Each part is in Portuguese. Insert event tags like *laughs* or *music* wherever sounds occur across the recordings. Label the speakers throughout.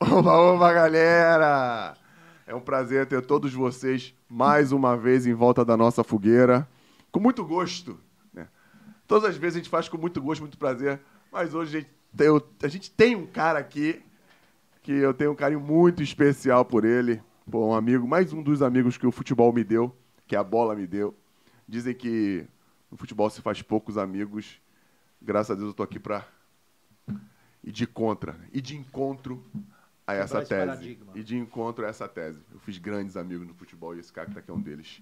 Speaker 1: Oba, oba, galera! É um prazer ter todos vocês mais uma vez em volta da nossa fogueira. Com muito gosto. né? Todas as vezes a gente faz com muito gosto, muito prazer. Mas hoje a gente tem, eu- a gente tem um cara aqui que eu tenho um carinho muito especial por ele. Pô, um amigo, mais um dos amigos que o futebol me deu, que a bola me deu. Dizem que no futebol se faz poucos amigos. Graças a Deus eu tô aqui pra e de contra e de encontro a essa
Speaker 2: esse
Speaker 1: tese
Speaker 2: paradigma.
Speaker 1: e de encontro a essa tese. Eu fiz grandes amigos no futebol e esse cara que tá aqui é um deles.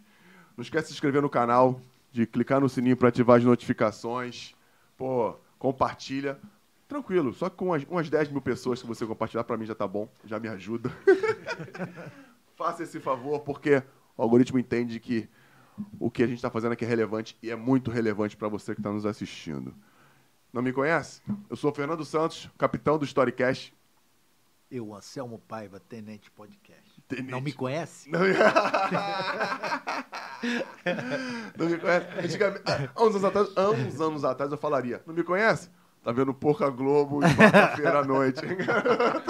Speaker 1: Não esquece de se inscrever no canal, de clicar no sininho para ativar as notificações. Pô, compartilha. Tranquilo, só com umas, umas 10 mil pessoas que você compartilhar para mim já tá bom, já me ajuda. *laughs* Faça esse favor, porque o algoritmo entende que o que a gente está fazendo aqui é relevante e é muito relevante para você que está nos assistindo. Não me conhece? Eu sou o Fernando Santos, capitão do Storycast.
Speaker 2: Eu, Anselmo Paiva, Tenente Podcast.
Speaker 1: Tenente.
Speaker 2: Não me conhece?
Speaker 1: *laughs* Não me... Não me conhece? Antigamente, é, há uns anos atrás, há uns anos atrás eu falaria, não me conhece? Tá vendo Porca Globo de quarta-feira à noite.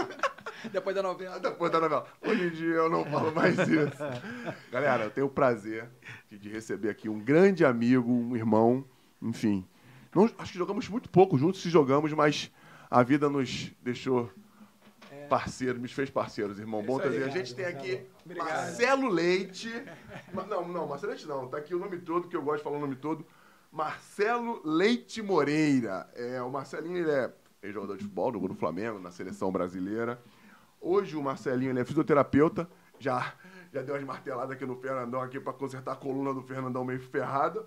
Speaker 1: *laughs*
Speaker 3: Depois da novela.
Speaker 1: Depois da novela. Hoje em dia eu não falo mais isso. Galera, eu tenho o prazer de, de receber aqui um grande amigo, um irmão, enfim. Não- acho que jogamos muito pouco juntos, se jogamos, mas a vida nos deixou parceiros, nos fez parceiros, irmão. Bom trazer. A gente tem aqui Marcelo Leite. Ma- Não, não, Marcelo Leite não. Tá aqui o nome todo, que eu gosto de falar o nome todo. Marcelo Leite Moreira. É, o Marcelinho, ele é jogador de futebol, jogou no Flamengo, na seleção brasileira. Hoje o Marcelinho, ele é fisioterapeuta. Já, já deu umas marteladas aqui no Fernandão aqui pra consertar a coluna do Fernandão meio ferrada.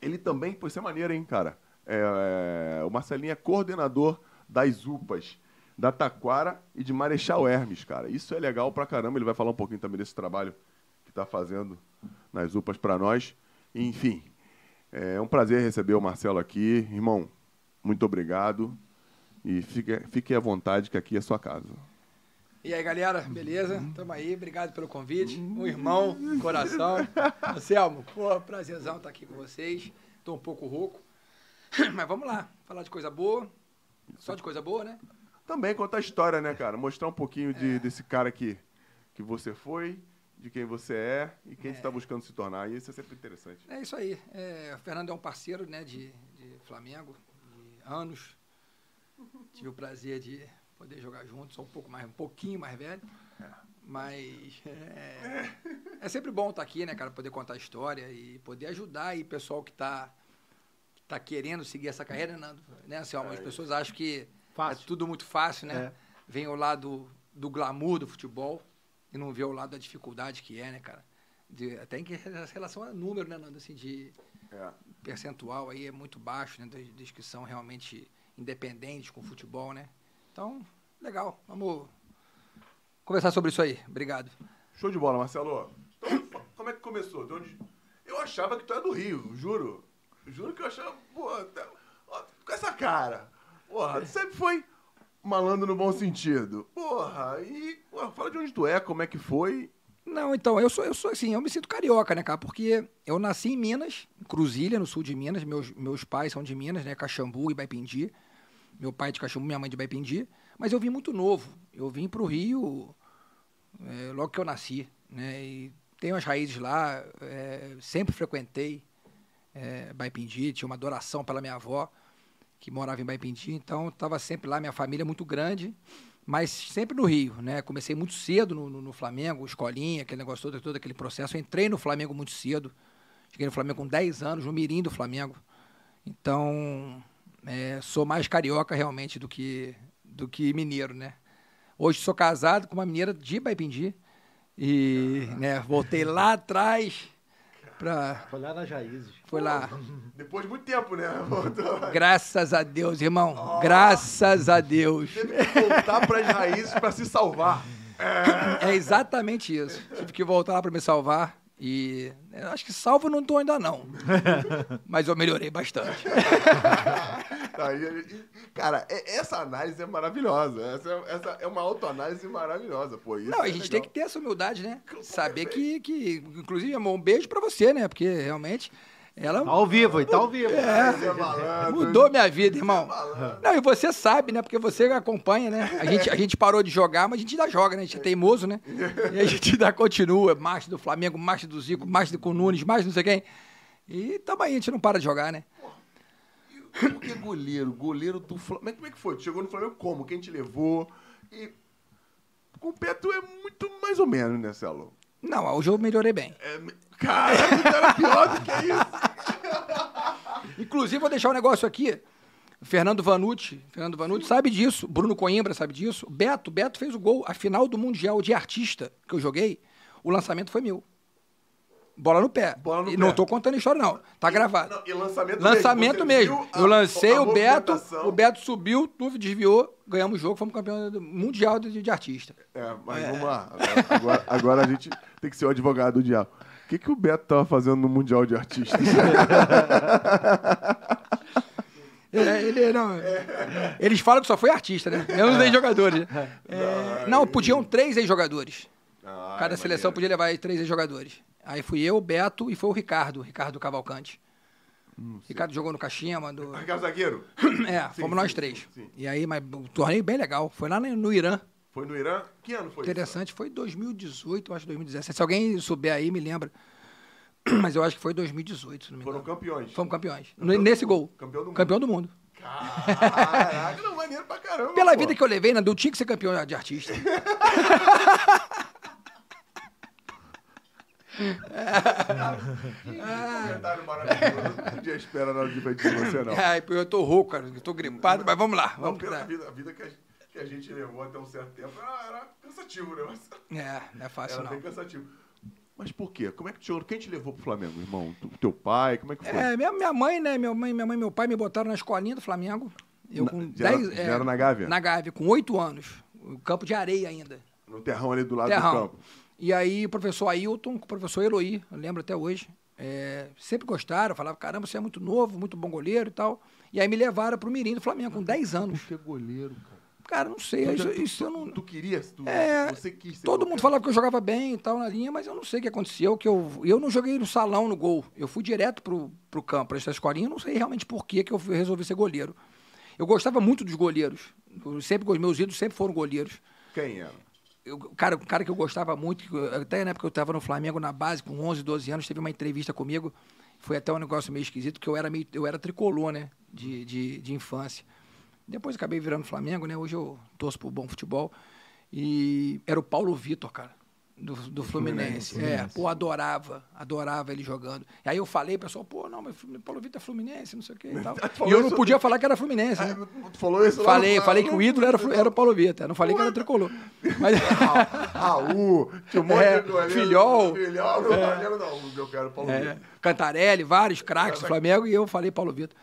Speaker 1: Ele também, pô, isso é maneiro, hein, cara? É, é, o Marcelinho é coordenador das UPAs da Taquara e de Marechal Hermes, cara. Isso é legal pra caramba. Ele vai falar um pouquinho também desse trabalho que tá fazendo nas UPAs pra nós. Enfim, é um prazer receber o Marcelo aqui. Irmão, muito obrigado. E fique, fique à vontade, que aqui é sua casa.
Speaker 3: E aí, galera, beleza? Tamo aí, obrigado pelo convite. Um irmão, um coração. Anselmo, pô, prazerzão estar aqui com vocês. Tô um pouco rouco. *clears throat* Mas vamos lá, falar de coisa boa. Só de coisa boa, né?
Speaker 1: Também contar a história, né, cara? Mostrar um pouquinho de- desse cara aqui que você foi, de quem você é e quem você está buscando se tornar. E isso é sempre interessante.
Speaker 3: É isso aí. É, o Fernando é um parceiro né, de, de Flamengo, de anos. Tive o prazer de poder jogar junto, sou um pouco mais, um pouquinho mais velho. Mas é, é sempre bom estar aqui, né, cara? Poder contar a história e poder ajudar aí o pessoal que está que tá querendo seguir essa carreira, né, né Anselmo? As pessoas acham que é
Speaker 2: Fácil.
Speaker 3: tudo muito fácil, né?
Speaker 2: É.
Speaker 3: Vem o lado do glamour do futebol e não vê o lado da dificuldade que é, né, cara? De, até em que- em relação a número, né, Nando? Assim, de
Speaker 1: É.
Speaker 3: percentual aí é muito baixo, né? Das, das que são realmente independentes com o futebol, né? Então, legal. Vamos conversar sobre isso aí. Obrigado.
Speaker 1: Show de bola, Marcelo. Então, fa- como é que começou? De onde... Eu achava que tu era do Rio, juro. Juro que eu achava. Pô, tá- ó, com essa cara. Porra, tu sempre foi malandro no bom sentido. Porra, e pô, fala de onde tu é, como é que foi.
Speaker 3: Não, então, eu sou, eu sou assim, eu me sinto carioca, né, cara? Porque eu nasci em Minas, em Cruzília, no sul de Minas. Meus, meus pais são de Minas, né? Caxambu e Baipindi. Meu pai é de Caxambu, minha mãe de Baipindi. Mas eu vim muito novo. Eu vim pro Rio é, logo que eu nasci, né? E tenho as raízes lá, é, sempre frequentei é, Baipindi, tinha uma adoração pela minha avó, que morava em Baipindi, então estava sempre lá, minha família é muito grande, mas sempre no Rio, né? Comecei muito cedo no, no- no Flamengo, escolinha, aquele negócio todo, todo aquele processo. Eu entrei no Flamengo muito cedo, cheguei no Flamengo com 10 anos, no mirim do Flamengo. Então, é, sou mais carioca realmente do que, do que mineiro, né? Hoje sou casado com uma mineira de Baipindi e né, voltei lá atrás para...
Speaker 2: Foi lá nas raízes.
Speaker 3: Foi lá...
Speaker 1: Depois de muito tempo, né? Voltou.
Speaker 3: Graças a Deus, irmão. Graças
Speaker 1: *laughs*
Speaker 3: a Deus.
Speaker 1: Teve que voltar pras raízes pra se salvar.
Speaker 3: É exatamente isso. Tive que voltar lá pra me salvar. E né, eu acho que salvo eu não tô ainda, não. Mas eu melhorei bastante.
Speaker 1: *laughs* Tá, e- e- cara, é- essa análise é maravilhosa. Essa, é- essa é uma autoanálise maravilhosa, pô. Isso
Speaker 3: Não,
Speaker 1: é
Speaker 3: a gente
Speaker 1: legal.
Speaker 3: tem que ter essa humildade, né? Saber que, que. Inclusive, amor, um beijo pra você, né? Porque realmente Ela
Speaker 2: Tá ao vivo, e tá ao vivo.
Speaker 1: Você é *laughs* malandro.
Speaker 3: Mudou minha vida, é irmão. Não, e você sabe, né? Porque você acompanha, né? A gente, a gente parou de jogar, mas a gente ainda joga, né? A gente é teimoso, né? E a gente ainda continua. Macho do Flamengo, macho do Zico, macho do Nunes, macho não sei quem. E tamo aí, a gente não para de jogar, né?
Speaker 1: Por que goleiro? Goleiro do Flamengo. Mas como é que foi? Tu chegou no Flamengo como? Quem te levou? E. Com o pé, tu é muito mais ou menos, né, Celo?
Speaker 3: Não, hoje eu melhorei bem.
Speaker 1: É... Cara, *laughs* tu era pior do que isso.
Speaker 3: Inclusive, vou deixar um negócio aqui. Fernando Vanucci, Fernando Vanucci sabe disso. Bruno Coimbra sabe disso. Beto, Beto fez o gol. A final do Mundial de Artista que eu joguei, o lançamento foi meu. Bola no pé.
Speaker 1: Bola no
Speaker 3: e
Speaker 1: pé.
Speaker 3: não tô contando a história, não. Tá gravado.
Speaker 1: Não, e lançamento,
Speaker 3: Lançamento
Speaker 1: Você
Speaker 3: mesmo.
Speaker 1: viu a-
Speaker 3: eu lancei
Speaker 1: a
Speaker 3: o Beto,
Speaker 1: movimentação?
Speaker 3: o Beto subiu, tu desviou, ganhamos o jogo, fomos campeão do- mundial de, de artista.
Speaker 1: É, mas vamos lá. Agora, agora- agora a gente tem que ser o advogado do diabo. O que, que o Beto tava fazendo no Mundial de Artistas?
Speaker 3: É, ele, não, eles falam que só foi artista, né? Menos ex-jogadores.
Speaker 1: *laughs*
Speaker 3: né? É, não, podiam três ex-jogadores.
Speaker 1: *laughs* Ah,
Speaker 3: Cada
Speaker 1: é
Speaker 3: seleção
Speaker 1: maneiro.
Speaker 3: podia levar três jogadores. Aí fui eu, o Beto e foi o Ricardo, o Ricardo Cavalcante.
Speaker 1: Hum,
Speaker 3: Ricardo jogou no Kashima. Do...
Speaker 1: Ricardo *coughs* Zagueiro,
Speaker 3: É,
Speaker 1: Sim,
Speaker 3: fomos
Speaker 1: sim,
Speaker 3: nós
Speaker 1: sim,
Speaker 3: três.
Speaker 1: sim.
Speaker 3: E aí, mas um torneio bem legal. Foi lá no no Irã.
Speaker 1: foi no Irã? Que ano foi
Speaker 3: Interessante. Foi 2018, eu acho 2017. Se alguém souber aí, me lembra. *clears throat* Mas eu acho que foi 2018, se não me
Speaker 1: isso? Foram
Speaker 3: engano.
Speaker 1: campeões.
Speaker 3: Fomos campeões. N- Nesse gol.
Speaker 1: Campeão do mundo.
Speaker 3: Campeão do mundo.
Speaker 1: Caraca, não, maneiro pra caramba.
Speaker 3: Pela
Speaker 1: pô.
Speaker 3: vida que eu levei, né? Eu tinha que ser campeão de artista.
Speaker 1: Comentário maravilhoso. Não podia esperar nada diferente de você, não.
Speaker 3: *laughs* Ai, pô, eu tô rouco, cara. Eu tô gripado, mas vamos lá.
Speaker 1: Não,
Speaker 3: Ah, Vamos
Speaker 1: pela
Speaker 3: lá.
Speaker 1: vida, a vida que a, que a gente levou até um certo tempo era, era cansativo, né? Mas
Speaker 3: É, não é fácil,
Speaker 1: era
Speaker 3: não.
Speaker 1: bem cansativo. Mas por quê? Como é que tu chegou? Quem te levou pro Flamengo, irmão? Tu- teu pai? Como é que foi?
Speaker 3: É, minha, minha mãe, né? Minha mãe, minha mãe e meu pai me botaram na escolinha do Flamengo. Eu
Speaker 1: Na-
Speaker 3: com
Speaker 1: já era-
Speaker 3: 10
Speaker 1: já era na Gávea?
Speaker 3: Na Gávea, com 8 anos. O campo de areia ainda.
Speaker 1: No terrão ali do lado do
Speaker 3: Terrão.
Speaker 1: campo.
Speaker 3: E aí, o professor Ailton, com o professor Eloy, eu lembro até hoje, é, sempre gostaram, falavam, caramba, você é muito novo, muito bom goleiro e tal. E aí me levaram pro Mirim do Flamengo, com 10 anos.
Speaker 1: Porque é goleiro, cara.
Speaker 3: Cara, não sei, isso, isso eu não...
Speaker 1: Tu querias? Tu,
Speaker 3: É,
Speaker 1: você quis ser
Speaker 3: Todo
Speaker 1: goleiro?
Speaker 3: mundo falava que eu jogava bem e tal na linha, mas eu não sei o que aconteceu, que eu, eu não joguei no salão, no gol. Eu fui direto pro, pro campo, pra essa escolinha, eu não sei realmente por que que eu fui- resolvi ser goleiro. Eu gostava muito dos goleiros. Eu sempre, os meus ídolos sempre foram goleiros.
Speaker 1: Quem era?
Speaker 3: Eu, cara, um cara que eu gostava muito, que eu- até na época eu estava no Flamengo na base, com 11, 12 anos, teve uma entrevista comigo. Foi até um negócio meio esquisito, que eu era, meio, eu era tricolor, né? De, de, de infância. Depois acabei virando Flamengo, né? Hoje eu torço pro bom futebol. E era o Paulo Vitor, cara, do, do Fluminense. É, pô, adorava, adorava ele jogando. E aí eu falei, pessoal, pô, não, mas Flumin- Paulo Vitor é Fluminense, não sei o *laughs* quê e tal.
Speaker 1: falou
Speaker 3: E eu não
Speaker 1: isso-
Speaker 3: podia falar que era Fluminense, né?
Speaker 1: Ah, Tu falou isso lá
Speaker 3: Falei,
Speaker 1: no-
Speaker 3: falei que o ídolo era, Flu- era o Paulo Vitor, não falei que era tricolor. *laughs* Mas...
Speaker 1: Raul, tinha um monte
Speaker 3: É,
Speaker 1: de goleiro.
Speaker 3: Filhol.
Speaker 1: Filhol, não, goleiro não, eu quero Paulo
Speaker 3: É,
Speaker 1: Vitor.
Speaker 3: Cantarelli, vários craques do Flamengo, e eu falei Paulo Vitor.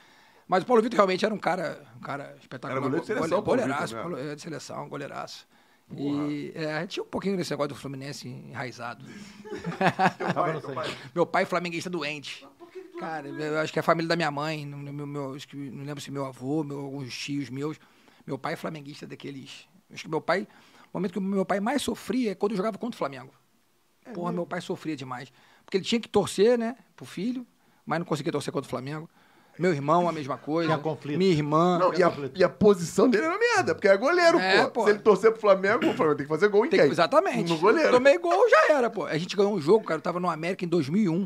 Speaker 3: Mas o Paulo Vitor realmente era um cara, um cara espetacular.
Speaker 1: Era goleiro de seleção,
Speaker 3: Gole-
Speaker 1: Paulo
Speaker 3: goleiraço,
Speaker 1: Vitor, né?
Speaker 3: Paulo- é, de seleção, goleiraço. E é, tinha um pouquinho desse negócio do Fluminense enraizado.
Speaker 1: Teu pai, teu pai.
Speaker 3: Meu pai flamenguista doente. Cara, eu acho que é a família da minha mãe, não, não- meu, meu- acho que- não lembro se meu avô, meu, alguns tios meus. Meu pai é flamenguista daqueles. Acho que meu pai. O momento que o meu pai mais sofria é quando eu jogava contra o Flamengo. Porra, meu pai sofria demais. Porque ele tinha que torcer, né, pro filho, mas não conseguia torcer contra o Flamengo. Meu irmão, a mesma coisa.
Speaker 2: Tinha conflito.
Speaker 3: Minha irmã.
Speaker 1: Não, e a, e a posição dele era merda, porque é goleiro,
Speaker 3: É,
Speaker 1: pô.
Speaker 3: pô.
Speaker 1: Se ele torcer pro Flamengo, o Flamengo tem que fazer gol em
Speaker 3: Tem que-
Speaker 1: quem?
Speaker 3: exatamente.
Speaker 1: No goleiro.
Speaker 3: Tomei gol, já era, pô. A gente ganhou um jogo, cara. Eu tava no América em 2001.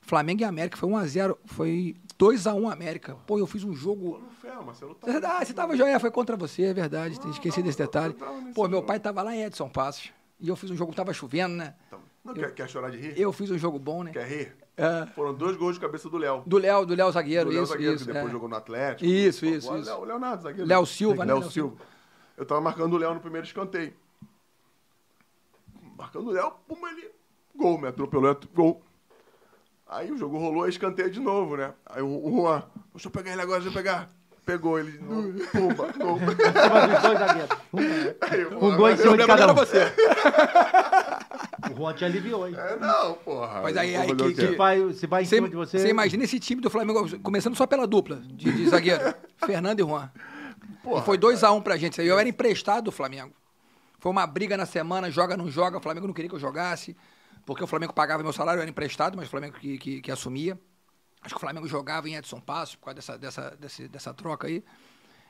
Speaker 3: Flamengo e América. Foi 1x0. Foi 2x1 América. Pô, eu fiz um jogo.
Speaker 1: Não ferra, Marcelo. Tá...
Speaker 3: É verdade, você tava joia, foi contra você, é verdade. Esqueci desse detalhe.
Speaker 1: eu tava nesse
Speaker 3: Pô, meu pai tava lá em Edson Passos. E eu fiz um jogo, tava chovendo, né?
Speaker 1: então. Não, quer, quer chorar de rir?
Speaker 3: Eu fiz um jogo bom, né?
Speaker 1: Quer rir?
Speaker 3: É.
Speaker 1: Foram dois gols de cabeça do Léo.
Speaker 3: Do Léo, do Léo Zagueiro,
Speaker 1: do Léo
Speaker 3: isso,
Speaker 1: Zagueiro,
Speaker 3: isso.
Speaker 1: que depois
Speaker 3: é.
Speaker 1: jogou no Atlético. né?
Speaker 3: Isso,
Speaker 1: Pô,
Speaker 3: isso,
Speaker 1: agora,
Speaker 3: isso.
Speaker 1: Léo, Leonardo, zagueiro.
Speaker 3: Léo Silva, né?
Speaker 1: Léo
Speaker 3: Léo
Speaker 1: Silva. Eu tava marcando o Léo no primeiro escanteio. Marcando o Léo, pum, ele... Gol, me atropelou, at- gol. Aí o jogo rolou, aí escanteio de novo, né? Aí o o Juan, deixa eu pegar ele agora, deixa eu pegar. Pegou ele de novo, pumba, gol. *laughs*
Speaker 2: Cima dos dois zagueiros. Um-
Speaker 1: Aí o
Speaker 2: Um
Speaker 1: Juan,
Speaker 2: gol em
Speaker 3: Eu
Speaker 2: cima de
Speaker 3: lembro que
Speaker 2: cada
Speaker 3: era
Speaker 2: um.
Speaker 3: você.
Speaker 2: O Juan te aliviou, hein?
Speaker 1: É, não, porra.
Speaker 3: Mas aí-
Speaker 1: Eu vou
Speaker 3: aí
Speaker 1: fazer
Speaker 3: que-
Speaker 1: o
Speaker 3: que-
Speaker 1: quê?
Speaker 2: Se vai, se vai em
Speaker 3: Você
Speaker 2: cima de você.
Speaker 3: você imagina esse time do Flamengo, começando só pela dupla de, de zagueiro, Fernando e Juan.
Speaker 1: Porra,
Speaker 3: e foi 2x1 pra gente. Eu era emprestado do Flamengo. Foi uma briga na semana, joga, não joga. O Flamengo não queria que eu jogasse, porque o Flamengo pagava meu salário, eu era emprestado, mas o Flamengo que, que, que assumia. Acho que o Flamengo jogava em Edson Passos por causa dessa, dessa, desse- dessa troca aí.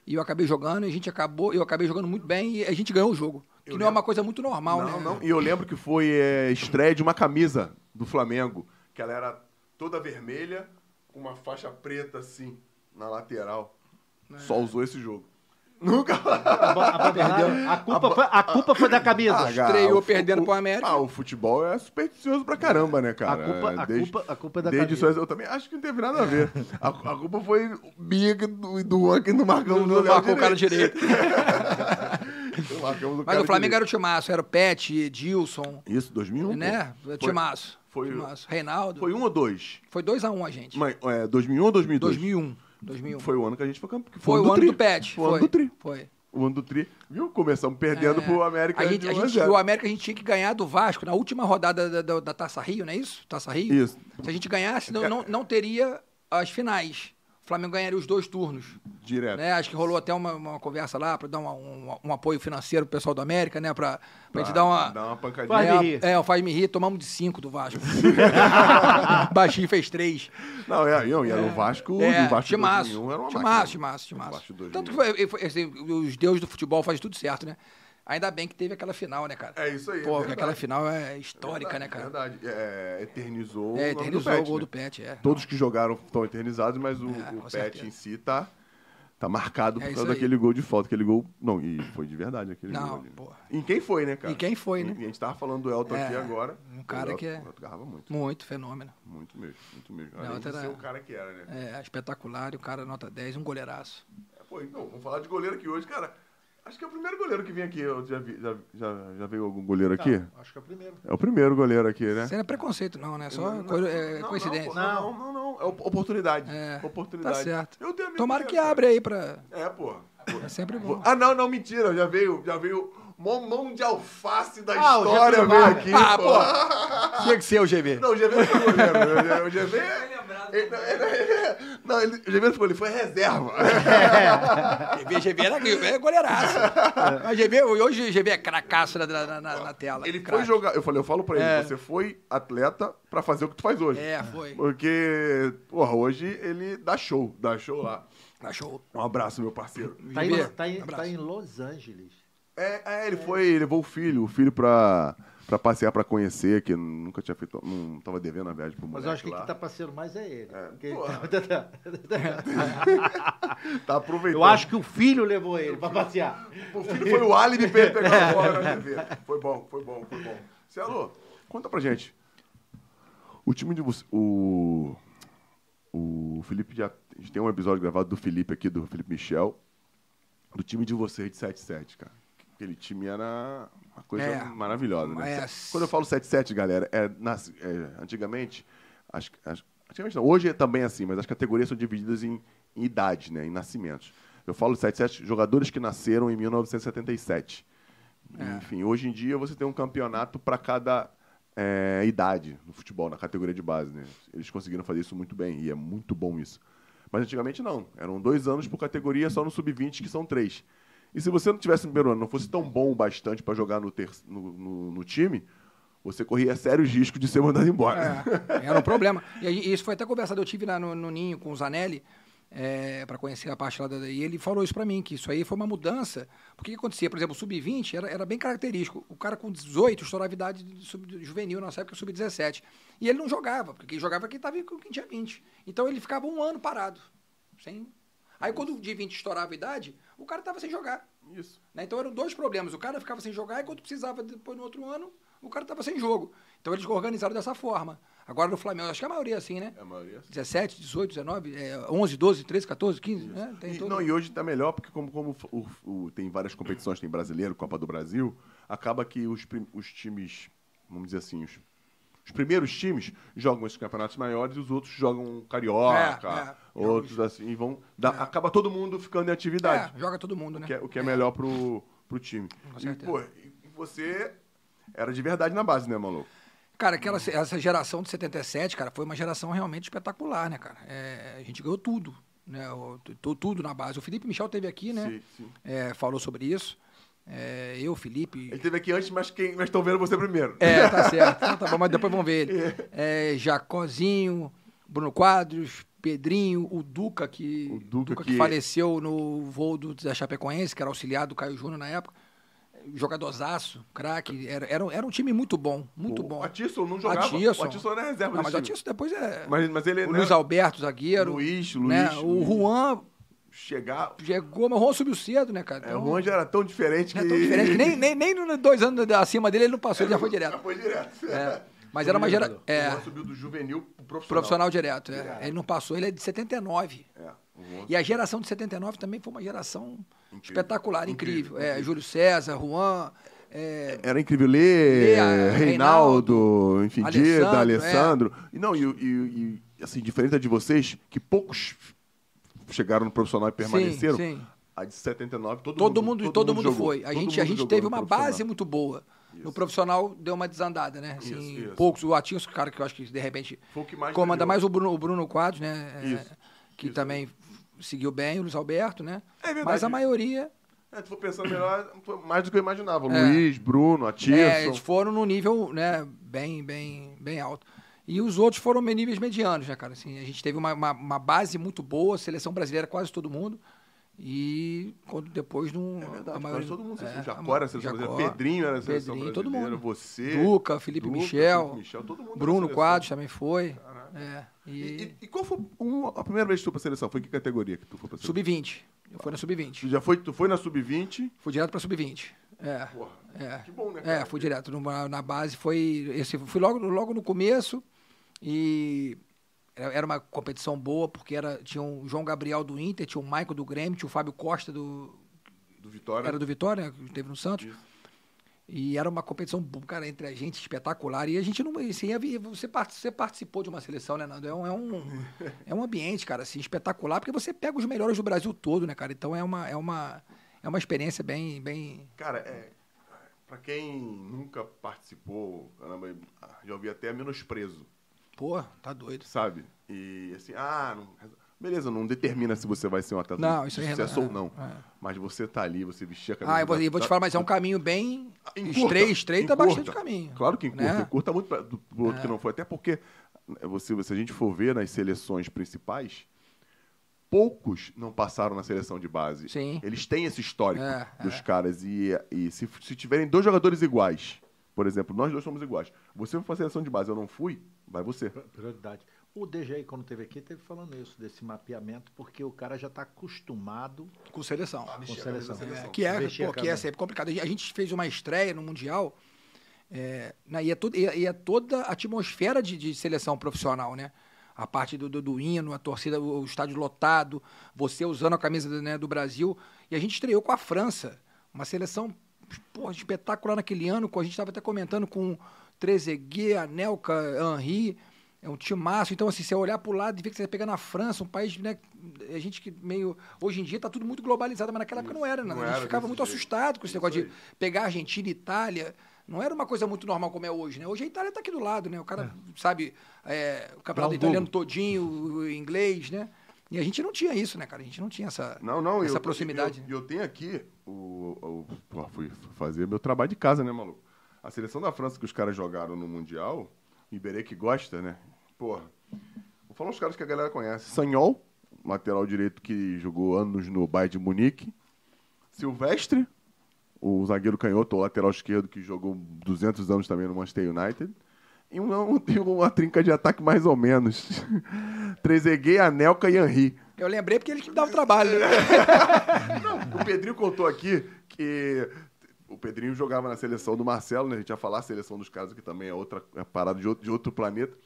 Speaker 3: E eu acabei jogando, e a gente acabou, eu acabei jogando muito bem e a gente ganhou o jogo. Que não é uma coisa muito normal,
Speaker 1: não,
Speaker 3: né?
Speaker 1: não. E eu lembro que foi é, estreia de uma camisa do Flamengo, que ela era toda vermelha, com uma faixa preta assim, na lateral.
Speaker 3: É.
Speaker 1: Só usou esse jogo. *laughs* Nunca
Speaker 4: A, ba-
Speaker 3: *laughs*
Speaker 4: a babada- a culpa, foi, a culpa foi da camisa.
Speaker 3: Ah, estreou perdendo pro América.
Speaker 1: Ah, o futebol é supersticioso pra caramba, né, cara?
Speaker 4: A culpa- a culpa- a culpa é da
Speaker 1: desde
Speaker 4: camisa.
Speaker 1: isso, eu também acho que não teve nada a ver. A, a culpa foi minha e do, do Juan que não marcamos
Speaker 3: Não marcou o cara
Speaker 1: direito. *laughs*
Speaker 3: direito.
Speaker 1: Não marcamos
Speaker 3: Mas
Speaker 1: cara
Speaker 3: o
Speaker 1: direito.
Speaker 3: Flamengo era o Timaço, era o Pet, Edilson,
Speaker 1: Isso, 2001? pô.
Speaker 3: né?
Speaker 1: Foi-
Speaker 3: Timaço.
Speaker 1: foi-
Speaker 3: Timaço. Reinaldo.
Speaker 1: Foi um ou dois?
Speaker 3: Foi 2x1 a, gente.
Speaker 1: Mas, é, 2001 ou 2002?
Speaker 3: 2001. 2001. Foi,
Speaker 1: Foi o ano que a gente foi campeão. que
Speaker 3: o
Speaker 1: do
Speaker 3: ano
Speaker 1: tri.
Speaker 3: do Pet.
Speaker 1: Foi o ano do Tri.
Speaker 3: Foi.
Speaker 1: O ano do Tri. Viu? Começamos perdendo
Speaker 3: É.
Speaker 1: pro América.
Speaker 3: A gente,
Speaker 1: de
Speaker 3: a
Speaker 1: 1
Speaker 3: gente-
Speaker 1: 0.
Speaker 3: o América a gente tinha que ganhar do Vasco na última rodada da, da- da Taça Rio, não é isso? Taça Rio?
Speaker 1: Isso. É.
Speaker 3: Se a gente ganhasse, não, não, não teria as finais. O Flamengo ganharia os dois turnos.
Speaker 1: Direto.
Speaker 3: Né? Acho que rolou até uma, uma conversa lá para dar uma- um, um apoio financeiro pro pessoal do América, né? Pra, pra gente dar uma.
Speaker 1: Dá uma pancadinha.
Speaker 4: Faz
Speaker 3: é,
Speaker 4: me rir.
Speaker 3: É, o faz me rir, tomamos de cinco
Speaker 1: *laughs*
Speaker 3: do Vasco. Baixinho fez três.
Speaker 1: Não, é, não, e era o Vasco.
Speaker 3: É,
Speaker 1: o Vasco de
Speaker 3: timaço,
Speaker 1: 2001 era uma máquina.
Speaker 3: timaço, timaço,
Speaker 1: O
Speaker 3: timaço.
Speaker 1: Vasco de 2001.
Speaker 3: Tanto que foi- foi- assim, os deuses do futebol fazem tudo certo, né? Ainda bem que teve aquela final, né, cara?
Speaker 1: É isso aí, é
Speaker 3: Pô, porque
Speaker 1: verdade.
Speaker 3: aquela final é histórica, né, cara?
Speaker 1: Verdade. É, eternizou.
Speaker 3: É,
Speaker 1: o nome do
Speaker 3: eternizou o
Speaker 1: Pet,
Speaker 3: gol
Speaker 1: né?
Speaker 3: do Pet, é.
Speaker 1: Todos que jogaram estão eternizados, mas o, o
Speaker 3: Ah, com
Speaker 1: Pet
Speaker 3: certeza.
Speaker 1: em si tá, tá marcado
Speaker 3: É
Speaker 1: por
Speaker 3: isso
Speaker 1: causa
Speaker 3: aí.
Speaker 1: daquele gol de falta. Aquele gol. Não, e foi de verdade aquele
Speaker 3: Não,
Speaker 1: gol. ali.
Speaker 3: porra.
Speaker 1: Em quem foi, né, cara?
Speaker 3: Em quem foi, né?
Speaker 1: E a gente tava falando do Elton
Speaker 3: É,
Speaker 1: aqui agora.
Speaker 3: um cara
Speaker 1: O Elton-
Speaker 3: que é-
Speaker 1: O Elton garrava muito.
Speaker 3: Muito fenômeno.
Speaker 1: Muito mesmo, muito mesmo.
Speaker 3: Não,
Speaker 1: Além de
Speaker 3: outra-
Speaker 1: ser o cara que era, né?
Speaker 3: É, espetacular, e o cara nota 10, um goleiraço.
Speaker 1: É, Pô, então, vamos falar de goleiro aqui hoje, cara. Acho que é o primeiro goleiro que vem aqui. Eu já, vi- já, já, já veio algum goleiro aqui?
Speaker 3: Tá.
Speaker 4: Acho que é o primeiro.
Speaker 1: É o primeiro goleiro aqui, né?
Speaker 3: Isso não é preconceito, não, né? Só
Speaker 1: Não,
Speaker 3: coisa- é,
Speaker 1: não,
Speaker 3: coincidência.
Speaker 1: Não, não, não, não. É op- oportunidade.
Speaker 3: É,
Speaker 1: oportunidade.
Speaker 3: Tá certo.
Speaker 1: Eu tenho amigo
Speaker 3: Tomara que
Speaker 1: é,
Speaker 3: abra aí pra.
Speaker 1: cara. É, pô.
Speaker 3: É sempre
Speaker 1: Pô,
Speaker 3: bom.
Speaker 1: Ah, não, não, mentira. Já veio, já veio mão, mão de alface da
Speaker 4: Ah, o
Speaker 1: história
Speaker 4: Getúlio
Speaker 1: veio
Speaker 4: Vargas.
Speaker 1: aqui.
Speaker 3: Ah,
Speaker 1: pô. Ah.
Speaker 3: pô! Tinha que ser o GB.
Speaker 1: Não, o GV não foi goleiro. O GV. ele- não, ele- Não, ele- o GV não foi, ele foi reserva.
Speaker 3: GB, GB era GB, é
Speaker 1: *laughs*
Speaker 3: goleiraço. Mas GB, hoje o GB é cracaço na, na, na- na tela.
Speaker 1: É. Ele foi
Speaker 3: Craque.
Speaker 1: jogar. Eu falei, eu falo pra ele,
Speaker 3: É.
Speaker 1: você foi atleta pra fazer o que tu faz hoje.
Speaker 3: É, foi.
Speaker 1: Porque, porra, hoje ele dá show, dá show lá.
Speaker 3: Achou.
Speaker 1: Um abraço, meu parceiro.
Speaker 4: Tá
Speaker 3: GB,
Speaker 4: em, tá em-
Speaker 3: abraço.
Speaker 4: tá em Los Angeles.
Speaker 1: É, é, ele foi, levou o filho, o filho pra, pra passear, pra conhecer, que nunca tinha feito, não tava devendo a viagem pro
Speaker 4: Mas
Speaker 1: moleque
Speaker 4: eu acho que
Speaker 1: lá.
Speaker 4: quem tá passeando mais é ele. Porque- *laughs* tá,
Speaker 1: Tá aproveitando.
Speaker 4: eu acho que o filho levou ele pra passear.
Speaker 1: O filho foi o
Speaker 4: *laughs*
Speaker 1: álibi pra ele pegar a bola na TV. Foi bom, foi bom, foi bom. Cielo, conta pra gente. O time de você, o... O Felipe já... A gente tem um episódio gravado do Felipe aqui, do Felipe Michel, do time de vocês de 7-7, cara. Aquele time era uma coisa
Speaker 3: É.
Speaker 1: maravilhosa, né?
Speaker 3: É.
Speaker 1: Quando eu falo 7-7, galera, é, nas- é, antigamente, as- as- antigamente não, hoje é também assim, mas as categorias são divididas em, em idade, né? Em nascimentos. Eu falo 7-7 jogadores que nasceram em 1977. Enfim, hoje em dia você tem um campeonato para cada é, idade no futebol, na categoria de base, né? Eles conseguiram fazer isso muito bem e é muito bom isso. Mas antigamente não. Eram dois anos por categoria, só no sub-20, que são três. E se você não tivesse no primeiro ano, não fosse tão bom o bastante para jogar no, ter- no- no- no time, você corria sérios riscos de ser mandado embora.
Speaker 3: É, era um problema. E aí, isso foi até conversado. Eu tive lá no, no Ninho com o Zanelli é, para conhecer a parte lá da, e ele falou isso para mim, que isso aí foi uma mudança. Porque o que acontecia? Por exemplo, o sub-20 era, era bem característico. O cara com 18 estourava a idade de sub, de juvenil, nossa época sub-17. E ele não jogava, porque quem jogava era quem, tava, com quem tinha 20. Então ele ficava um ano parado. Sem... Aí quando o de 20 estourava a idade, o cara tava sem jogar.
Speaker 1: *laughs* Isso.
Speaker 3: Né? Então eram dois problemas. O cara ficava sem jogar e quando precisava depois no outro ano, o cara estava sem jogo. Então eles organizaram dessa forma. Agora no Flamengo, acho que a maioria é assim, né?
Speaker 1: É a maioria.
Speaker 3: 17, 18, 19, é, 11, 12, 13, 14, 15, né? Tem
Speaker 1: E,
Speaker 3: todo...
Speaker 1: não, e hoje tá melhor, porque como, como o- o- tem várias competições, tem brasileiro, Copa do Brasil, acaba que os, prim- os times, vamos dizer assim, os, os primeiros times jogam esses campeonatos maiores e os outros jogam um carioca,
Speaker 3: É, é.
Speaker 1: outros assim, e vão. dá- Acaba todo mundo ficando em atividade.
Speaker 3: É, joga todo mundo, né?
Speaker 1: O que é, o que é melhor pro, pro time. E,
Speaker 3: certeza.
Speaker 1: pô, e você era de verdade na base, né, maluco?
Speaker 3: Cara, aquela, essa geração de 77, cara, foi uma geração realmente espetacular, né, cara? É, a gente ganhou tudo, né? O- tu- Tudo na base. O Felipe Michel teve aqui, né?
Speaker 1: Sim, sim.
Speaker 3: É, falou sobre isso. É, eu, Felipe,
Speaker 1: Ele teve aqui antes, mas quem mas estão vendo você primeiro.
Speaker 3: É, tá certo. Então, tá bom, mas depois vamos ver ele. É, Jacozinho, Bruno Quadros, Pedrinho, o Duca, que,
Speaker 1: O Duca
Speaker 3: que...
Speaker 1: que-
Speaker 3: faleceu no voo do, da Chapecoense, que era auxiliar do Caio Júnior na época. Jogadorzaço, craque. Era, era, um- era um time muito bom, muito
Speaker 1: o
Speaker 3: bom.
Speaker 1: Atisson não jogava.
Speaker 3: Atisson.
Speaker 1: O Atisson era reserva
Speaker 3: Não,
Speaker 1: desse
Speaker 3: mas o
Speaker 1: time.
Speaker 3: Atisson depois é...
Speaker 1: Mas, mas ele
Speaker 3: o
Speaker 1: né,
Speaker 3: Luiz Alberto, zagueiro.
Speaker 1: Luiz,
Speaker 3: né?
Speaker 1: Luiz,
Speaker 3: O
Speaker 1: Luiz.
Speaker 3: Juan
Speaker 1: chegar...
Speaker 3: chegou, mas o Juan subiu cedo, né, cara?
Speaker 1: É, o Juan já era tão diferente que...
Speaker 3: É
Speaker 1: *laughs*
Speaker 3: tão diferente que nem, nem, nem nos dois anos acima dele ele não passou, ele já foi
Speaker 1: Já
Speaker 3: direto.
Speaker 1: foi direto. *laughs*
Speaker 3: É, *laughs* mas era uma geração.
Speaker 1: O
Speaker 3: É,
Speaker 1: Juan subiu do juvenil pro um profissional.
Speaker 3: profissional direto. é. Ele não passou, ele é de 79.
Speaker 1: É, o Juan-
Speaker 3: E a geração de 79 também foi uma geração
Speaker 1: Incrível.
Speaker 3: espetacular, incrível. É, Júlio César, Juan. é,
Speaker 1: Era incrível ler, eh,
Speaker 3: Lê, a-
Speaker 1: Reinaldo, enfim, Dida,
Speaker 3: Alessandro, é.
Speaker 1: Alessandro. E não, e, e- e, assim, diferente de vocês, que poucos chegaram no profissional e permaneceram,
Speaker 3: sim.
Speaker 1: a de 79, todo,
Speaker 3: todo mundo, todo, mundo,
Speaker 1: jogou.
Speaker 3: foi. A
Speaker 1: Todo
Speaker 3: gente, a
Speaker 1: mundo
Speaker 3: gente
Speaker 1: jogou
Speaker 3: teve
Speaker 1: no
Speaker 3: uma
Speaker 1: profissional.
Speaker 3: base muito boa. No
Speaker 1: Isso.
Speaker 3: profissional deu uma desandada, né? Assim,
Speaker 1: Isso, isso.
Speaker 3: Poucos, o Atinho, o cara que eu acho que de repente
Speaker 1: Foi o que mais
Speaker 3: comanda
Speaker 1: brilhou.
Speaker 3: mais o Bruno, o Bruno Quadros, né? É,
Speaker 1: Isso,
Speaker 3: Que
Speaker 1: isso.
Speaker 3: também f- seguiu bem, o Luiz Alberto, né?
Speaker 1: É verdade.
Speaker 3: Mas a maioria.
Speaker 1: É, tu for pensando melhor, foi mais do que eu imaginava.
Speaker 3: É.
Speaker 1: Luiz, Bruno, Atirson.
Speaker 3: É, eles foram num nível, né, bem, bem, bem alto. E os outros foram me- níveis medianos, né, cara? Assim, a gente teve uma, uma, uma base muito boa, seleção brasileira, quase todo mundo. E quando depois não.
Speaker 1: É
Speaker 3: a
Speaker 1: verdade,
Speaker 3: maioria-
Speaker 1: quase todo mundo.
Speaker 3: é,
Speaker 1: É,
Speaker 3: a
Speaker 1: Jacó era a seleção
Speaker 3: Jacó,
Speaker 1: brasileira, Pedrinho era a seleção
Speaker 3: Pedrinho, todo
Speaker 1: brasileira,
Speaker 3: mundo.
Speaker 1: você...
Speaker 3: Duca, Felipe
Speaker 1: Duca,
Speaker 3: Michel,
Speaker 1: Felipe Michel, todo mundo era
Speaker 3: Bruno
Speaker 1: seleção.
Speaker 3: Quadros também foi.
Speaker 1: Caraca.
Speaker 3: É,
Speaker 1: E,
Speaker 3: e
Speaker 1: e- e qual foi o- a primeira vez que tu foi pra seleção? Foi que categoria que tu foi pra seleção?
Speaker 3: Sub-20. Eu fui na
Speaker 1: Tu
Speaker 3: Sub-20.
Speaker 1: já foi, tu foi na sub-20?
Speaker 3: Fui direto pra Sub-20. É.
Speaker 1: Porra,
Speaker 3: É.
Speaker 1: que bom, né,
Speaker 3: É,
Speaker 1: cara?
Speaker 3: fui direto numa- na base, foi esse, fui logo, logo no começo e era era uma competição boa porque era tinha o João Gabriel do Inter, tinha o Maico do Grêmio, tinha o Fábio Costa do
Speaker 1: Do Vitória.
Speaker 3: era do Vitória, né, que teve no Santos.
Speaker 1: Isso.
Speaker 3: E era uma competição, bo- cara, entre a gente espetacular. E a gente não. Assim, é vi- você, part- você participou de uma seleção, né, Nando? É um, é um, é um ambiente, cara, assim, espetacular, porque você pega os melhores do Brasil todo, né, cara? Então é uma, é uma, é uma experiência bem, bem,
Speaker 1: Cara, é. Pra quem nunca participou, caramba, já ouvi até menosprezo,
Speaker 3: Pô, tá doido.
Speaker 1: sabe? E assim, ah, não- beleza, não determina se você vai ser um atleta
Speaker 3: Não,
Speaker 1: de
Speaker 3: isso aí é-
Speaker 1: sucesso
Speaker 3: é,
Speaker 1: ou não.
Speaker 3: é.
Speaker 1: Mas você tá ali, você vestir a camisa.
Speaker 3: Ah, eu vou, eu vou te falar, mas é um caminho bem
Speaker 1: Encurta,
Speaker 3: estreito, estreito é
Speaker 1: encurta.
Speaker 3: bastante caminho.
Speaker 1: Claro que encurta,
Speaker 3: Né? É.
Speaker 1: encurta muito pra, do, pro outro que não foi. Até porque, é, você, se a gente for ver nas seleções principais, poucos não passaram na seleção de base.
Speaker 3: Sim.
Speaker 1: Eles têm esse histórico
Speaker 3: É,
Speaker 1: dos
Speaker 3: é.
Speaker 1: caras. E, e se, se tiverem dois jogadores iguais, por exemplo, nós dois somos iguais. Você foi pra seleção de base, eu não fui, vai você.
Speaker 2: Pri- Prioridade. O DGI, quando teve aqui, teve falando isso, desse mapeamento, porque o cara já está acostumado
Speaker 3: Com seleção.
Speaker 2: com seleção.
Speaker 3: É, que é,
Speaker 2: Vestir a
Speaker 3: pô, que é
Speaker 2: camisa.
Speaker 3: sempre complicado. A gente fez uma estreia no Mundial é, na- e, é todo- e é- e é toda a atmosfera de, de seleção profissional, né? A parte do, do, do hino, a torcida, o, o estádio lotado, você usando a camisa do, né, do Brasil. E a gente estreou com a França, uma seleção pô, espetacular naquele ano. com- A gente estava até comentando com Trezeguet, Anelka, Henri. É um timaço. Então, assim, você olhar pro lado e ver que você vai pegar na França, um país, né? A gente que meio. Hoje em dia tá tudo muito globalizado, mas naquela época não era, né?
Speaker 1: Não
Speaker 3: a gente
Speaker 1: era
Speaker 3: ficava
Speaker 1: desse
Speaker 3: muito
Speaker 1: jeito.
Speaker 3: assustado com esse
Speaker 1: Isso
Speaker 3: negócio
Speaker 1: aí.
Speaker 3: de pegar Argentina e Itália. Não era uma coisa muito normal como é hoje, né? Hoje a Itália tá aqui do lado, né? O cara sabe é, o campeonato
Speaker 2: Dá um
Speaker 3: italiano todinho, o inglês, né? E a gente não tinha isso, né, cara? A gente não tinha essa,
Speaker 1: Não, não,
Speaker 3: essa
Speaker 1: eu,
Speaker 3: proximidade. né?
Speaker 1: E eu, eu tenho aqui o. o- pô, fui fazer meu trabalho de casa, né, maluco? A seleção da França que os caras jogaram no Mundial, Iberê que gosta, né? Porra. Vou falar os caras que a galera conhece. Sanhol, lateral direito que jogou anos no Bayern de Munique. Silvestre, o zagueiro canhoto, o lateral esquerdo que jogou 200 anos também no Manchester United. E um, um, *laughs* tem uma trinca de ataque mais ou menos. *laughs* Trezeguet, Anelka e Henri.
Speaker 3: Eu lembrei porque eles que davam trabalho, né?
Speaker 1: *laughs* O Pedrinho contou aqui que o Pedrinho jogava na seleção do Marcelo, né? A gente ia falar a seleção dos caras, que também é outra é parada de outro, de outro planeta.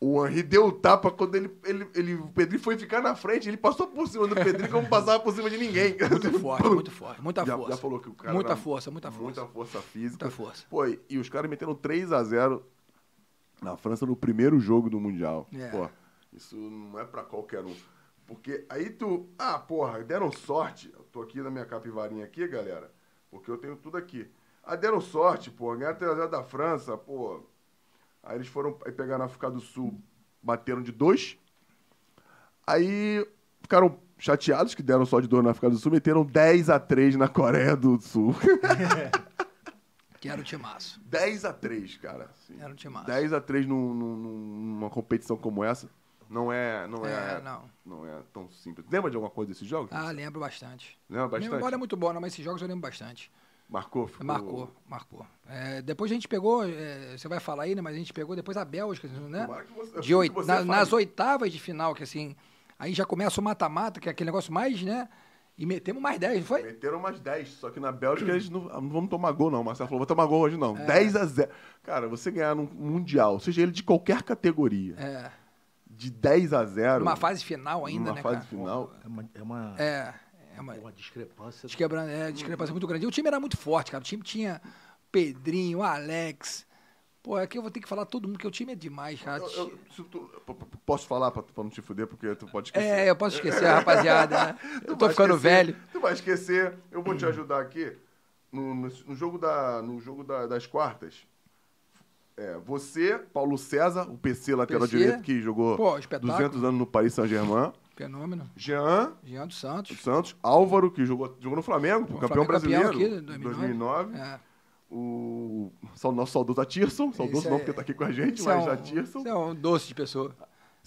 Speaker 1: O Henri deu o tapa quando ele, ele, ele- O Pedrinho foi ficar na frente, ele passou por cima do Pedrinho como passava por cima de ninguém. *laughs*
Speaker 3: Muito forte, muito forte, muita
Speaker 1: já,
Speaker 3: força.
Speaker 1: já falou que o cara
Speaker 3: muita
Speaker 1: era
Speaker 3: força, muita força.
Speaker 1: Muita força física.
Speaker 3: Muita força.
Speaker 1: Pô, e e os caras meteram 3 a 0 na França no primeiro jogo do Mundial.
Speaker 3: É.
Speaker 1: Pô, isso não é pra qualquer um. Porque aí tu. Ah, porra, deram sorte. Eu tô aqui na minha capivarinha aqui, galera. Porque eu tenho tudo aqui. Ah, deram sorte, pô. Ganharam 3x0 da França, pô. Aí eles foram aí pegar na África do Sul, bateram de dois. Aí ficaram chateados que deram só de dois na África do Sul, meteram 10 a 3 na Coreia do Sul. *laughs*
Speaker 3: Que era o timaço.
Speaker 1: 10 a 3 cara. Assim,
Speaker 3: Era um timaço.
Speaker 1: 10 a 3 num- num- num- numa competição como essa. Não é, não é,
Speaker 3: É, não.
Speaker 1: não é tão simples. Lembra de alguma coisa desses jogos?
Speaker 3: Ah, lembro bastante.
Speaker 1: Lembra
Speaker 3: Minha
Speaker 1: bastante?
Speaker 3: memória é muito boa, não, mas esses jogos eu lembro bastante.
Speaker 1: Marcou? Ficou...
Speaker 3: Marcou, marcou. É, depois a gente pegou, é, você vai falar aí, né? Mas a gente pegou depois a Bélgica, né?
Speaker 1: Tomara que você-
Speaker 3: De oit-
Speaker 1: que você
Speaker 3: na-
Speaker 1: fale.
Speaker 3: nas oitavas de final, que assim, aí já começa o mata-mata, que é aquele negócio mais, né? E metemos mais 10, não foi?
Speaker 1: Meteram umas 10, só que na Bélgica eles não, ah, não vamos tomar gol, não. O Marcelo falou, vou tomar gol hoje,
Speaker 3: É.
Speaker 1: não. 10 a 0. Cara, você ganhar num Mundial, seja ele de qualquer categoria,
Speaker 3: É.
Speaker 1: de 10 a 0.
Speaker 3: Numa fase final ainda,
Speaker 1: numa
Speaker 3: né,
Speaker 1: fase
Speaker 3: cara?
Speaker 1: final.
Speaker 2: É uma, é uma,
Speaker 3: É. É uma,
Speaker 2: é uma discrepância.
Speaker 3: Desquebra- é, discrepância muito grande. E o time era muito forte, cara. O time tinha Pedrinho, Alex. Pô, aqui eu vou ter que falar todo mundo, porque o time é demais, cara.
Speaker 1: Eu, eu- se tu- p- p- posso falar pra, pra não te fuder, porque tu pode esquecer.
Speaker 3: É, eu posso esquecer, rapaziada.
Speaker 1: *laughs*
Speaker 3: Né?
Speaker 1: Tu
Speaker 3: Eu tô
Speaker 1: vai
Speaker 3: ficando
Speaker 1: esquecer,
Speaker 3: velho. Hum.
Speaker 1: Tu vai esquecer, eu vou te ajudar aqui. No, no- no jogo, da, no jogo da- das quartas, é, você, Paulo César, o PC lateral
Speaker 3: PC,
Speaker 1: direito, que jogou
Speaker 3: pô, espetáculo.
Speaker 1: 200 anos no Paris Saint-Germain,
Speaker 3: Fenômeno.
Speaker 1: Jean,
Speaker 3: Jean dos
Speaker 1: do
Speaker 3: Santos.
Speaker 1: Santos, Álvaro, que jogou, jogou no Flamengo, pô,
Speaker 3: Pô,
Speaker 1: campeão
Speaker 3: Flamengo é campeão
Speaker 1: brasileiro,
Speaker 3: aqui, né,
Speaker 1: em
Speaker 3: 2009.
Speaker 1: 2009.
Speaker 3: É.
Speaker 1: O sal- nosso saudoso Atirson, saudoso
Speaker 3: Esse
Speaker 1: não
Speaker 3: é-
Speaker 1: porque tá aqui com a gente,
Speaker 3: Isso é
Speaker 1: mas
Speaker 3: um-
Speaker 1: Atirson.
Speaker 3: isso é um doce de pessoa.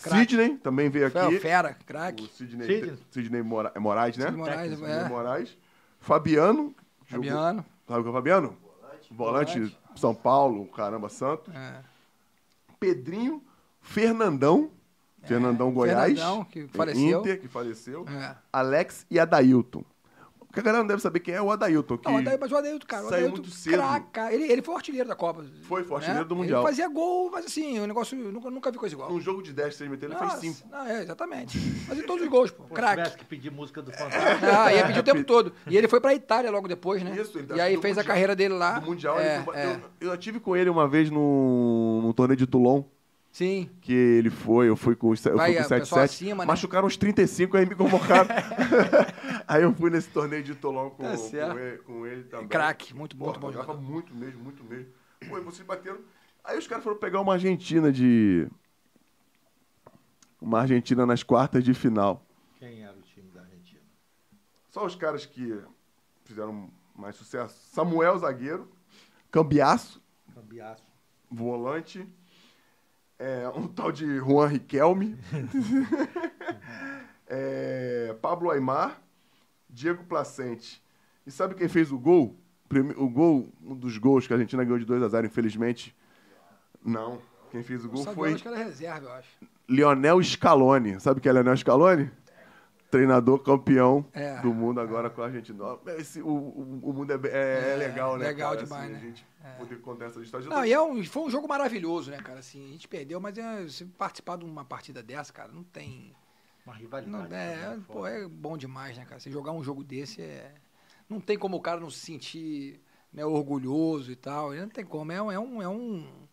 Speaker 3: craque.
Speaker 1: Sidney também veio
Speaker 3: Foi um uma
Speaker 1: aqui.
Speaker 3: fera,
Speaker 1: O
Speaker 3: craque.
Speaker 1: Sidney,
Speaker 2: Sidney.
Speaker 1: Sidney Mora- é Moraes, né?
Speaker 3: Sidney Moraes,
Speaker 1: Sidney
Speaker 3: é.
Speaker 1: Moraes. Fabiano. que jogou-
Speaker 3: Fabiano.
Speaker 1: Sabe o que é o Fabiano? Volante, São Paulo, caramba, Santos.
Speaker 3: É.
Speaker 1: Pedrinho, Fernandão. Fernandão Goiás.
Speaker 3: É,
Speaker 1: É,
Speaker 3: Fernandão, que faleceu.
Speaker 1: Inter, que faleceu.
Speaker 3: É.
Speaker 1: Alex e Adailton. Porque a galera não deve saber quem é o Adailton. Que
Speaker 3: Não, o Adair, mas o Adair, cara, o
Speaker 1: saiu
Speaker 3: Adair,
Speaker 1: muito cedo.
Speaker 3: craca. Ele, ele foi o artilheiro da Copa. Né?
Speaker 1: Foi, foi o artilheiro do Mundial.
Speaker 3: Ele fazia gol, mas assim, o negócio, eu nunca, nunca vi coisa igual.
Speaker 1: Num jogo de 10, 3 metros, ele fez
Speaker 3: é Nossa,
Speaker 1: 5.
Speaker 3: não, é, exatamente. Mas em todos os gols, pô.
Speaker 2: Pô, se
Speaker 3: Craque.
Speaker 2: tivesse que pedir música do Fantástico.
Speaker 3: *laughs* Ah, ia pedir o tempo todo. E ele foi pra Itália logo depois, né?
Speaker 1: Isso, ele tá-
Speaker 3: E aí
Speaker 1: do
Speaker 3: fez a
Speaker 1: Mundial-
Speaker 3: carreira dele lá.
Speaker 1: No Mundial,
Speaker 3: é,
Speaker 1: ele foi-
Speaker 3: é.
Speaker 1: eu, eu tive com ele uma vez no, no torneio de Toulon.
Speaker 3: Sim.
Speaker 1: que ele foi, eu fui com os, eu
Speaker 3: Vai,
Speaker 1: fui com
Speaker 3: é,
Speaker 1: os
Speaker 3: o pessoal
Speaker 1: 77.
Speaker 3: acima, né?
Speaker 1: Machucaram uns 35, aí me convocaram. *laughs* aí eu fui nesse torneio de Tolão com,
Speaker 3: Tá
Speaker 1: com
Speaker 3: certo.
Speaker 1: ele, com ele também.
Speaker 3: Craque, muito,
Speaker 1: Pô,
Speaker 3: muito bom
Speaker 1: Jogava
Speaker 3: jogador.
Speaker 1: muito mesmo, muito mesmo. Pô, e vocês bateram. Aí os caras foram pegar uma Argentina de. Uma Argentina nas quartas de final.
Speaker 2: Quem era o time da Argentina?
Speaker 1: Só os caras que fizeram mais sucesso. Samuel Zagueiro, Cambiaço,
Speaker 2: Cambiaço.
Speaker 1: volante. É, um *laughs* tal de Juan Riquelme. *laughs* É, Pablo Aymar. Diego Placente. E sabe quem fez o gol? Prime- O gol, um dos gols que a Argentina ganhou de 2 a 0 infelizmente. Não. Quem fez o gol
Speaker 3: Sabe, eu
Speaker 1: foi
Speaker 3: acho que era reserva, eu acho.
Speaker 1: Lionel Scaloni. Sabe quem é Lionel Scaloni? Treinador campeão
Speaker 3: É.
Speaker 1: do mundo agora com a Argentina. Esse- o, o- o mundo é, be- é- é
Speaker 3: É,
Speaker 1: legal, né?
Speaker 3: legal
Speaker 1: cara?
Speaker 3: demais, né?
Speaker 1: A gente poder contar essa história.
Speaker 3: Não, e é um, foi um jogo maravilhoso, né, cara? Assim, a gente perdeu, mas é, você participar de uma partida dessa, cara, não tem.
Speaker 2: Uma rivalidade. né,
Speaker 3: Não, é,
Speaker 2: também,
Speaker 3: pô, é bom demais, né, cara? Você jogar um jogo desse é. Não tem como o cara não se sentir né, orgulhoso e tal. Não tem como. É, um- é um. É um.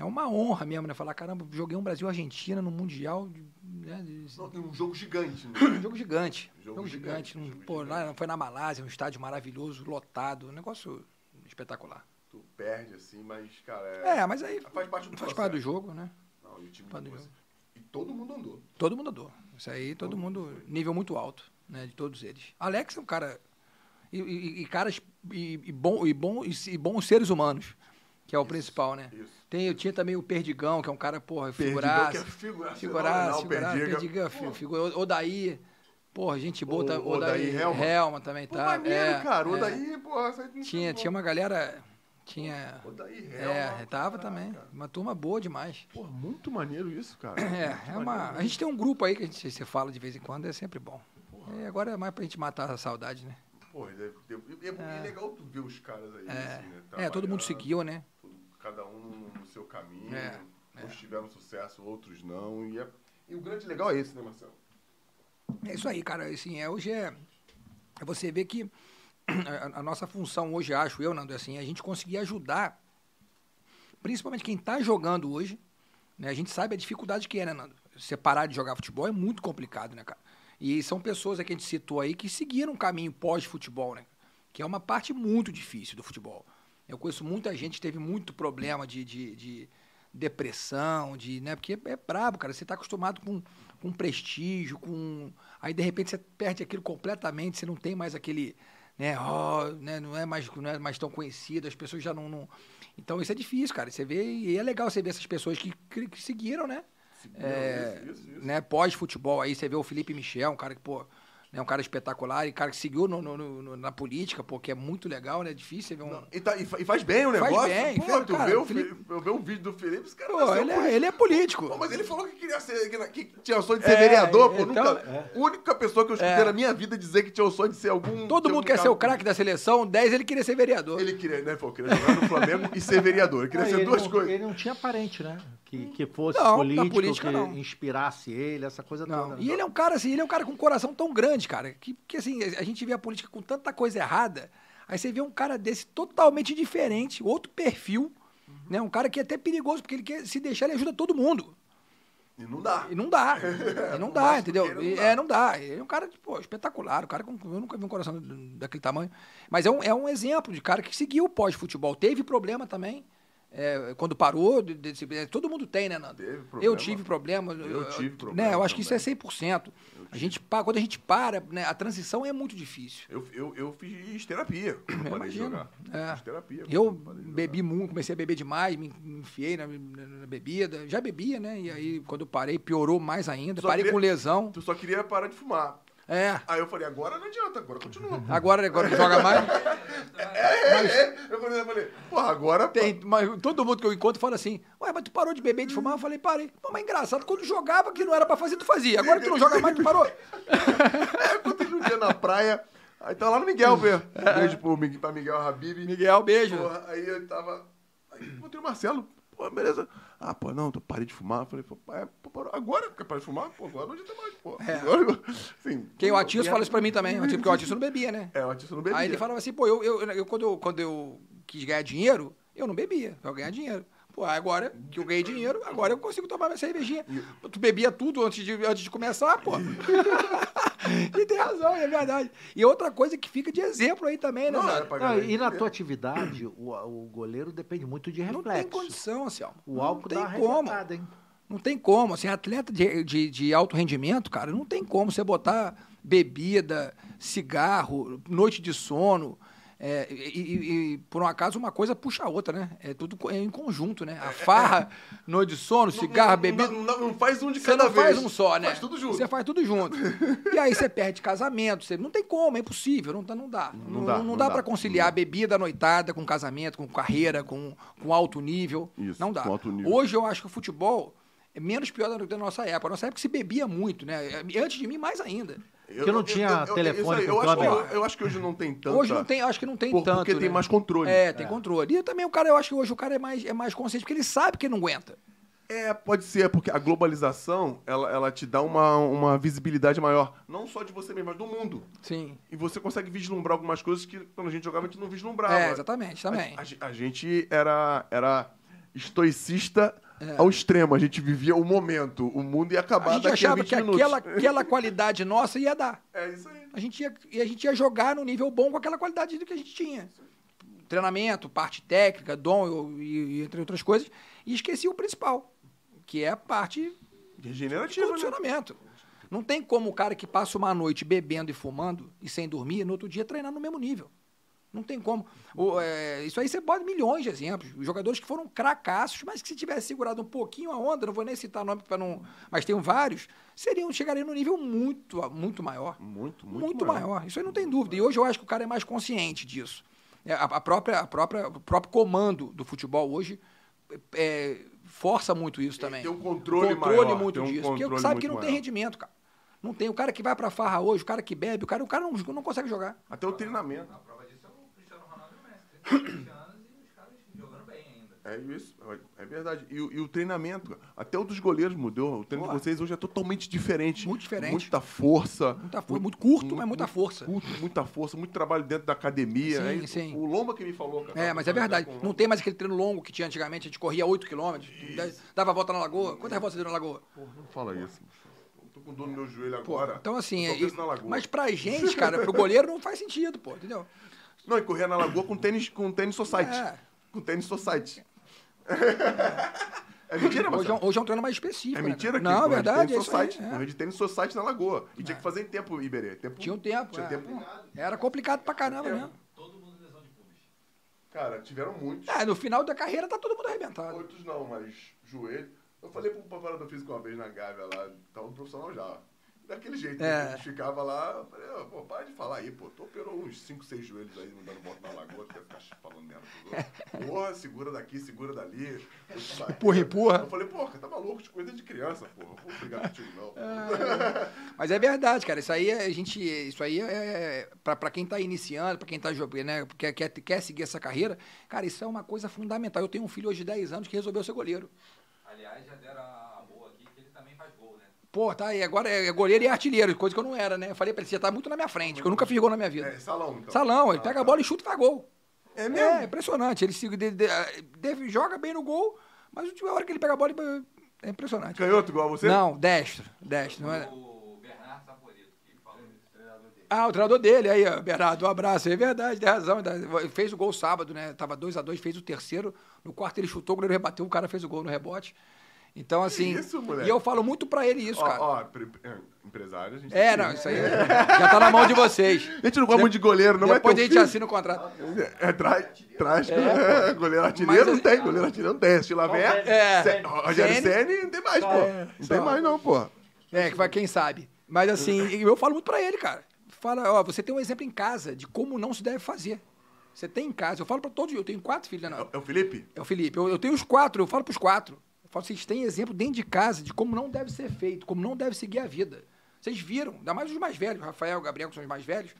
Speaker 3: É uma honra mesmo, né? Falar, caramba, joguei um Brasil-Argentina no Mundial. de- né, de-
Speaker 1: Não, tem um jogo gigante, *coughs* né?
Speaker 3: um jogo gigante.
Speaker 1: Jogo
Speaker 3: Jogo,
Speaker 1: gigante,
Speaker 3: gigante. Um- pô, lá- foi na Malásia, um estádio maravilhoso, lotado. Um negócio espetacular.
Speaker 1: Tu perde, assim, mas, cara, é. Tá
Speaker 3: É, mas aí
Speaker 1: Faz parte do
Speaker 3: faz
Speaker 1: processo.
Speaker 3: parte do jogo, né?
Speaker 1: Não, e o time
Speaker 3: Faz do
Speaker 1: você- E todo mundo andou.
Speaker 3: Todo mundo andou. Isso aí, todo mundo, nível muito alto, né? De todos eles. Alex é um cara. E, e- e caras. E, e bom, e, bom, e, se- e bons seres humanos, que é o principal, né?
Speaker 1: isso.
Speaker 3: Tem, eu tinha também o Perdigão, que é um cara, porra,
Speaker 1: Perdigão,
Speaker 3: figuraça.
Speaker 1: que é figuraça fenomenal,
Speaker 3: Figuraça, figuraça.
Speaker 1: Perdiga.
Speaker 3: Perdigão,
Speaker 1: Pô.
Speaker 3: figura. Odaí. Porra, gente boa.
Speaker 1: O-
Speaker 3: tá-
Speaker 1: Odaí
Speaker 3: Odaí
Speaker 1: Helma.
Speaker 3: Helma também,
Speaker 1: Pô,
Speaker 3: tá?
Speaker 1: maneiro,
Speaker 3: É,
Speaker 1: cara. O
Speaker 3: é.
Speaker 1: daí, porra, sai de
Speaker 3: Tinha, tinha uma galera. Tinha.
Speaker 1: O daí,
Speaker 3: É, tava também. Uma turma boa demais.
Speaker 1: Porra, muito maneiro isso, cara.
Speaker 3: *coughs* É, é uma, a gente tem um grupo aí que a gente se fala de vez em quando, é sempre bom. E agora é mais pra gente matar a saudade, né?
Speaker 1: Porra, deve ter... e, é, legal tu ver os caras aí,
Speaker 3: É,
Speaker 1: assim, né?
Speaker 3: é, todo mundo
Speaker 1: trabalhando,
Speaker 3: seguiu, né?
Speaker 1: todo- cada um no, no seu caminho.
Speaker 3: É,
Speaker 1: Uns tiveram sucesso, outros não. E, é- e o grande legal é esse, né, Marcelo?
Speaker 3: É isso aí, cara. Assim, é, hoje é, é você ver que *clears throat* a, a nossa função hoje, acho eu, Nando, é assim, é a gente conseguir ajudar, principalmente quem está jogando hoje, né? A gente sabe a dificuldade que é, né, Nando? Você parar de jogar futebol é muito complicado, né, cara? E são pessoas aí que a gente citou aí que seguiram um caminho pós-futebol, né? Que é uma parte muito difícil do futebol. Eu conheço muita gente que teve muito problema de, de- de depressão, de, né? Porque é brabo, cara. Você está acostumado com, com prestígio, com. Aí, de repente, você perde aquilo completamente, você não tem mais aquele. Né, ó, né, não, é mais, não é mais tão conhecido, as pessoas já não, não- Então isso é difícil, cara. Você vê, e é legal você ver essas pessoas que, que- que seguiram, né? É, né, pós-futebol aí, você vê o Felipe Michel, um cara que, pô, né, um cara espetacular e cara que seguiu no- no- no- na política, pô, que é muito legal, né? Difícil você ver um.
Speaker 1: E, tá- e fa- e faz bem o
Speaker 3: Faz
Speaker 1: negócio.
Speaker 3: bem,
Speaker 1: Pô,
Speaker 3: fez-
Speaker 1: tu
Speaker 3: cara,
Speaker 1: vê o
Speaker 3: o Felipe-
Speaker 1: Felipe- eu vi um vídeo do Felipe, esse cara
Speaker 3: Pô,
Speaker 1: nasceu
Speaker 3: ele,
Speaker 1: político.
Speaker 3: é, ele é político.
Speaker 1: Pô, mas ele falou que queria ser. que na- Que tinha o sonho de ser
Speaker 3: É,
Speaker 1: vereador, pô.
Speaker 3: então- É.
Speaker 1: nunca. Única pessoa que eu escutei na minha vida dizer que tinha o sonho de ser algum.
Speaker 3: Todo
Speaker 1: de algum
Speaker 3: mundo quer
Speaker 1: cargo.
Speaker 3: ser o craque da seleção, 10 ele queria ser vereador.
Speaker 1: Ele queria, né? Falou, queria jogar no Flamengo e ser vereador.
Speaker 3: é,
Speaker 1: Ele queria
Speaker 2: Ah,
Speaker 1: ser
Speaker 2: ele
Speaker 1: duas
Speaker 2: não,
Speaker 1: coisas.
Speaker 2: Ele não tinha parente, né? Que, que fosse
Speaker 3: Não, na
Speaker 2: político,
Speaker 3: política,
Speaker 2: que
Speaker 3: não.
Speaker 2: inspirasse ele, essa coisa toda.
Speaker 3: Não.
Speaker 2: né?
Speaker 3: E ele é um cara assim, ele é um cara com um coração tão grande, cara, que, que assim, a gente vê a política com tanta coisa errada, aí você vê um cara desse totalmente diferente, outro perfil, né? Um cara que é até perigoso, porque ele quer se deixar, ele ajuda todo mundo.
Speaker 1: E não dá.
Speaker 3: E não dá. E não
Speaker 1: Mas
Speaker 3: dá,
Speaker 1: *laughs* não
Speaker 3: entendeu?
Speaker 1: queira, não
Speaker 3: E-
Speaker 1: dá.
Speaker 3: É, não dá. Ele é um cara, pô, espetacular. Um cara com, eu nunca vi um coração daquele tamanho. Mas é um, é um exemplo de cara que seguiu o pós-futebol. Teve problema também. é, quando parou, de- de- de- todo mundo tem, né, Nando?
Speaker 1: Teve problema.
Speaker 3: Eu tive problema. Eu,
Speaker 1: tive
Speaker 3: né,
Speaker 1: problema
Speaker 3: eu acho que isso é
Speaker 1: também.
Speaker 3: 100%. A gente, pa- quando a gente para, né, a transição é muito difícil.
Speaker 1: Eu, eu, eu fiz
Speaker 3: *clears throat*
Speaker 1: terapia. Não parei
Speaker 3: imagino.
Speaker 1: de jogar.
Speaker 3: É.
Speaker 1: Fiz terapia.
Speaker 3: Eu
Speaker 1: não parei de jogar.
Speaker 3: bebi muito, comecei a beber demais, me me enfiei na, na- na bebida. Já bebia, né? E aí, quando eu parei, piorou mais ainda.
Speaker 1: Só
Speaker 3: parei
Speaker 1: queria-
Speaker 3: com lesão.
Speaker 1: Tu só queria parar de fumar.
Speaker 3: É.
Speaker 1: Aí eu falei, agora não adianta, agora continua.
Speaker 3: *laughs*
Speaker 1: É,
Speaker 3: Agora, agora que joga mais.
Speaker 1: Eu falei, eu falei, porra, agora.
Speaker 3: Tem, mas todo mundo que eu encontro fala assim: Ué, mas tu parou de beber e de fumar? Eu falei: Parei. Pô, mas engraçado, quando jogava que não era pra fazer, tu fazia. Agora que tu não joga mais, tu parou.
Speaker 1: Eu encontrei um dia na praia. Aí tá lá no Miguel, ver. Beijo pro, Mi- pra Miguel Habib.
Speaker 3: Miguel, beijo.
Speaker 1: Porra, aí eu tava. Aí encontrei o Marcelo. Pô, beleza. Ah, pô, não, tô parei de fumar. Eu Falei, pô, pai, pô, parou. agora que eu parei de fumar? Pô, agora não adianta mais, pô. Agora, assim,
Speaker 3: É. Quem o
Speaker 1: pô,
Speaker 3: Atilson fala isso pra mim também. O Atilson- Porque o Atilson não bebia, né?
Speaker 1: É, o Atilson não bebia.
Speaker 3: Aí ele falava assim: Pô, eu, eu, eu- quando, eu, quando eu quis ganhar dinheiro, eu não bebia, eu ganhar dinheiro. Pô, agora que eu ganhei dinheiro, agora eu consigo tomar minha cervejinha. Tu bebia tudo antes de, antes de começar,
Speaker 1: *laughs*
Speaker 3: pô. e tem razão, é verdade. E outra coisa que fica de exemplo aí também, né?
Speaker 1: Não,
Speaker 3: Zé?
Speaker 1: era pra
Speaker 2: Não,
Speaker 1: galera.
Speaker 2: e na tua atividade, o, o goleiro depende muito de
Speaker 3: Não
Speaker 2: reflexo.
Speaker 3: tem condição, Anselmo.
Speaker 2: O álcool
Speaker 3: não
Speaker 2: dá
Speaker 3: tem
Speaker 2: uma
Speaker 3: como.
Speaker 2: arrebentada, hein?
Speaker 3: Não tem como. Assim, atleta de, de, de alto rendimento, cara, não tem como você botar bebida, cigarro, noite de sono. é, e, e- e, por um acaso uma coisa puxa a outra, né? É tudo co- é em conjunto, né?
Speaker 2: *laughs*
Speaker 3: A farra, noite de sono,
Speaker 1: Não-
Speaker 3: cigarro,
Speaker 1: não-
Speaker 3: bebida.
Speaker 1: Não, não- não faz um de
Speaker 3: Você
Speaker 1: cada
Speaker 3: não faz
Speaker 1: vez.
Speaker 3: um só, né?
Speaker 1: Faz tudo junto.
Speaker 3: Você faz tudo
Speaker 1: *laughs*
Speaker 3: junto. E aí você perde casamento, você não tem como, é impossível, não, dá- não dá. Não,
Speaker 1: dá,
Speaker 3: não
Speaker 1: não
Speaker 3: dá
Speaker 1: dá.
Speaker 3: para conciliar bebida à noitada com casamento, com carreira, com, com alto nível.
Speaker 1: Isso,
Speaker 3: não dá.
Speaker 1: com alto nível.
Speaker 3: Hoje eu acho que o futebol é menos pior do que da nossa época. A nossa época se bebia muito, né? E Antes de mim, mais ainda.
Speaker 1: Eu,
Speaker 2: Porque não tinha
Speaker 1: isso
Speaker 2: telefone
Speaker 1: aí,
Speaker 2: com
Speaker 1: eu, acho que,
Speaker 2: câmera.
Speaker 1: eu, eu acho que hoje não tem tanto.
Speaker 3: Hoje não tem, eu acho que não tem
Speaker 1: Por-
Speaker 3: tanto.
Speaker 1: porque tem
Speaker 3: né?
Speaker 1: mais controle.
Speaker 3: É, tem controle. E também o cara, eu acho que hoje o cara é mais, é mais consciente, porque ele sabe que ele não aguenta.
Speaker 1: É, pode ser, porque a globalização, ela, ela te dá uma, uma visibilidade maior. Não só de você mesmo, mas do mundo.
Speaker 3: Sim.
Speaker 1: E você consegue vislumbrar algumas coisas que quando a gente jogava a gente não vislumbrava.
Speaker 3: É, exatamente, também.
Speaker 1: A, a ge- a gente era, era estoicista ao extremo. A gente vivia o momento, o mundo ia acabar
Speaker 3: É. A gente
Speaker 1: daqui a
Speaker 3: achava
Speaker 1: 20
Speaker 3: que
Speaker 1: minutos.
Speaker 3: aquela, aquela qualidade nossa ia dar.
Speaker 1: É isso aí.
Speaker 3: A gente, ia, e a gente ia jogar no nível bom com aquela qualidade do que a gente tinha. Treinamento, parte técnica, dom, eu- e, e entre outras coisas. E esqueci o principal, que é a parte de
Speaker 1: Regenerativo, né?
Speaker 3: condicionamento. Não tem como o cara que passa uma noite bebendo e fumando e sem dormir, no outro dia treinar no mesmo nível. Não tem como. O, é, isso aí você bota milhões de exemplos. Jogadores que foram cracassos, mas que se tivesse segurado um pouquinho a onda, não vou nem citar nome para não. Mas tem vários, seriam, chegariam num nível muito, muito maior
Speaker 1: Muito, muito,
Speaker 3: muito, maior. Isso aí não tem dúvida. E hoje eu acho que o cara é mais consciente disso. É, A, a própria, a própria, o próprio comando do futebol hoje é, força muito isso também.
Speaker 1: tem um controle maior,
Speaker 3: muito
Speaker 1: tem um
Speaker 3: disso. porque
Speaker 1: controle
Speaker 3: sabe que não
Speaker 1: muito
Speaker 3: tem
Speaker 1: maior.
Speaker 3: rendimento, cara. Não tem. O cara que vai pra farra hoje, o cara que bebe, o cara, o cara não, não consegue jogar.
Speaker 1: Até o treinamento.
Speaker 5: A prova disso é o Cristiano Ronaldo e o Messi.
Speaker 3: *coughs*
Speaker 5: 37 anos e os caras jogando bem ainda.
Speaker 1: É isso, é é verdade. E, o- e o treinamento, cara. até o dos goleiros mudou. O treino
Speaker 3: Porra.
Speaker 1: de vocês hoje é totalmente diferente.
Speaker 3: Muito diferente.
Speaker 1: Muita força.
Speaker 3: Muita força, muito curto, mas muita força.
Speaker 1: curto, muita força, muito trabalho dentro da academia.
Speaker 3: Sim,
Speaker 1: né? E
Speaker 3: sim.
Speaker 1: O Lomba que me falou, cara.
Speaker 3: É, mas é verdade.
Speaker 1: Com-
Speaker 3: Não tem mais aquele treino longo que tinha antigamente. A gente corria 8 km, dava a volta na lagoa. Quantas voltas você deu na lagoa?
Speaker 1: Porra, não fala isso. Eu tô com dor no meu joelho
Speaker 3: Pô,
Speaker 1: agora.
Speaker 3: então assim,
Speaker 1: Eu só
Speaker 3: é-
Speaker 1: penso na lagoa.
Speaker 3: mas pra
Speaker 1: *laughs*
Speaker 3: gente, cara, pro goleiro não faz sentido, pô, entendeu?
Speaker 1: Não, e correr na lagoa com tênis, com tênis society.
Speaker 3: É.
Speaker 1: Com tênis society. *laughs* É mentira,
Speaker 3: Hoje é,
Speaker 1: Marcelo?
Speaker 3: um- hoje é um treino mais específico.
Speaker 1: É
Speaker 3: né,
Speaker 1: mentira
Speaker 3: cara?
Speaker 1: que
Speaker 3: Não, é
Speaker 1: correr de
Speaker 3: verdade. É
Speaker 1: tênis
Speaker 3: isso aí,
Speaker 1: society. né?
Speaker 3: é.
Speaker 1: Correr de tênis society na lagoa. E tinha que fazer em tempo, Iberê. Tempo,
Speaker 3: Tinha um tempo.
Speaker 1: Tinha
Speaker 3: é.
Speaker 1: tempo.
Speaker 3: Era complicado pra caramba mesmo.
Speaker 5: Todo mundo lesão de pubis.
Speaker 1: Cara, tiveram muitos.
Speaker 3: É, no final da carreira tá todo mundo arrebentado.
Speaker 1: Outros não, mas joelho. Eu falei pro preparador físico uma vez na Gávea lá, tava um profissional já. Daquele jeito,
Speaker 3: É.
Speaker 1: né? a gente ficava lá, eu falei, "Ô, pô, para de falar aí, pô. Tu operou uns 5, 6 joelhos aí, mandando bota na lagoa, tu quer ficar falando merda pros
Speaker 3: *laughs*
Speaker 1: outros. Porra, segura daqui, segura dali.
Speaker 3: Empurra, empurra.
Speaker 1: Eu falei, porra, tá maluco, de coisa de criança, porra. Não vou brigar contigo, não. pô."
Speaker 3: Mas é verdade, cara. Isso aí é- a gente. Isso aí é. Pra, pra quem tá iniciando, pra quem tá jogando, né? Quer, quer, quer seguir essa carreira, cara, isso é uma coisa fundamental. Eu tenho um filho hoje de 10 anos que resolveu ser goleiro.
Speaker 5: Aliás, já deram a boa aqui que ele também faz gol, né?
Speaker 3: Pô, tá aí. Agora é goleiro e artilheiro, coisa que eu não era, né? Eu falei pra ele, você tá muito na minha frente, que eu nunca fiz gol na minha vida.
Speaker 1: É, salão, então.
Speaker 3: Salão, ele
Speaker 1: Ah,
Speaker 3: pega
Speaker 1: tá.
Speaker 3: a bola e chuta e faz gol.
Speaker 1: É mesmo?
Speaker 3: impressionante. Ele se, de- de- deve- joga bem no gol, mas a hora que ele pega a bola, ele- é impressionante.
Speaker 1: Canhoto igual a você?
Speaker 3: Não, destro, destro. Não é...
Speaker 5: O Bernardo Saporito, que falou isso, é treinador dele.
Speaker 3: Ah, o treinador dele, aí, ó, Bernardo, um abraço. É verdade, tem razão. Ele Fez o gol sábado, né? Tava 2 a 2 fez o terceiro. No quarto ele chutou, o goleiro rebateu, o cara fez o gol no rebote. Então, assim.
Speaker 1: isso, moleque?
Speaker 3: e eu falo muito pra ele isso,
Speaker 1: ó,
Speaker 3: cara.
Speaker 1: ó, pre- é, empresário, a gente.
Speaker 3: É, não, isso aí já tá na mão de vocês.
Speaker 1: um A gente não gosta muito de goleiro, não, mas
Speaker 3: Depois a
Speaker 1: teu
Speaker 3: gente
Speaker 1: filho-
Speaker 3: assina o contrato.
Speaker 1: É, traz, traz. *laughs* goleiro artilheiro
Speaker 3: Mas-
Speaker 1: não tem, goleiro artilheiro não tem. Estilavé,
Speaker 3: É.
Speaker 1: Ceni- Rogério
Speaker 3: Ceni-
Speaker 1: Senni, não tem mais, pô. Não tem
Speaker 3: só.
Speaker 1: mais, não, pô.
Speaker 3: É, que vai, quem sabe. Mas assim, eu falo muito pra ele, cara. Fala, ó, você tem um exemplo em casa de como não se deve fazer. Você tem em casa. Eu falo pra todos, eu tenho quatro filhos, né? Não.
Speaker 1: É o Felipe?
Speaker 3: É o Felipe. Eu, eu tenho os quatro, eu falo pros quatro. Eu falo, vocês têm exemplo dentro de casa de como não deve ser feito, como não deve seguir a vida. Vocês viram, ainda mais os mais velhos, Rafael, Gabriel, que são os mais velhos.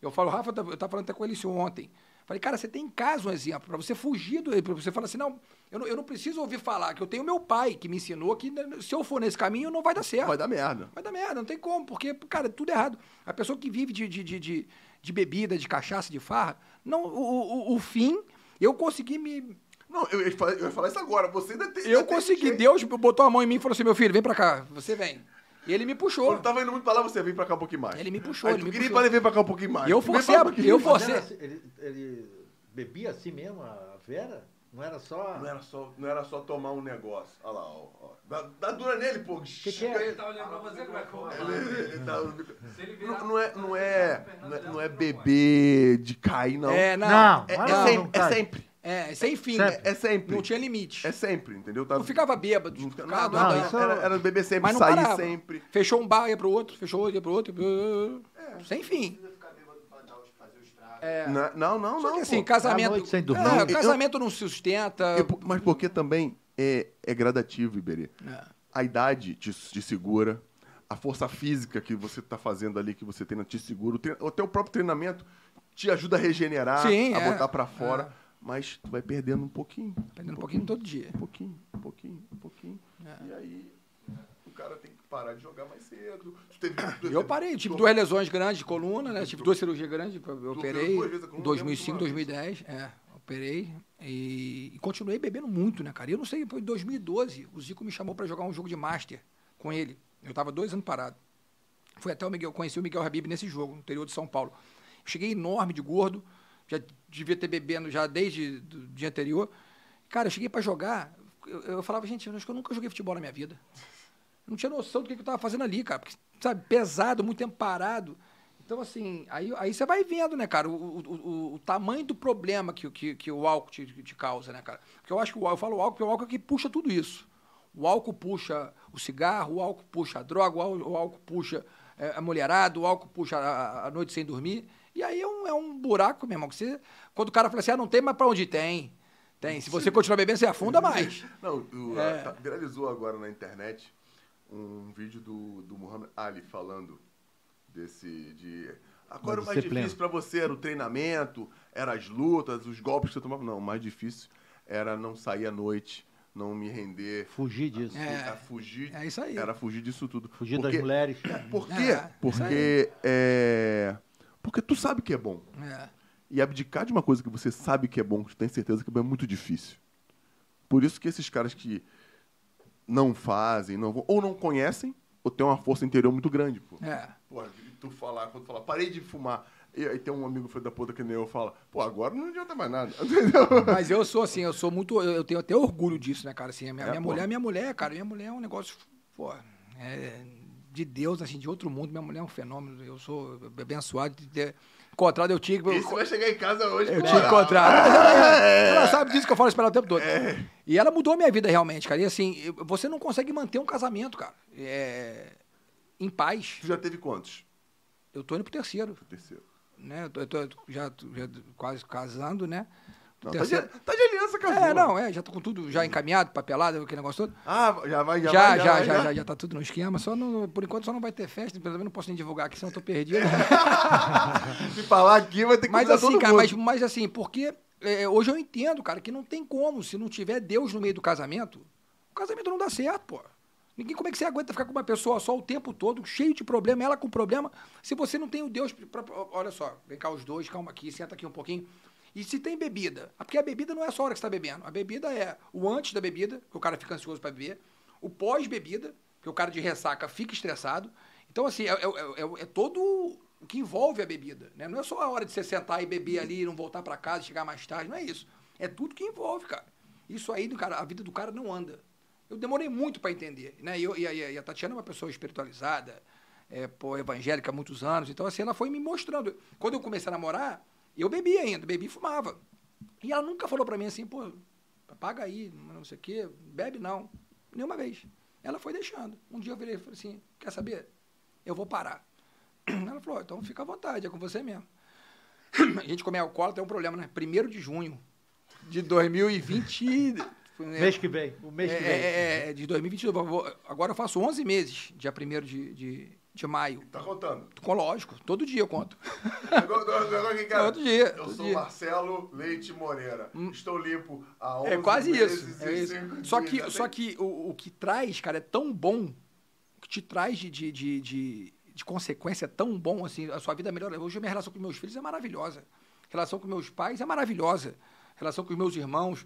Speaker 3: Eu falo, Rafa, eu tava- eu estava falando até com ele isso ontem. Falei, cara, você tem em casa um exemplo, pra você fugir do. Pra você falar assim, não eu, não, eu não preciso ouvir falar, que eu tenho meu pai que me ensinou que né, se eu for nesse caminho não vai dar certo.
Speaker 1: Vai dar merda.
Speaker 3: Vai dar merda, não tem como, porque, cara, é tudo errado. A pessoa que vive de, de, de, de, de bebida, de cachaça, de farra, não, o, o, o fim, eu consegui me.
Speaker 1: Não, eu ia falar, eu ia falar isso agora. Você ainda tem.
Speaker 3: Eu
Speaker 1: ainda tem
Speaker 3: consegui.
Speaker 1: jeito.
Speaker 3: Deus botou a mão em mim e falou assim: meu filho, vem pra cá, você vem. E ele me puxou.
Speaker 1: Quando tava indo muito pra lá, você vem pra cá um pouquinho mais.
Speaker 3: Ele me puxou,
Speaker 1: Aí
Speaker 3: ele
Speaker 1: tu
Speaker 3: me
Speaker 1: queria ir
Speaker 3: puxou.
Speaker 1: pra ele, vem pra cá um pouquinho mais.
Speaker 3: E eu
Speaker 1: Vem pra
Speaker 3: forcei a-
Speaker 1: um pouquinho
Speaker 3: eu
Speaker 1: mais.
Speaker 2: Mas
Speaker 3: for- Você-
Speaker 2: era assim, Ele, ele bebia assim mesmo, a Vera? Não era só.
Speaker 3: é
Speaker 1: Não era, só, não era só tomar um negócio. Olha lá, ó. ó. Dá, dá dura nele, pô.
Speaker 2: que é?
Speaker 5: Ele tá olhando pra você como é que eu vou falar.
Speaker 1: Ele- ele tá-
Speaker 5: Se ele virar-
Speaker 1: Não, não é, não, é, não, é, não é beber de cair, não.
Speaker 3: É, não.
Speaker 4: Não,
Speaker 1: É, é
Speaker 4: não,
Speaker 1: sempre,
Speaker 4: não, cara.
Speaker 1: é sempre.
Speaker 3: É, sem fim.
Speaker 4: Sempre.
Speaker 1: É sempre.
Speaker 3: Não tinha limite.
Speaker 1: É sempre, entendeu? Tava...
Speaker 3: Eu ficava bêbado.
Speaker 1: Não,
Speaker 3: ficava
Speaker 1: não,
Speaker 3: doidão.
Speaker 1: não,
Speaker 4: isso
Speaker 1: era,
Speaker 4: é-
Speaker 1: era beber sempre,
Speaker 3: Mas não
Speaker 1: sair
Speaker 3: parava.
Speaker 1: sempre.
Speaker 3: Fechou um bar, ia pro outro, fechou outro, ia pro outro. ia- Sem fim. É.
Speaker 1: Na- Não, não,
Speaker 3: Só
Speaker 1: não.
Speaker 3: que assim,
Speaker 1: pô.
Speaker 3: casamento.
Speaker 4: à noite sem dormir.
Speaker 3: é,
Speaker 1: Eu-
Speaker 3: casamento não se sustenta.
Speaker 1: E po- mas porque também é, é gradativo, Iberê.
Speaker 3: É.
Speaker 1: A idade te, te segura, a força física que você tá fazendo ali, que você treina, te segura. O tre- Até o próprio treinamento te ajuda a regenerar,
Speaker 3: Sim,
Speaker 1: a
Speaker 3: é.
Speaker 1: botar pra fora. Mas tu vai perdendo um pouquinho.
Speaker 3: Perdendo um pouquinho todo dia. É.
Speaker 1: Um pouquinho, um pouquinho, um pouquinho. E aí, o cara tem que parar de jogar mais cedo. Tu teve- tu
Speaker 3: Eu
Speaker 1: teve-
Speaker 3: parei, tive
Speaker 1: tu-
Speaker 3: duas lesões grandes de coluna, né? Tive duas cirurgias grandes, eu operei
Speaker 1: duas vezes a coluna,
Speaker 3: em 2005,
Speaker 1: mesmo que
Speaker 3: 2010, é, operei e, e continuei bebendo muito, né, cara? E Eu não sei, em 2012, o Zico me chamou pra jogar um jogo de Master com ele. Eu tava dois anos parado. Fui até o Miguel, conheci o Miguel Habib nesse jogo, no interior de São Paulo. Cheguei enorme de gordo, já devia ter bebendo já desde o dia anterior. Cara, eu cheguei pra jogar, eu, eu falava, gente, eu acho que eu nunca joguei futebol na minha vida. Eu não tinha noção do que, que eu tava fazendo ali, cara. Porque, sabe, pesado, muito tempo parado. Então, assim, aí, aí você vai vendo, né, cara, o, o, o- o tamanho do problema que, o- que, que o álcool te, te causa, né, cara? Porque eu acho que o, álcool- eu falo álcool porque o álcool é que puxa tudo isso. O álcool puxa o cigarro, o álcool puxa a droga, o álcool, o álcool puxa é, a mulherada, o álcool puxa a, a- a noite sem dormir. E aí é um, é um buraco mesmo. Que você, quando o cara fala assim, ah, não tem mais pra onde ir", tem. Tem. Se você continuar bebendo, você afunda mais.
Speaker 1: Não, o,
Speaker 3: É.
Speaker 1: tá- viralizou agora na internet um vídeo do, do Muhammad Ali falando desse. De, agora
Speaker 4: Da
Speaker 1: o mais
Speaker 4: disciplina.
Speaker 1: difícil pra você era o treinamento, era as lutas, os golpes que você tomava. Não, o mais difícil era não sair à noite, não me render.
Speaker 4: Fugir disso.
Speaker 3: É.
Speaker 1: a fugir,
Speaker 3: é isso aí.
Speaker 1: Era fugir disso tudo.
Speaker 4: Fugir
Speaker 1: Porque-
Speaker 4: das
Speaker 3: *coughs*
Speaker 4: mulheres.
Speaker 1: Por
Speaker 3: É,
Speaker 1: quê?
Speaker 3: isso aí.
Speaker 1: porque, é, porque tu sabe que é bom.
Speaker 3: É.
Speaker 1: E abdicar de uma coisa que você sabe que é bom, que tu tem certeza que é muito difícil. Por isso que esses caras que não fazem, não vão, ou não conhecem, ou tem uma força interior muito grande, pô.
Speaker 3: É.
Speaker 1: Pô, tu falar, quando tu falar, parei de fumar, e aí tem um amigo filho da puta que nem eu fala, pô, agora não adianta mais nada, *laughs* entendeu?
Speaker 3: Mas eu sou assim, eu sou muito. Eu eu tenho até orgulho disso, né, cara? Assim, a minha,
Speaker 1: É,
Speaker 3: minha
Speaker 1: pô.
Speaker 3: mulher, minha mulher, cara, minha mulher é um negócio. Pô, é, de Deus, assim, de outro mundo. Minha mulher é um fenômeno. Eu sou abençoado de ter encontrado. Eu tinha que.
Speaker 1: Esse é vai chegar em casa hoje
Speaker 3: Eu
Speaker 1: com
Speaker 3: tinha
Speaker 1: moral.
Speaker 3: encontrado.
Speaker 1: *laughs*
Speaker 3: Ela sabe disso que eu falo isso pra ela o tempo todo.
Speaker 1: É.
Speaker 3: E ela mudou a minha vida realmente, cara. E assim, eu- você não consegue manter um casamento, cara. É, Em paz.
Speaker 1: Tu já teve quantos?
Speaker 3: Eu tô indo pro terceiro,
Speaker 1: Terceiro.
Speaker 3: né? Eu tô, eu tô- eu tô já, já quase casando, né?
Speaker 1: Não, tá, de, tá de aliança, casou.
Speaker 3: É, não, é, já tô com tudo já encaminhado, papelado, aquele negócio todo.
Speaker 1: Ah, já vai, já
Speaker 3: Já, já,
Speaker 1: vai.
Speaker 3: já,
Speaker 1: vai,
Speaker 3: já, já, tá tudo no esquema. Só no, por enquanto só não vai ter festa, pelo menos não posso nem divulgar aqui, senão eu tô perdido.
Speaker 1: *laughs* Se falar aqui, vai ter que
Speaker 3: Mas
Speaker 1: convidar
Speaker 3: assim,
Speaker 1: todo
Speaker 3: cara,
Speaker 1: mundo.
Speaker 3: mas, mas assim, porque é, hoje eu entendo, cara, que não tem como. Se não tiver Deus no meio do casamento, o casamento não dá certo, pô. Ninguém, como é que você aguenta ficar com uma pessoa só o tempo todo, cheio de problema, ela com problema, se você não tem o Deus pra, pra- Olha só, vem cá os dois, calma aqui, senta aqui um pouquinho. E se tem bebida? Porque a bebida não é só a hora que você tá bebendo. A bebida é o antes da bebida, que o cara fica ansioso pra beber, o pós-bebida, que o cara de ressaca fica estressado. Então, assim, é, é- é- é todo o que envolve a bebida. Né? Não é só a hora de você sentar e beber ali, não voltar pra casa, chegar mais tarde, não é isso. É tudo que envolve, cara. Isso aí, do cara, a vida do cara não anda. Eu demorei muito pra entender. Né? E, eu- e a, e a Tatiana é uma pessoa espiritualizada, é, pô, evangélica há muitos anos. Então, assim, ela foi me mostrando. Quando eu comecei a namorar, eu bebia ainda, bebia e fumava. E ela nunca falou pra mim assim, pô, paga aí, não sei o quê, bebe não. Nenhuma vez. Ela foi deixando. Um dia eu virei e falei assim, quer saber? Eu vou parar. *clears throat* Ela falou, então fica à vontade, é com você mesmo. *clears throat* A gente comer alcoólatra é um problema, né? Primeiro de junho de 2020...
Speaker 4: *laughs* Mês que vem. O mês
Speaker 3: É,
Speaker 4: que vem.
Speaker 3: é, é, de 2022. vou- vou- Agora eu faço 11 meses, dia 1 de, de, de maio.
Speaker 1: Tá contando.
Speaker 3: Com lógico, todo dia eu conto.
Speaker 1: Agora, agora, agora aqui, cara.
Speaker 3: Todo dia,
Speaker 1: Eu
Speaker 3: todo
Speaker 1: sou
Speaker 3: dia. Hum.
Speaker 1: Marcelo Leite Moreira. Estou limpo há 11
Speaker 3: É quase
Speaker 1: meses
Speaker 3: isso.
Speaker 1: e
Speaker 3: é isso.
Speaker 1: cinco
Speaker 3: Só
Speaker 1: dias.
Speaker 3: que, só
Speaker 1: Tem-
Speaker 3: que o, o que traz, cara, é tão bom, que te traz de, de, de, de, de consequência é tão bom, assim, a sua vida melhora. Hoje a minha relação com meus filhos é maravilhosa. Relação com meus pais é maravilhosa. Relação com os meus irmãos.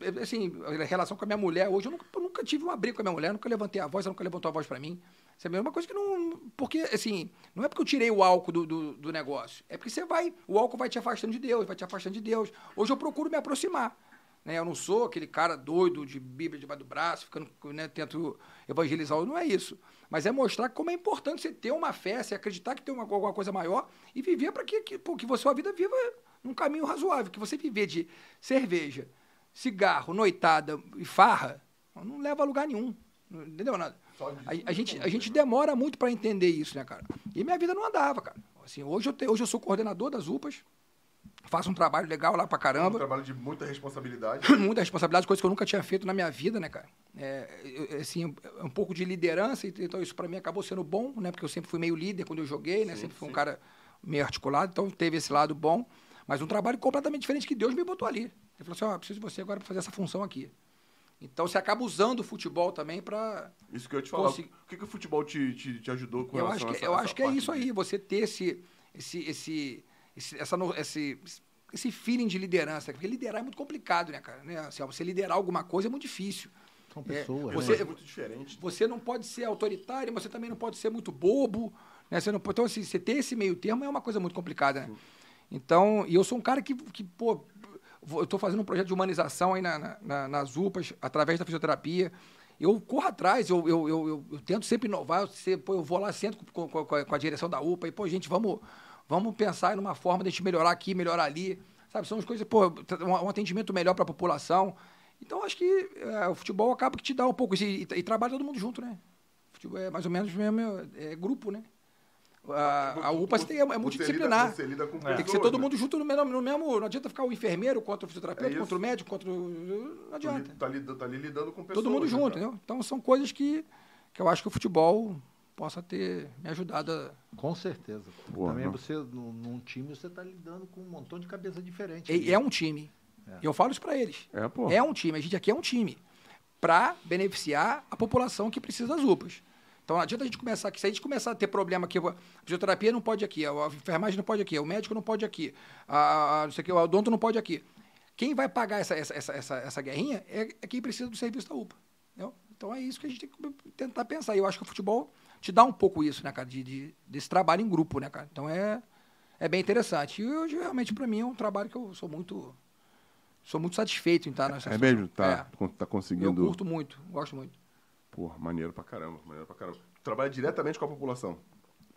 Speaker 3: é, Assim, a relação com a minha mulher. Hoje eu nunca, eu nunca tive uma briga com a minha mulher, nunca levantei a voz, ela nunca levantou a voz pra mim. Isso é a mesma coisa que não. Porque, assim, não é porque eu tirei o álcool do, do, do negócio. É porque você vai. O álcool vai te afastando de Deus, vai te afastando de Deus. Hoje eu procuro me aproximar. Né? Eu não sou aquele cara doido de Bíblia debaixo do braço, ficando, né, tento evangelizar. Não é isso. Mas é mostrar como é importante você ter uma fé, você acreditar que tem uma, alguma coisa maior e viver para que, que, pô, que você, sua vida viva num caminho razoável. Que você viver de cerveja, cigarro, noitada e farra, não leva a lugar nenhum. Não entendeu nada? A, a gente, a gente demora muito para entender isso, né, cara? E minha vida não andava, cara. Assim, hoje, eu te- hoje eu sou coordenador das UPAs, faço um trabalho legal lá pra
Speaker 1: Um
Speaker 3: caramba
Speaker 1: trabalho de muita
Speaker 3: *laughs*
Speaker 1: responsabilidade.
Speaker 3: *clears throat* muita responsabilidade, coisa que eu nunca tinha feito na minha vida, né, cara? É, eu- eu- assim, é um pouco de liderança, então isso pra mim acabou sendo bom, né? Porque eu sempre fui meio líder quando eu joguei, né? sempre fui um cara meio articulado, então teve esse lado bom, mas um trabalho completamente diferente que Deus me botou ali. Ele falou assim, ó, preciso de você agora pra fazer essa função aqui. Então você acaba usando o futebol também pra...
Speaker 1: Isso que eu ia te falar.
Speaker 3: Consegui-
Speaker 1: O que, que o futebol te, te, te ajudou com
Speaker 3: Eu acho
Speaker 1: relação
Speaker 3: que,
Speaker 1: a essa
Speaker 3: eu
Speaker 1: essa
Speaker 3: acho que é
Speaker 1: parte
Speaker 3: isso
Speaker 1: de-
Speaker 3: aí, você ter esse, esse, esse, esse, essa, no- esse, esse feeling de liderança. Porque liderar é muito complicado, né, cara? Né? Assim, ó, você liderar alguma coisa é muito difícil.
Speaker 2: São
Speaker 3: É,
Speaker 2: pessoas. né?
Speaker 3: você-
Speaker 1: É muito diferente.
Speaker 3: Você não pode ser autoritário, mas você também não pode ser muito bobo. Né? Você não pode- então, assim, você ter esse meio termo é uma coisa muito complicada. Né? Então, e eu sou um cara que, que pô, vou- eu estou fazendo um projeto de humanização aí na- na- na- nas UPAs, através da fisioterapia. Eu corro atrás, eu, eu, eu, eu- eu tento sempre inovar. Eu, se- pô, eu vou lá, sento com, com- com a, com a direção da UPA e, pô, gente, vamos, vamos pensar numa forma de a gente melhorar aqui, melhorar ali. Sabe, são as coisas, pô, tra- um, um atendimento melhor para a população. Então, acho que é, o futebol acaba que te dá um pouco isso. E, e trabalha todo mundo junto, né? Futebol é mais ou menos mesmo, é, é grupo, né? A, a UPA você tem- é, é
Speaker 1: Você
Speaker 3: multidisciplinar.
Speaker 1: lida- você lida com
Speaker 3: Tem que ser
Speaker 1: pessoas,
Speaker 3: todo
Speaker 1: né?
Speaker 3: mundo junto no mesmo, no mesmo. Não adianta ficar o enfermeiro contra
Speaker 1: É
Speaker 3: o fisioterapeuta,
Speaker 1: isso.
Speaker 3: contra o médico, contra o.
Speaker 1: Tu
Speaker 3: Não
Speaker 1: li-
Speaker 3: adianta.
Speaker 1: Tá, lidando, tá ali lidando com pessoas.
Speaker 3: Todo mundo
Speaker 1: né,
Speaker 3: junto,
Speaker 1: cara?
Speaker 3: entendeu? Então são coisas que, que eu acho que o futebol possa ter me ajudado a.
Speaker 2: Com certeza.
Speaker 1: Boa,
Speaker 2: Também
Speaker 1: não.
Speaker 2: você, num, num time, você está lidando com um montão de cabeça diferente.
Speaker 3: É, é um time. E eu falo isso pra eles.
Speaker 1: É, pô.
Speaker 3: É um time. A gente aqui é um time. Pra beneficiar a população que precisa das UPAs. Então não adianta a gente começar aqui. Se a gente começar a ter problema aqui, a fisioterapia não pode aqui, a a enfermagem não pode aqui, o médico não pode aqui, a, a- não sei o que, o odonto não pode aqui. Quem vai pagar essa, essa, essa, essa, essa guerrinha é, é quem precisa do serviço da UPA. entendeu? Então é isso que a gente tem que tentar pensar. E eu acho que o futebol te dá um pouco isso, né, cara? De, de- desse trabalho em grupo, né, cara? Então é, é bem interessante. E hoje, realmente, pra mim, é um trabalho que eu sou muito. Sou muito satisfeito em estar nessa
Speaker 1: É mesmo?
Speaker 3: situação.
Speaker 1: Tá, con- tá
Speaker 3: É. Eu
Speaker 1: conseguindo.
Speaker 3: curto muito, gosto muito.
Speaker 1: Porra, maneiro pra caramba, maneiro pra caramba. Trabalha diretamente com a população.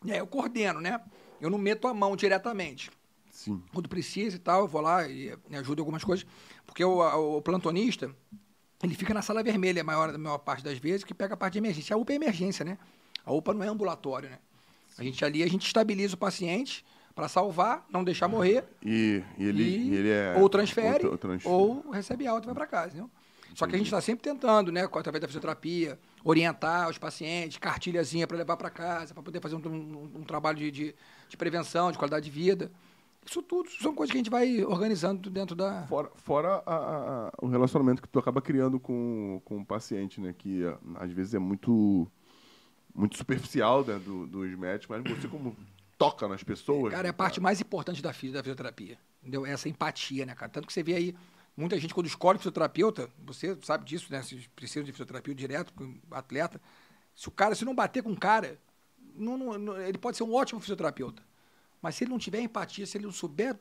Speaker 3: É, eu coordeno, né? Eu não meto a mão diretamente.
Speaker 1: Sim.
Speaker 3: Quando precisa e tal, eu vou lá e eh, ajudo em algumas coisas. Porque o, a- o plantonista, ele fica na sala vermelha a maior, a maior parte das vezes, que pega a parte de emergência. A UPA é emergência, né? A UPA não é ambulatório, né? A gente ali, a gente estabiliza o paciente para salvar, não deixar morrer.
Speaker 1: E, e ele,
Speaker 3: E-
Speaker 1: e ele é.
Speaker 3: ou transfere, ou,
Speaker 1: tra- transfere.
Speaker 3: recebe alta e vai para casa, entendeu? Só que a gente está sempre tentando, né, com- através da fisioterapia, orientar os pacientes, cartilhazinha para levar para casa, para poder fazer um, um- um trabalho de, de, de prevenção, de qualidade de vida. Isso tudo são coisas que a gente vai organizando dentro da.
Speaker 1: Fora, fora a- a- a- o relacionamento que tu acaba criando com, com o paciente, né? Que a- às vezes é muito, muito superficial né, do- dos médicos, mas você como toca nas pessoas. né,
Speaker 3: Cara, é a parte mais importante da, fisi- da fisioterapia. Entendeu? É Essa empatia, né, cara? Tanto que você vê aí, muita gente quando escolhe fisioterapeuta, você sabe disso, né? Vocês precisam de fisioterapia direto, com atleta. Se o cara, se não bater com o cara, não- não- não- ele pode ser um ótimo fisioterapeuta. Mas se ele não tiver empatia, se ele não souber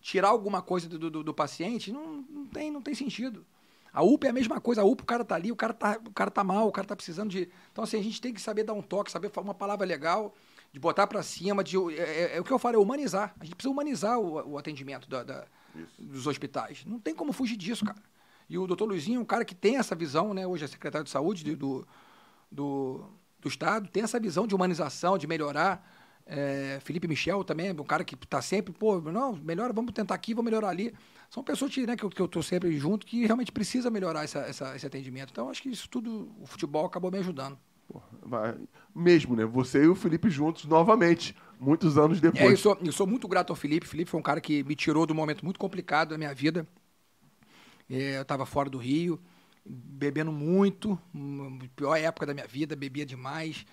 Speaker 3: tirar alguma coisa do, do, do paciente, não, não, tem, não tem sentido. A UPA é a mesma coisa, a UPA o cara tá ali, o cara tá, o cara tá mal, o cara tá precisando de. Então, assim, a gente tem que saber dar um toque, saber falar uma palavra legal, de botar para cima, de. É, é- é o que eu falo, é humanizar. A gente precisa humanizar o, o atendimento da- da- dos hospitais. Não tem como fugir disso, cara. E o doutor Luizinho é um cara que tem essa visão, né? Hoje é secretário de saúde de- do, do, do Estado, tem essa visão de humanização, de melhorar. É, Felipe Michel também é um cara que está sempre, pô, não, melhora, vamos tentar aqui, vamos melhorar ali. São pessoas que, né, que, eu, que eu tô sempre junto que realmente precisa melhorar essa, essa- esse atendimento. Então, acho que isso tudo, o futebol acabou me ajudando.
Speaker 1: Porra, vai- mesmo, né? Você e o Felipe juntos novamente, muitos anos depois.
Speaker 3: É, eu, sou, eu sou muito grato ao Felipe. Felipe foi um cara que me tirou de um momento muito complicado da minha vida. É, eu estava fora do Rio, bebendo muito, hum, pior época da minha vida, bebia demais,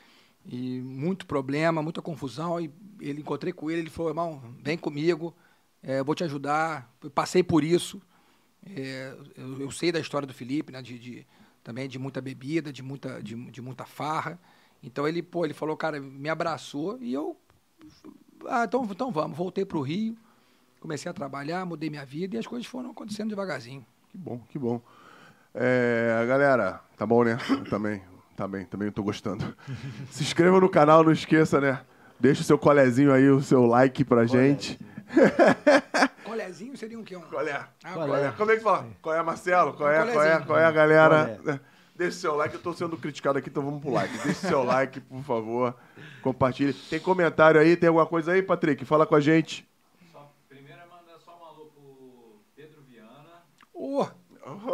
Speaker 3: e muito problema, muita confusão. E ele encontrei com ele, ele falou, irmão, vem comigo, é, eu vou te ajudar. Eu passei por isso. É, eu, eu sei da história do Felipe, né, de, de- também de muita bebida, de muita, de, de muita farra. Então ele, pô, ele falou, cara, me abraçou e eu ah, então, então vamos. Voltei para o Rio, comecei a trabalhar, mudei minha vida e as coisas foram acontecendo devagarzinho.
Speaker 1: Que bom, que bom. É, galera, tá bom, né? Eu também, tá bem, também eu tô
Speaker 3: *laughs*
Speaker 1: gostando. Se inscreva no canal, não esqueça, né? Deixa o seu colezinho aí, o seu like pra gente.
Speaker 3: Colezinho seria um que? Um...
Speaker 1: Qual é?
Speaker 3: Ah,
Speaker 1: Qual
Speaker 3: colé.
Speaker 1: é? Como é que fala? Qual é, Marcelo? Qual é,
Speaker 3: Colézinho.
Speaker 1: qual é, qual é, galera? Deixa o seu like, eu tô sendo criticado aqui, então vamos pro like. Deixa o seu like, por favor. Compartilhe. Tem comentário aí, tem alguma coisa aí, Patrick? Fala com a gente.
Speaker 5: Só, primeiro é mandar só um alô pro Pedro Viana.
Speaker 3: Ô,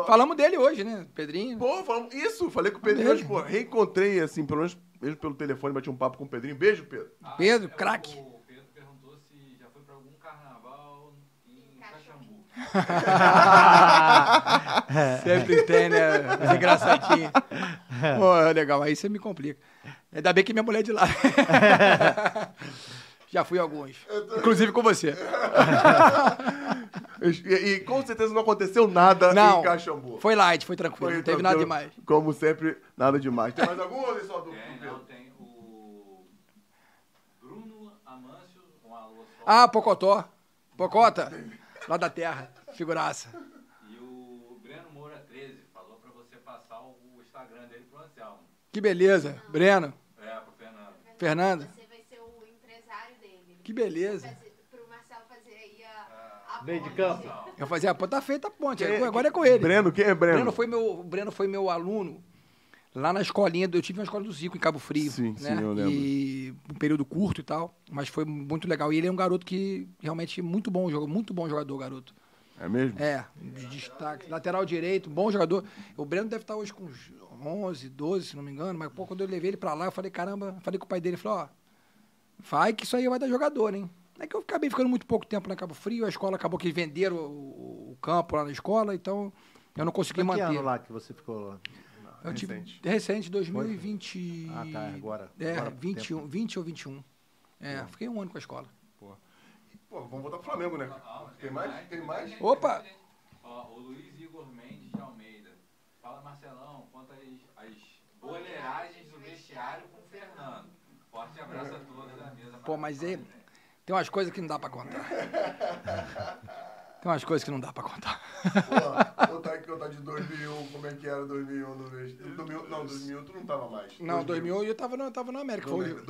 Speaker 3: falamos dele hoje, né? Pedrinho.
Speaker 1: Pô, falamos isso, falei com o Pedrinho hoje, pô. Reencontrei, assim, pelo menos mesmo pelo telefone, bati um papo com o Pedrinho. Beijo, Pedro.
Speaker 5: Ah,
Speaker 3: Pedro,
Speaker 5: é,
Speaker 3: craque.
Speaker 5: O Pedro perguntou se já foi pra algum carnaval em Caxambu.
Speaker 1: É.
Speaker 3: Sempre tem, né? Os engraçadinhos. Pô, legal, aí você me complica. Ainda bem que minha mulher é de
Speaker 1: *laughs*
Speaker 3: lá. Já fui a alguns. Inclusive com você.
Speaker 1: E, e com certeza não aconteceu nada
Speaker 3: Não.
Speaker 1: em Caxambu. então,
Speaker 3: Foi light, foi tranquilo. não teve nada demais.
Speaker 1: Como sempre, nada demais. Tem mais algum ou é só do, do
Speaker 5: Tem,
Speaker 1: Pedro?
Speaker 5: não, tem o Bruno Amâncio, um alô só.
Speaker 3: Ah, Pocotó. Pocota, lá da terra. Figuraça.
Speaker 5: E o Breno Moura 13 falou pra você passar o Instagram dele pro Anselmo.
Speaker 3: Que beleza. Breno,
Speaker 5: É, pro Fernando.
Speaker 3: Fernando.
Speaker 6: Você vai ser o empresário dele.
Speaker 3: Que beleza.
Speaker 6: Fazer- Pro Marcelo fazer aí a. a
Speaker 4: Meio de
Speaker 6: ponte.
Speaker 4: campo.
Speaker 3: Eu fazia, pô, tá feita a ponte. Agora é com ele.
Speaker 1: Breno, quem é Breno?
Speaker 3: Breno foi meu, o Breno foi meu aluno lá na escolinha. do- Eu tive uma escola do Zico em Cabo Frio.
Speaker 1: Sim,
Speaker 3: né?
Speaker 1: sim, eu lembro.
Speaker 3: E um período curto e tal. Mas foi muito legal. E ele é um garoto que realmente é muito bom jogador, muito bom jogador, garoto.
Speaker 1: É mesmo?
Speaker 3: É, de destaque. Lateral direito, bom jogador. O Breno deve estar hoje com uns 11, 12, se não me engano. Mas, pô, quando eu levei ele pra lá, eu falei, caramba, falei com o pai dele, falei, ó, vai que isso aí vai dar jogador, hein? É que eu acabei ficando muito pouco tempo na Cabo Frio, a escola acabou que venderam o, o campo lá na escola, então eu não consegui
Speaker 4: Foi que
Speaker 3: manter.
Speaker 4: ano lá que você ficou lá?
Speaker 3: Eu tive
Speaker 1: Recente.
Speaker 3: recente, 2020.
Speaker 4: Ah, tá, agora-
Speaker 3: É,
Speaker 4: agora por
Speaker 3: 21, 20 ou 21. É, fiquei um ano com a escola.
Speaker 1: Pô, vamos voltar pro Flamengo, né? Tem mais? Tem mais?
Speaker 3: *laughs* Opa!
Speaker 5: Ó, o Luiz Igor Mendes de Almeida. Fala, Marcelão, quanto às, às boleiragens do vestiário com o Fernando. Forte abraço a todos da mesa. né?
Speaker 3: Pô, mas é, tem umas coisas que não
Speaker 4: *laughs*
Speaker 3: dá pra contar. Tem umas coisas que não dá pra contar.
Speaker 1: Pô, vou botar aqui. porque eu tava de 2001, como é que era 2001 no mês? 2000, não, 2000 um tu não tava mais.
Speaker 3: Não, 2000 eu tava, no, eu tava na América. Foi
Speaker 1: 2000,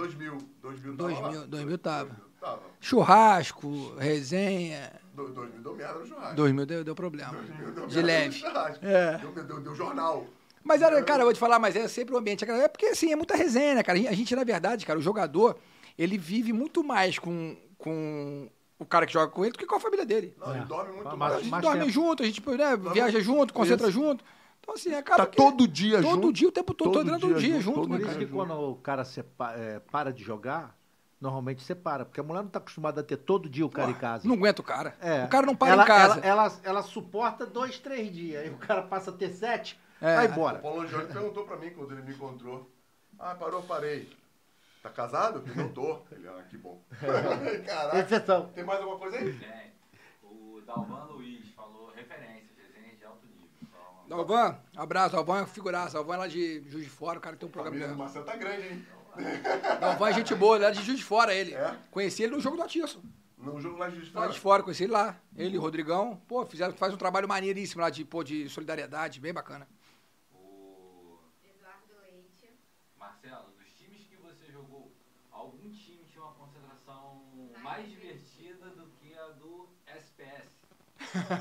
Speaker 1: 2000, 2000 tava
Speaker 3: 2000,
Speaker 1: lá.
Speaker 3: 2000 tava.
Speaker 1: 2000 tava.
Speaker 3: Churrasco, resenha.
Speaker 1: Do- 2000 deu merda no churrasco.
Speaker 3: 2000 deu, deu problema.
Speaker 1: 2000 deu
Speaker 3: De
Speaker 1: merda no
Speaker 3: leve.
Speaker 1: churrasco.
Speaker 3: É.
Speaker 1: Deu, deu, deu jornal.
Speaker 3: Mas era, cara, eu vou te falar, mas é sempre o ambiente agradável. É porque, assim, é muita resenha, né, cara? A gente, na verdade, cara, o jogador, ele vive muito mais com, com o cara que joga com ele do que com a família dele.
Speaker 1: Não, ele dorme muito
Speaker 2: Mas-
Speaker 3: A
Speaker 1: mais.
Speaker 3: gente
Speaker 2: mais
Speaker 3: dorme
Speaker 2: tempo.
Speaker 3: junto, a gente né, viaja junto, concentra junto. Então, assim, é, cara.
Speaker 1: Tá todo dia
Speaker 3: todo
Speaker 1: junto,
Speaker 3: dia, o tempo todo,
Speaker 1: todo
Speaker 3: todo, todo
Speaker 1: dia
Speaker 3: dia
Speaker 1: junto,
Speaker 3: junto,
Speaker 1: todo
Speaker 2: Por
Speaker 3: né,
Speaker 1: dia
Speaker 3: cara?
Speaker 2: isso que
Speaker 1: junto.
Speaker 2: quando o cara sepa- é, para de jogar, normalmente separa. Porque a mulher não tá acostumada a ter todo dia o cara em casa.
Speaker 3: Não aguenta o cara.
Speaker 2: É.
Speaker 3: O cara não para
Speaker 2: ela,
Speaker 3: em casa.
Speaker 1: é
Speaker 2: Ela, ela, ela suporta dois, três dias. Aí o cara passa a ter sete,
Speaker 3: É.
Speaker 2: vai
Speaker 1: O
Speaker 2: embora.
Speaker 1: Paulo Jorge perguntou pra mim quando ele me encontrou. Ah, parou, parei. Tá casado? Eu não tô. Ele, ah, que *laughs* bom. Caraca.
Speaker 2: Exceção.
Speaker 1: Tem mais alguma coisa aí?
Speaker 5: Tem. O Dalvan Luiz falou referência, resenha de alto nível. Então,
Speaker 3: Dalvan, abraço, Dalvan é figuraça. Dalvan é lá de Juiz de Fora, o cara que tem um
Speaker 1: A família do
Speaker 3: programa.
Speaker 1: Marcelo tá grande, hein?
Speaker 3: Dalvan é gente boa, ele é de Juiz de Fora, ele.
Speaker 1: É?
Speaker 3: Conheci ele no jogo do Atilson.
Speaker 1: No jogo lá de Juiz de
Speaker 3: Lá
Speaker 1: Fora.
Speaker 3: de fora, conheci ele lá. Ele, e o Rodrigão, pô, fizeram, faz um trabalho maneiríssimo lá de, pô, de solidariedade, bem bacana.
Speaker 5: o
Speaker 6: Eduardo Leite.
Speaker 5: Marcelo, dos times que você jogou, algum time tinha uma concentração mais divertida do que a do SPS?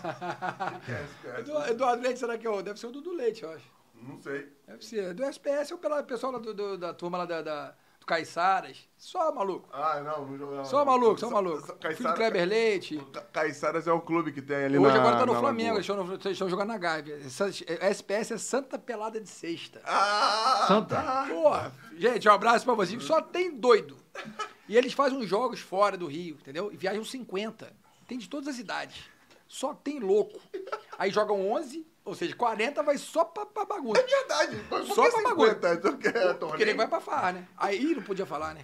Speaker 1: Esquece, esquece.
Speaker 3: Edu- Eduardo Leite, será que é o. Deve ser o Dudu Leite, eu acho.
Speaker 1: Não sei.
Speaker 3: Deve ser. é Do SPS ou pela pessoal lá do- do- da turma lá da, da- do Caiçaras. Só maluco.
Speaker 1: Ah, então, não, não jogava.
Speaker 3: Só maluco, só maluco. Filho do Kleber Leite.
Speaker 1: Caiçaras é o clube que tem ali na
Speaker 3: Hoje agora tá no
Speaker 1: na
Speaker 3: Flamengo,
Speaker 1: Lagoa.
Speaker 3: eles estão, eles estão jogando na Gávea. Essa- é- SPS é Santa Pelada de Sexta.
Speaker 1: Ah,
Speaker 2: Santa.
Speaker 1: tá.
Speaker 3: Porra, gente, um abraço pra vocês. Só tem doido. E eles fazem uns jogos fora do Rio, entendeu? E viajam 50. Tem de todas as idades. Só tem louco. Aí jogam 11, ou seja, 40 vai só pra, pra bagunça.
Speaker 1: é Verdade. Mas por
Speaker 3: Só
Speaker 1: que
Speaker 3: pra bagulho.
Speaker 1: 50? Tu quer torneio?
Speaker 3: Porque nem vai pra farra, né? Aí não podia falar, né?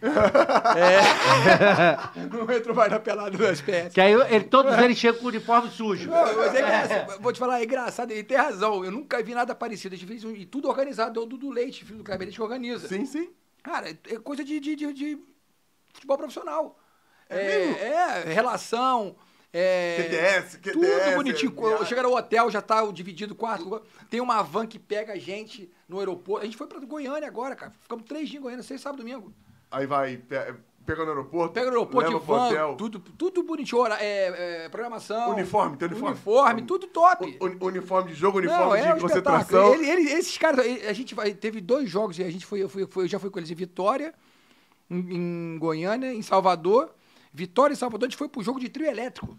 Speaker 3: É. Não entrou mais na pelada do SPS.
Speaker 2: Que aí ele- todos eles chegam com o uniforme sujo.
Speaker 3: Pô, mas é engraçado. Vou te falar, é engraçado. Ele tem razão. Eu nunca vi nada parecido. A gente fez um- e tudo organizado. É o Dudu Leite, filho do Kleber Leite, que organiza.
Speaker 1: Sim, sim.
Speaker 3: Cara, é coisa de, de, de- de futebol profissional.
Speaker 1: É
Speaker 3: É,
Speaker 1: mesmo?
Speaker 3: é, relação. É,
Speaker 1: QTS,
Speaker 3: tudo
Speaker 1: QTS,
Speaker 3: bonitinho.
Speaker 1: viagem.
Speaker 3: Chega no hotel, já tá o dividido quarto. Tem uma van que pega a gente no aeroporto. A gente foi pra Goiânia agora, cara. Ficamos três dias em Goiânia, seis sábado e domingo.
Speaker 1: Aí vai, pe- pega no aeroporto.
Speaker 3: Pega no aeroporto,
Speaker 1: leva
Speaker 3: de
Speaker 1: pro
Speaker 3: van,
Speaker 1: hotel.
Speaker 3: tudo, tudo bonitinho. hora- é, é, programação.
Speaker 1: Uniforme, tem uniforme.
Speaker 3: Uniforme, tudo top.
Speaker 1: Uni- uniforme de jogo, uniforme
Speaker 3: Não, é um
Speaker 1: de
Speaker 3: espetáculo.
Speaker 1: concentração.
Speaker 3: Ele, ele- esses caras, ele- a gente vai- teve dois jogos e a gente foi, eu fui- fui- eu já fui com eles em Vitória, em, em Goiânia, em Salvador. Vitória e Salvador, a gente foi pro jogo de trio elétrico.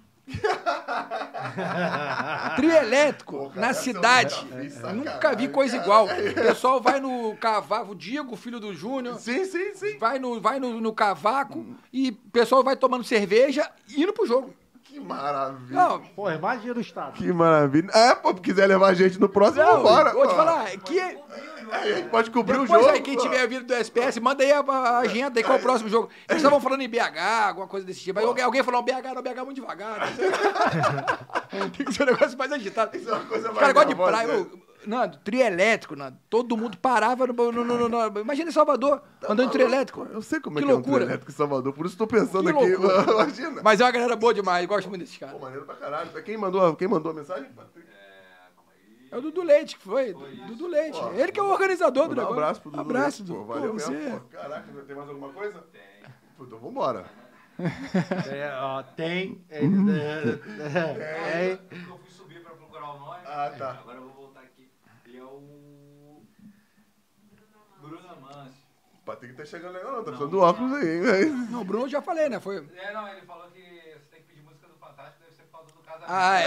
Speaker 3: trio elétrico
Speaker 1: Pô, cara,
Speaker 3: na
Speaker 1: essa eu
Speaker 3: cidade.
Speaker 1: nunca vi,
Speaker 3: Nunca vi
Speaker 1: sacanagem,
Speaker 3: coisa
Speaker 1: cara.
Speaker 3: igual. O pessoal vai no cavaco, o Diego, filho do Júnior,
Speaker 1: Sim, sim, sim.
Speaker 3: vai no, vai no, no cavaco e o pessoal vai tomando cerveja e indo pro jogo.
Speaker 1: Que maravilha.
Speaker 3: Não,
Speaker 2: Pô, imagina o estado.
Speaker 1: Que maravilha. É, pô, quiser levar a gente no próximo,
Speaker 3: não,
Speaker 1: bora.
Speaker 3: vou te
Speaker 1: pô.
Speaker 3: falar, que
Speaker 1: É, a gente pode cobrir
Speaker 3: Depois
Speaker 1: o jogo.
Speaker 3: aí, quem
Speaker 1: pô.
Speaker 3: tiver vindo do SPS, manda aí a, a agenda aí qual é o próximo jogo. Eles estavam falando em BH, alguma coisa desse tipo. Aí alguém, alguém falou, BH não, BH é muito devagar. não sei. *laughs* Tem que ser um negócio mais agitado.
Speaker 1: Isso é uma coisa
Speaker 3: Os caras
Speaker 1: mais
Speaker 3: gostam de
Speaker 1: nervosa,
Speaker 3: praia.
Speaker 1: né?
Speaker 3: ô, Nando, trio elétrico, Nando. Todo mundo parava no... no- no- no- no- imagina em Salvador, andando de um trio elétrico.
Speaker 1: Eu sei como
Speaker 3: que
Speaker 1: é que é um
Speaker 3: loucura.
Speaker 1: trio elétrico em Salvador, por isso tô pensando
Speaker 3: Que
Speaker 1: aqui.
Speaker 3: loucura.
Speaker 1: *laughs* Imagina.
Speaker 3: Mas é uma galera boa demais, eu gosto muito desses
Speaker 1: Pô,
Speaker 3: caras.
Speaker 1: maneiro pra caralho. Quem mandou, a- quem mandou a mensagem? Patrick.
Speaker 3: É o Dudu Leite que foi, Dudu Leite.
Speaker 1: Pô,
Speaker 3: Ele que é o organizador do
Speaker 1: Mandar um
Speaker 3: negócio.
Speaker 1: abraço pro Dudu.
Speaker 3: Abraço,
Speaker 1: Leite, pô,
Speaker 3: Dudu. Pô,
Speaker 1: valeu
Speaker 3: você... é.
Speaker 1: mesmo. Pô, caraca, tem mais alguma coisa? Tem. Então vambora.
Speaker 2: É, ó, tem. é, *laughs* é, é, é,
Speaker 5: Eu fui subir pra procurar o nome.
Speaker 1: Ah, tá.
Speaker 5: Agora eu vou voltar aqui. Ele é o. Bruno Amâncio.
Speaker 1: O Patrick tá chegando legal, não. Tá precisando do óculos aí. hein?
Speaker 3: Não, o Bruno eu já falei, né? Foi...
Speaker 5: É, não, ele falou que você tem que pedir música do Fantástico, deve ser por causa do casamento.
Speaker 3: Ah,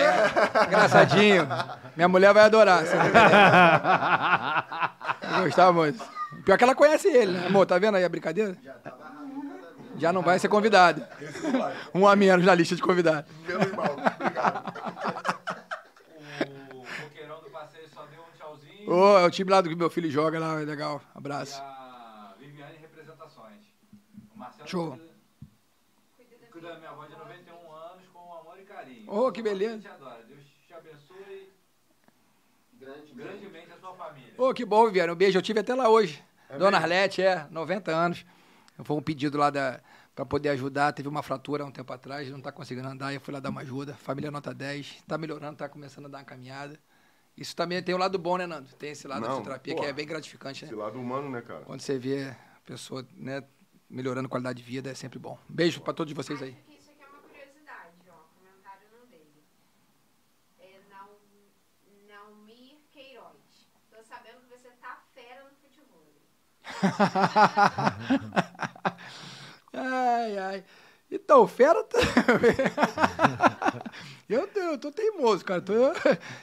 Speaker 3: é. Engraçadinho. Minha mulher vai adorar. sabe? Eu gostava muito. Pior que ela conhece ele, né? Amor, tá vendo aí a brincadeira? Já não vai ser convidado.
Speaker 1: Esse não vai.
Speaker 3: Um a menos na lista de convidados.
Speaker 1: *laughs* Menos mal. Obrigado.
Speaker 5: O Boqueirão do Passeio só deu um tchauzinho.
Speaker 3: Ô, é o time lá do que meu filho joga lá, é legal.
Speaker 5: E
Speaker 3: Abraço.
Speaker 5: a Viviane Representações. O Marcelo
Speaker 3: Show.
Speaker 5: Cuida, cuida da minha avó de 91 anos com amor e carinho.
Speaker 3: Ô, que beleza.
Speaker 5: Eu te adoro. Deus te abençoe grandemente a sua família.
Speaker 3: Ô, que bom, Viviane. Um beijo. Eu tive até lá hoje. Dona Arlete, é, 90 anos. Foi um pedido lá da, pra poder ajudar. Teve uma fratura há um tempo atrás, não tá conseguindo andar. Eu fui lá dar uma ajuda. Família nota 10. Tá melhorando, tá começando a dar uma caminhada. Isso também tem o lado bom, né, Nando? Tem esse lado
Speaker 1: Não,
Speaker 3: da terapia
Speaker 1: porra.
Speaker 3: que é bem gratificante, né?
Speaker 1: Esse lado humano, né, cara?
Speaker 3: Quando você vê a pessoa né, melhorando a qualidade de vida, é sempre bom. Beijo pra todos vocês aí.
Speaker 6: Acho que isso aqui é uma curiosidade, ó. Comentário não dele. É Nau- Naumir Queiroz. Tô sabendo que você tá fera no futebol.
Speaker 3: ai, ai. Então, fera também. *laughs* eu, tô- eu tô teimoso, cara. Tô- *laughs*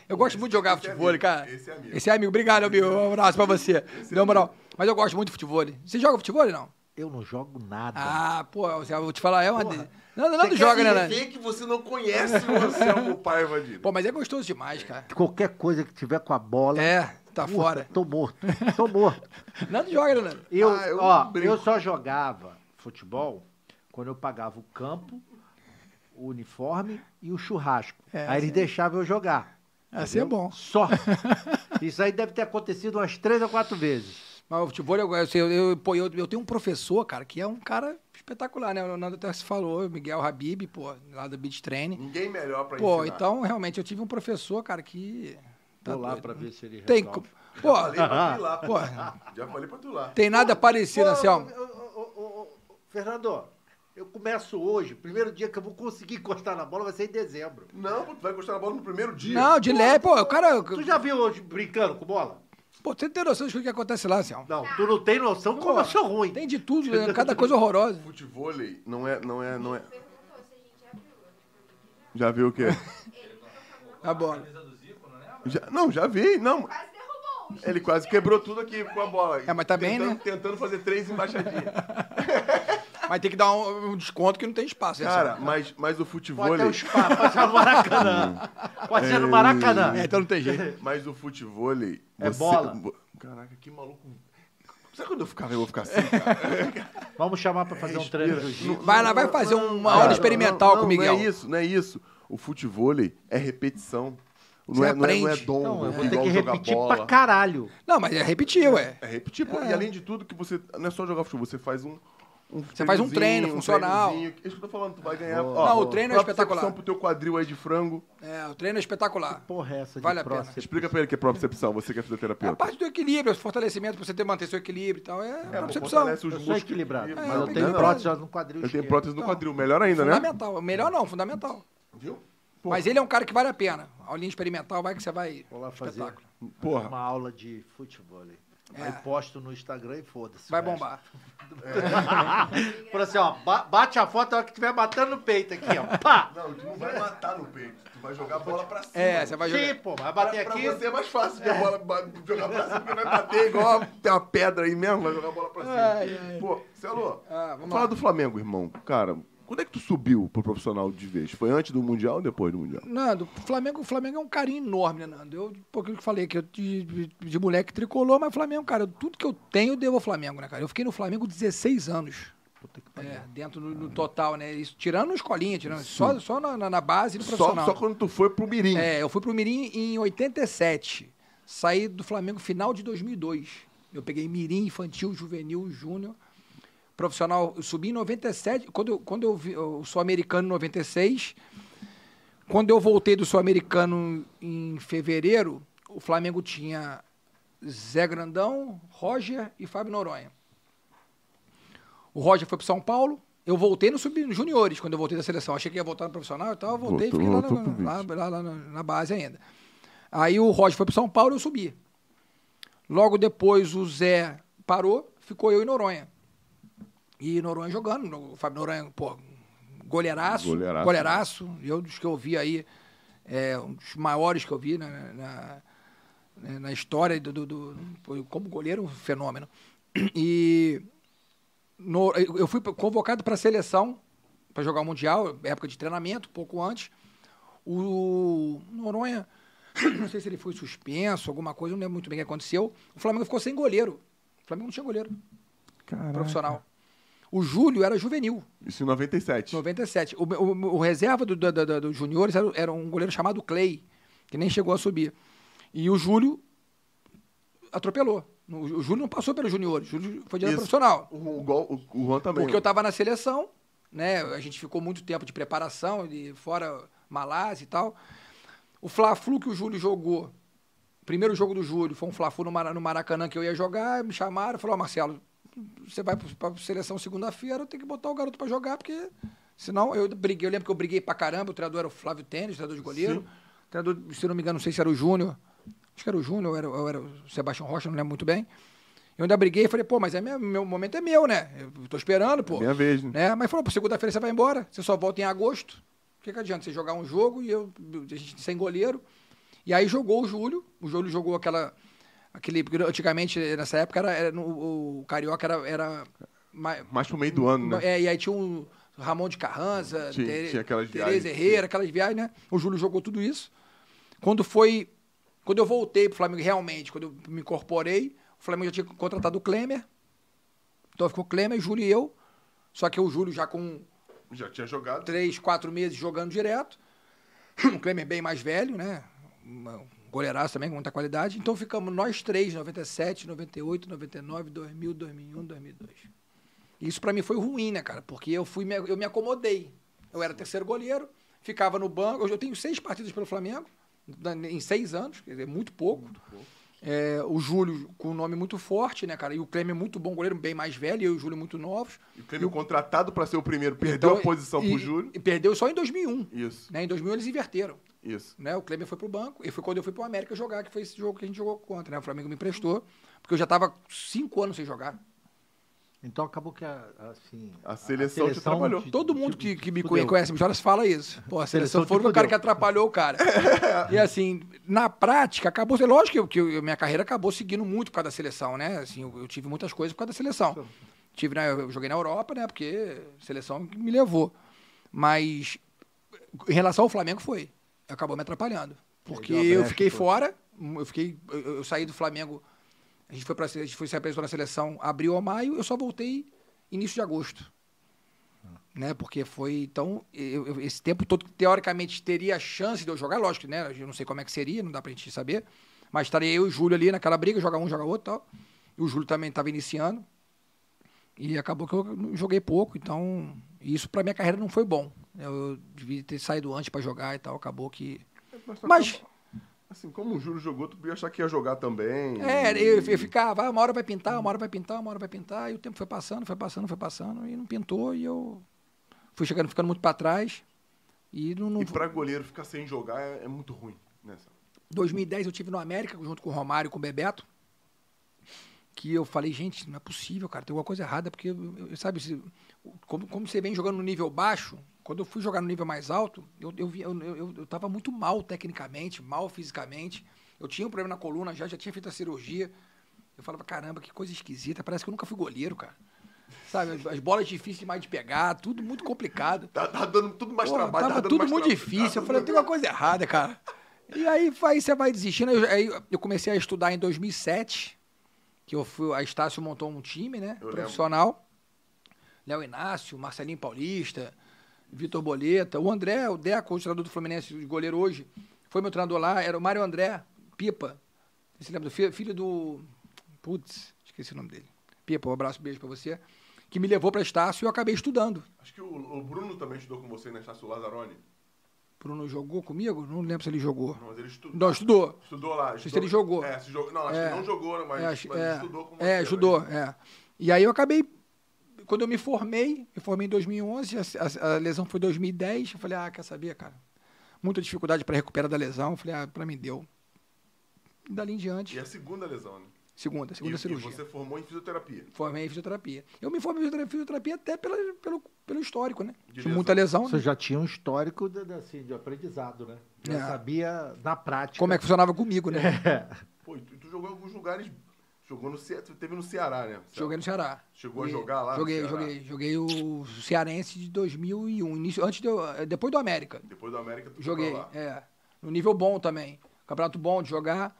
Speaker 3: eu gosto muito de jogar
Speaker 1: esse é
Speaker 3: futebol,
Speaker 1: amigo,
Speaker 3: cara.
Speaker 1: esse é amigo.
Speaker 3: Esse é amigo. Obrigado, amigo. Um abraço pra você. Deu moral. Mas eu gosto muito de futebol. Você joga futebol não?
Speaker 2: Eu não jogo nada.
Speaker 3: Ah, pô, eu vou te falar, é uma.
Speaker 2: Porra.
Speaker 3: de- Nada, nada joga, né, Nando?
Speaker 1: Quem que você não conhece o
Speaker 3: *laughs*
Speaker 1: Anselmo Paiva de
Speaker 3: Pô, mas é gostoso demais, cara.
Speaker 2: Qualquer coisa que tiver com a bola.
Speaker 3: É, tá
Speaker 2: puta,
Speaker 3: fora.
Speaker 2: Tô morto. Tô
Speaker 3: *laughs*
Speaker 2: morto.
Speaker 3: Nada joga, né, Nando?
Speaker 2: Eu,
Speaker 1: Ah, eu
Speaker 2: ó,
Speaker 1: brinco.
Speaker 2: eu só jogava futebol quando eu pagava o campo, o uniforme e o churrasco.
Speaker 3: É,
Speaker 2: aí eles deixavam eu jogar.
Speaker 3: Assim é bom. *laughs*
Speaker 2: Só. Isso aí deve ter acontecido umas três ou quatro vezes.
Speaker 3: Mas o futebol, eu, eu, eu, eu, pô, eu, eu tenho um professor, cara, que é um cara espetacular, né? O Nando até se falou, o Miguel Habib, pô, lá do Beach Training.
Speaker 1: Ninguém melhor pra
Speaker 3: Pô,
Speaker 1: ensinar.
Speaker 3: então, realmente, eu tive um professor, cara, que...
Speaker 2: Vou lá
Speaker 3: Tá doido. né?
Speaker 2: pra ver se ele
Speaker 3: Tem...
Speaker 2: resolve.
Speaker 3: co- Pô,
Speaker 1: Falei pra tu ir lá.
Speaker 3: *laughs* Pô.
Speaker 1: Já falei pra tu ir lá.
Speaker 3: tem nada parecido, assim,
Speaker 2: Pô,
Speaker 3: Anselmo.
Speaker 2: ô, ô, ô, ô, ô, Fernando, eu começo hoje. Primeiro dia que eu vou conseguir encostar na bola vai ser em dezembro.
Speaker 1: Não, pô, tu vai encostar na bola no primeiro dia.
Speaker 3: Não, de leve, pô, o cara...
Speaker 2: Tu já viu hoje brincando com bola?
Speaker 3: Pô, você tem noção do que acontece lá, Anselmo?
Speaker 2: Não, tu não tem noção como eu sou ruim.
Speaker 3: Tem de tudo, né? cada coisa horrorosa.
Speaker 1: Futevôlei não é, não é, não é.
Speaker 6: Perguntou se a gente já viu. Eu respondi que já.
Speaker 1: Já viu o quê?
Speaker 3: Na bola.
Speaker 5: Camisa do Zico, não lembra?
Speaker 1: Já- não, já vi, não.
Speaker 6: Quase derrubou os.
Speaker 1: Ele quase quebrou tudo aqui com a bola.
Speaker 3: É, mas tá bem,
Speaker 1: tentando,
Speaker 3: né?
Speaker 1: Tentando fazer três
Speaker 3: *laughs*
Speaker 1: embaixadinhas.
Speaker 3: Mas tem que dar um, um desconto que não tem espaço, né,
Speaker 1: Cara,
Speaker 3: Anselmo?
Speaker 1: mas, mas o futebol,
Speaker 2: Pode ter um espaço, pode ser no
Speaker 3: *laughs*
Speaker 2: Maracanã. Pode ser no Maracanã.
Speaker 3: É, então não tem jeito.
Speaker 1: mas o futebol, você...
Speaker 2: É bola.
Speaker 1: bo- Caraca, que maluco. Sabe quando eu ficava, eu vou ficar assim, cara?
Speaker 2: Vamos chamar pra fazer um treino de jiu-jitsu.
Speaker 3: Vai lá, vai fazer uma aula experimental com o Miguel.
Speaker 1: Não é isso, não é isso. O futebol é repetição. Não
Speaker 3: Você
Speaker 1: é, não é, não é
Speaker 3: aprende.
Speaker 1: dom,
Speaker 2: Não, Então, eu vou
Speaker 1: igual
Speaker 2: ter que
Speaker 1: jogar
Speaker 2: repetir
Speaker 1: bola.
Speaker 2: pra caralho.
Speaker 3: Não, mas é repetir, ué.
Speaker 1: É repetir, pô. E além de tudo, que você. Não é só jogar futebol, você faz um. um
Speaker 3: Você faz um treino
Speaker 1: treinozinho,
Speaker 3: funcional.
Speaker 1: treinozinho. É isso que eu tô falando, tu vai ganhar.
Speaker 2: Boa.
Speaker 1: ó,
Speaker 3: Não, o treino é
Speaker 1: própria
Speaker 3: espetacular.
Speaker 1: Propcepção pro teu quadril aí de frango.
Speaker 3: É, o treino é espetacular.
Speaker 2: Porra, essa de
Speaker 3: Vale a
Speaker 2: próximo.
Speaker 3: pena.
Speaker 1: Explica pra ele que é propriocepção, você que é
Speaker 3: É a
Speaker 1: fisioterapeuta.
Speaker 3: parte do equilíbrio, o fortalecimento pra você ter, manter seu equilíbrio e tal. É,
Speaker 1: É,
Speaker 3: uma
Speaker 1: pô,
Speaker 3: percepção.
Speaker 1: fortalece os
Speaker 2: Eu sou
Speaker 1: músculos.
Speaker 2: equilibrado,
Speaker 1: É,
Speaker 2: mas eu
Speaker 1: não,
Speaker 2: tenho
Speaker 1: não.
Speaker 2: prótese no quadril
Speaker 1: Eu tenho
Speaker 2: esquerdo.
Speaker 1: prótese no quadril, melhor ainda, né?
Speaker 3: Fundamental. Melhor não, fundamental.
Speaker 1: Viu?
Speaker 3: Mas ele é um cara que vale a pena. Aulinha experimental, vai que você vai.
Speaker 2: Vou lá fazer
Speaker 3: Espetáculo.
Speaker 1: Porra.
Speaker 2: uma aula de futebol. aí.
Speaker 3: É.
Speaker 2: Aí posto no Instagram e foda-se.
Speaker 3: Vai
Speaker 2: o resto.
Speaker 3: bombar.
Speaker 2: *laughs* Fala assim, ó, ba- bate a foto a hora que tiver batendo no peito aqui, ó. Pá!
Speaker 1: Não, tu não vai matar no peito. Tu vai jogar a bola pra cima.
Speaker 3: É, você vai
Speaker 2: Sim,
Speaker 3: jogar.
Speaker 2: pô, tipo, vai bater
Speaker 1: pra,
Speaker 2: aqui.
Speaker 1: pra você é mais fácil de a bola ba- jogar pra cima, porque vai bater igual a- tem uma pedra aí mesmo, vai jogar a bola pra cima.
Speaker 3: Ai, ai.
Speaker 1: Pô, Celô,
Speaker 3: Ah, vamos
Speaker 1: falar
Speaker 3: lá.
Speaker 1: do Flamengo, irmão. Cara, quando é que tu subiu pro profissional de vez? Foi antes do Mundial ou depois do Mundial?
Speaker 3: Nando, o Flamengo, o Flamengo é um carinho enorme, né, Nando? Eu, um pouquinho que eu falei, que eu de, de- de moleque tricolor, mas Flamengo, cara, tudo que eu tenho eu devo ao Flamengo, né, cara? Eu fiquei no Flamengo 16 anos. É, dentro no, no total, né? Isso, tirando os colinhas, tirando, só, só na, na- na base do
Speaker 1: Só,
Speaker 3: profissional. né?
Speaker 1: só quando tu foi pro Mirim.
Speaker 3: É, eu fui pro Mirim em 87. Saí do Flamengo final de 2002. Eu peguei Mirim, Infantil, Juvenil, Júnior. Profissional, eu subi em 97. Quando eu, quando eu, vi- eu sou americano em 96. Quando eu voltei do Sul-Americano em fevereiro, o Flamengo tinha Zé Grandão, Roger e Fábio Noronha. O Roger foi pro São Paulo. Eu voltei no sub nos juniores quando eu voltei da seleção. Achei que ia voltar no profissional e tal. Eu voltei e
Speaker 1: Voltou,
Speaker 3: fiquei lá, na-
Speaker 1: voltou pro
Speaker 3: lá- lá- lá na, na base ainda. Aí o Roger foi pro São Paulo e eu subi. Logo depois o Zé parou, ficou eu e Noronha. E Noronha jogando. O Fábio Noronha, pô, goleiraço.
Speaker 1: Goleiraço.
Speaker 3: Goleiraço. né? Eu dos que eu vi aí, é, um dos maiores que eu vi na, na, né, na história do, do- do- pô, Como goleiro, um fenômeno. E no- eu eu fui convocado para a seleção para jogar o Mundial, época de treinamento, pouco antes. O Noronha, não sei se ele foi suspenso, alguma coisa, não lembro muito bem o que aconteceu. O Flamengo ficou sem goleiro. O Flamengo não tinha goleiro profissional. O Júlio era juvenil,
Speaker 1: Isso em 97.
Speaker 3: 97. O, o- o reserva do- da- da- da- dos juniores era, era um goleiro chamado Clay, que nem chegou a subir. E o Júlio atropelou. O, o Júlio não passou pelos juniores, o Júlio foi direto
Speaker 1: Isso.
Speaker 3: profissional.
Speaker 1: O, o, gol- o, o Juan também.
Speaker 3: Porque eu tava na seleção, né? A gente ficou muito tempo de preparação, de fora Malásia e tal. O Fla-Flu que o Júlio jogou Primeiro jogo do Júlio foi um Fla-Flu no, Mara- no Maracanã que eu ia jogar, me chamaram, falaram, ó, Marcelo, você vai pro- pra seleção segunda-feira, eu tenho que botar o garoto pra jogar, porque senão eu briguei, eu lembro que eu briguei pra caramba, o treinador era o Flávio Tênis, treinador de goleiro, o treinador, se não me engano, não sei se era o Júnior, acho que era o Júnior, ou era, ou era o Sebastião Rocha, não lembro muito bem, eu ainda briguei e falei, pô, mas é meu, meu momento é meu, né? Eu tô esperando, pô.
Speaker 1: Minha vez, né?
Speaker 3: né? Mas falou, pô, segunda-feira você vai embora, você só volta em agosto. O que, que adianta você jogar um jogo e eu, a gente sem goleiro? E aí jogou o Júlio, o Júlio jogou aquela. Aquele, porque antigamente, nessa época, era, era no- o, Carioca era. era ma-
Speaker 1: Mais pro meio do ano, né?
Speaker 3: é, e aí tinha um Ramon de Carranza,
Speaker 1: Tinha-
Speaker 3: Tere-
Speaker 1: tinha aquelas
Speaker 3: Tereza
Speaker 1: viagens,
Speaker 3: Herrera, aquelas viagens, né? O Júlio jogou tudo isso. Quando foi. Quando eu voltei pro Flamengo, realmente, quando eu me incorporei, o Flamengo já tinha contratado o Klemer. Então ficou Klemer, Júlio e eu. Só que o Júlio já com
Speaker 1: Já tinha jogado.
Speaker 3: três, quatro meses jogando direto. *clears throat* O Klemer bem mais velho, né? Um goleiraço também, com muita qualidade. Então ficamos nós três, 97, 98, 99, 2000, 2001, 2002. Isso pra mim foi ruim, né, cara? Porque eu fui, me- eu me acomodei. Eu era terceiro goleiro, ficava no banco. Hoje eu tenho seis partidas pelo Flamengo da- em seis anos, quer dizer, muito pouco. É, o Júlio com um nome muito forte, né, cara? E o Klemer muito bom goleiro, bem mais velho, e eu e o Júlio muito novos. Então,
Speaker 1: E o Clêmio contratado pra ser o primeiro. Perdeu a posição
Speaker 3: e,
Speaker 1: pro Júlio.
Speaker 3: E perdeu só em 2001.
Speaker 1: Isso,
Speaker 3: Né? Em 2000 eles inverteram.
Speaker 1: isso.
Speaker 3: Né? O Kleber foi pro banco e foi quando eu fui pro América jogar, que foi esse jogo que a gente jogou contra. Né? O Flamengo me emprestou, porque eu já tava cinco anos sem jogar.
Speaker 2: Então acabou que a, assim,
Speaker 1: A seleção te trabalhou.
Speaker 3: Todo mundo que,
Speaker 2: tipo
Speaker 3: que me
Speaker 2: Fudeu.
Speaker 3: conhece, me chora, fala isso. Pô, a seleção
Speaker 2: Seleção te
Speaker 3: foi o único cara
Speaker 2: fudeu.
Speaker 3: que atrapalhou
Speaker 2: *laughs*
Speaker 3: o cara. e assim, na prática, acabou. Lógico que, eu- que eu- minha carreira acabou seguindo muito por causa da seleção, né? Assim, eu, eu tive muitas coisas por causa da seleção. Tive, na- eu joguei na Europa, né? Porque a seleção que me levou. Mas em relação ao Flamengo foi. Acabou me atrapalhando. Porque
Speaker 2: Perdeu a
Speaker 3: eu
Speaker 2: brecha,
Speaker 3: fiquei
Speaker 2: pô.
Speaker 3: fora, eu fiquei. Eu, eu saí do Flamengo. A gente foi para foi se apresentou na seleção abril ou maio, eu só voltei início de agosto né? Porque foi, então, eu- eu- esse tempo todo, que, teoricamente, teria a chance de eu jogar, lógico, né? Eu não sei como é que seria, não dá pra gente saber. Mas estaria eu e o Júlio ali naquela briga, joga um, joga outro e tal. E o Júlio também estava iniciando. E acabou que eu joguei pouco, então isso pra minha carreira não foi bom. Eu devia ter saído antes pra jogar e tal, acabou que. Mas,
Speaker 1: tá Assim, como o Júlio jogou, tu ia achar que ia jogar também.
Speaker 3: é, eu, eu ficava, ah, uma hora vai pintar, uma hora vai pintar, uma hora vai pintar, e o tempo foi passando, foi passando, foi passando, e não pintou, e eu fui chegando, ficando muito pra trás. E não, não
Speaker 1: E pra goleiro ficar sem jogar é, é muito ruim. Né? sabe?
Speaker 3: 2010 eu tive no América, junto com o Romário e com o Bebeto, que eu falei, gente, não é possível, cara, tem alguma coisa errada, porque, eu- eu- sabe, se- como, como você vem jogando no nível baixo, quando eu fui jogar no nível mais alto, eu, eu, vi- eu, eu, eu- eu tava muito mal tecnicamente, mal fisicamente, eu tinha um problema na coluna já, já tinha feito a cirurgia, eu falava, caramba, que coisa esquisita, parece que eu nunca fui goleiro, cara. Sabe, as- as bolas difíceis demais de pegar, tudo muito complicado.
Speaker 1: Tá, tá dando tudo mais
Speaker 3: Pô,
Speaker 1: trabalho. tá
Speaker 3: Tava
Speaker 1: dando
Speaker 3: tudo
Speaker 1: mais
Speaker 3: muito
Speaker 1: trabalho.
Speaker 3: difícil. Eu falei, tem uma coisa errada, cara. E aí, vai- você vai desistindo. Eu, aí eu comecei a estudar em 2007, que eu fui, a Estácio montou um time, né?
Speaker 1: Eu
Speaker 3: profissional. Léo Inácio, Marcelinho Paulista, Vitor Boleta, o André, o Deco, o treinador do Fluminense, de goleiro hoje, foi meu treinador lá, era o Mário André Pipa. Você lembra do filho, filho do. Putz, esqueci o nome dele. Pipa, um abraço, beijo pra você. Que me levou pra Estácio e eu acabei estudando.
Speaker 1: Acho que o, o Bruno também estudou com você, né? Estácio Lazzaroni.
Speaker 3: Bruno jogou comigo? Não lembro se ele jogou.
Speaker 1: Não, mas ele estudou.
Speaker 3: Não, estudou.
Speaker 1: Estudou lá.
Speaker 3: sei se ele jogou.
Speaker 1: É, se jogou. Não, acho
Speaker 3: É.
Speaker 1: que não jogou, né, mas,
Speaker 3: é, acho-
Speaker 1: mas
Speaker 3: é,
Speaker 1: estudou com você.
Speaker 3: é,
Speaker 1: né?
Speaker 3: ajudou, é. E aí eu acabei, quando eu me formei, me formei em 2011, a, a- a lesão foi em 2010, eu falei, ah, quer saber, cara? Muita dificuldade para recuperar da lesão, eu falei, ah, pra mim deu. E dali em diante,
Speaker 1: E a segunda lesão, né?
Speaker 3: segunda, segunda
Speaker 1: e,
Speaker 3: cirurgia.
Speaker 1: E você formou em fisioterapia.
Speaker 3: Formei em fisioterapia. Eu me formei em fisioterapia, fisioterapia até pela, pelo, pelo histórico, né?
Speaker 1: De
Speaker 3: Tive
Speaker 1: lesão.
Speaker 3: muita lesão,
Speaker 2: Você
Speaker 3: né?
Speaker 2: já tinha um histórico de, de, assim, de aprendizado, né? Já
Speaker 3: É.
Speaker 2: sabia na prática.
Speaker 3: Como é que funcionava comigo, né?
Speaker 1: Pô, e tu, tu jogou em alguns lugares. Jogou no Ceará. Teve no Ceará, né?
Speaker 3: Joguei no Ceará.
Speaker 1: Chegou a
Speaker 3: Joguei-
Speaker 1: jogar lá no
Speaker 3: Joguei,
Speaker 1: Ceará?
Speaker 3: joguei. Joguei o Cearense de 2001, início, antes de, eu- eh, depois do América.
Speaker 1: Depois do América, tu foi
Speaker 3: Joguei,
Speaker 1: pra lá.
Speaker 3: é. No nível bom também. Campeonato bom de jogar.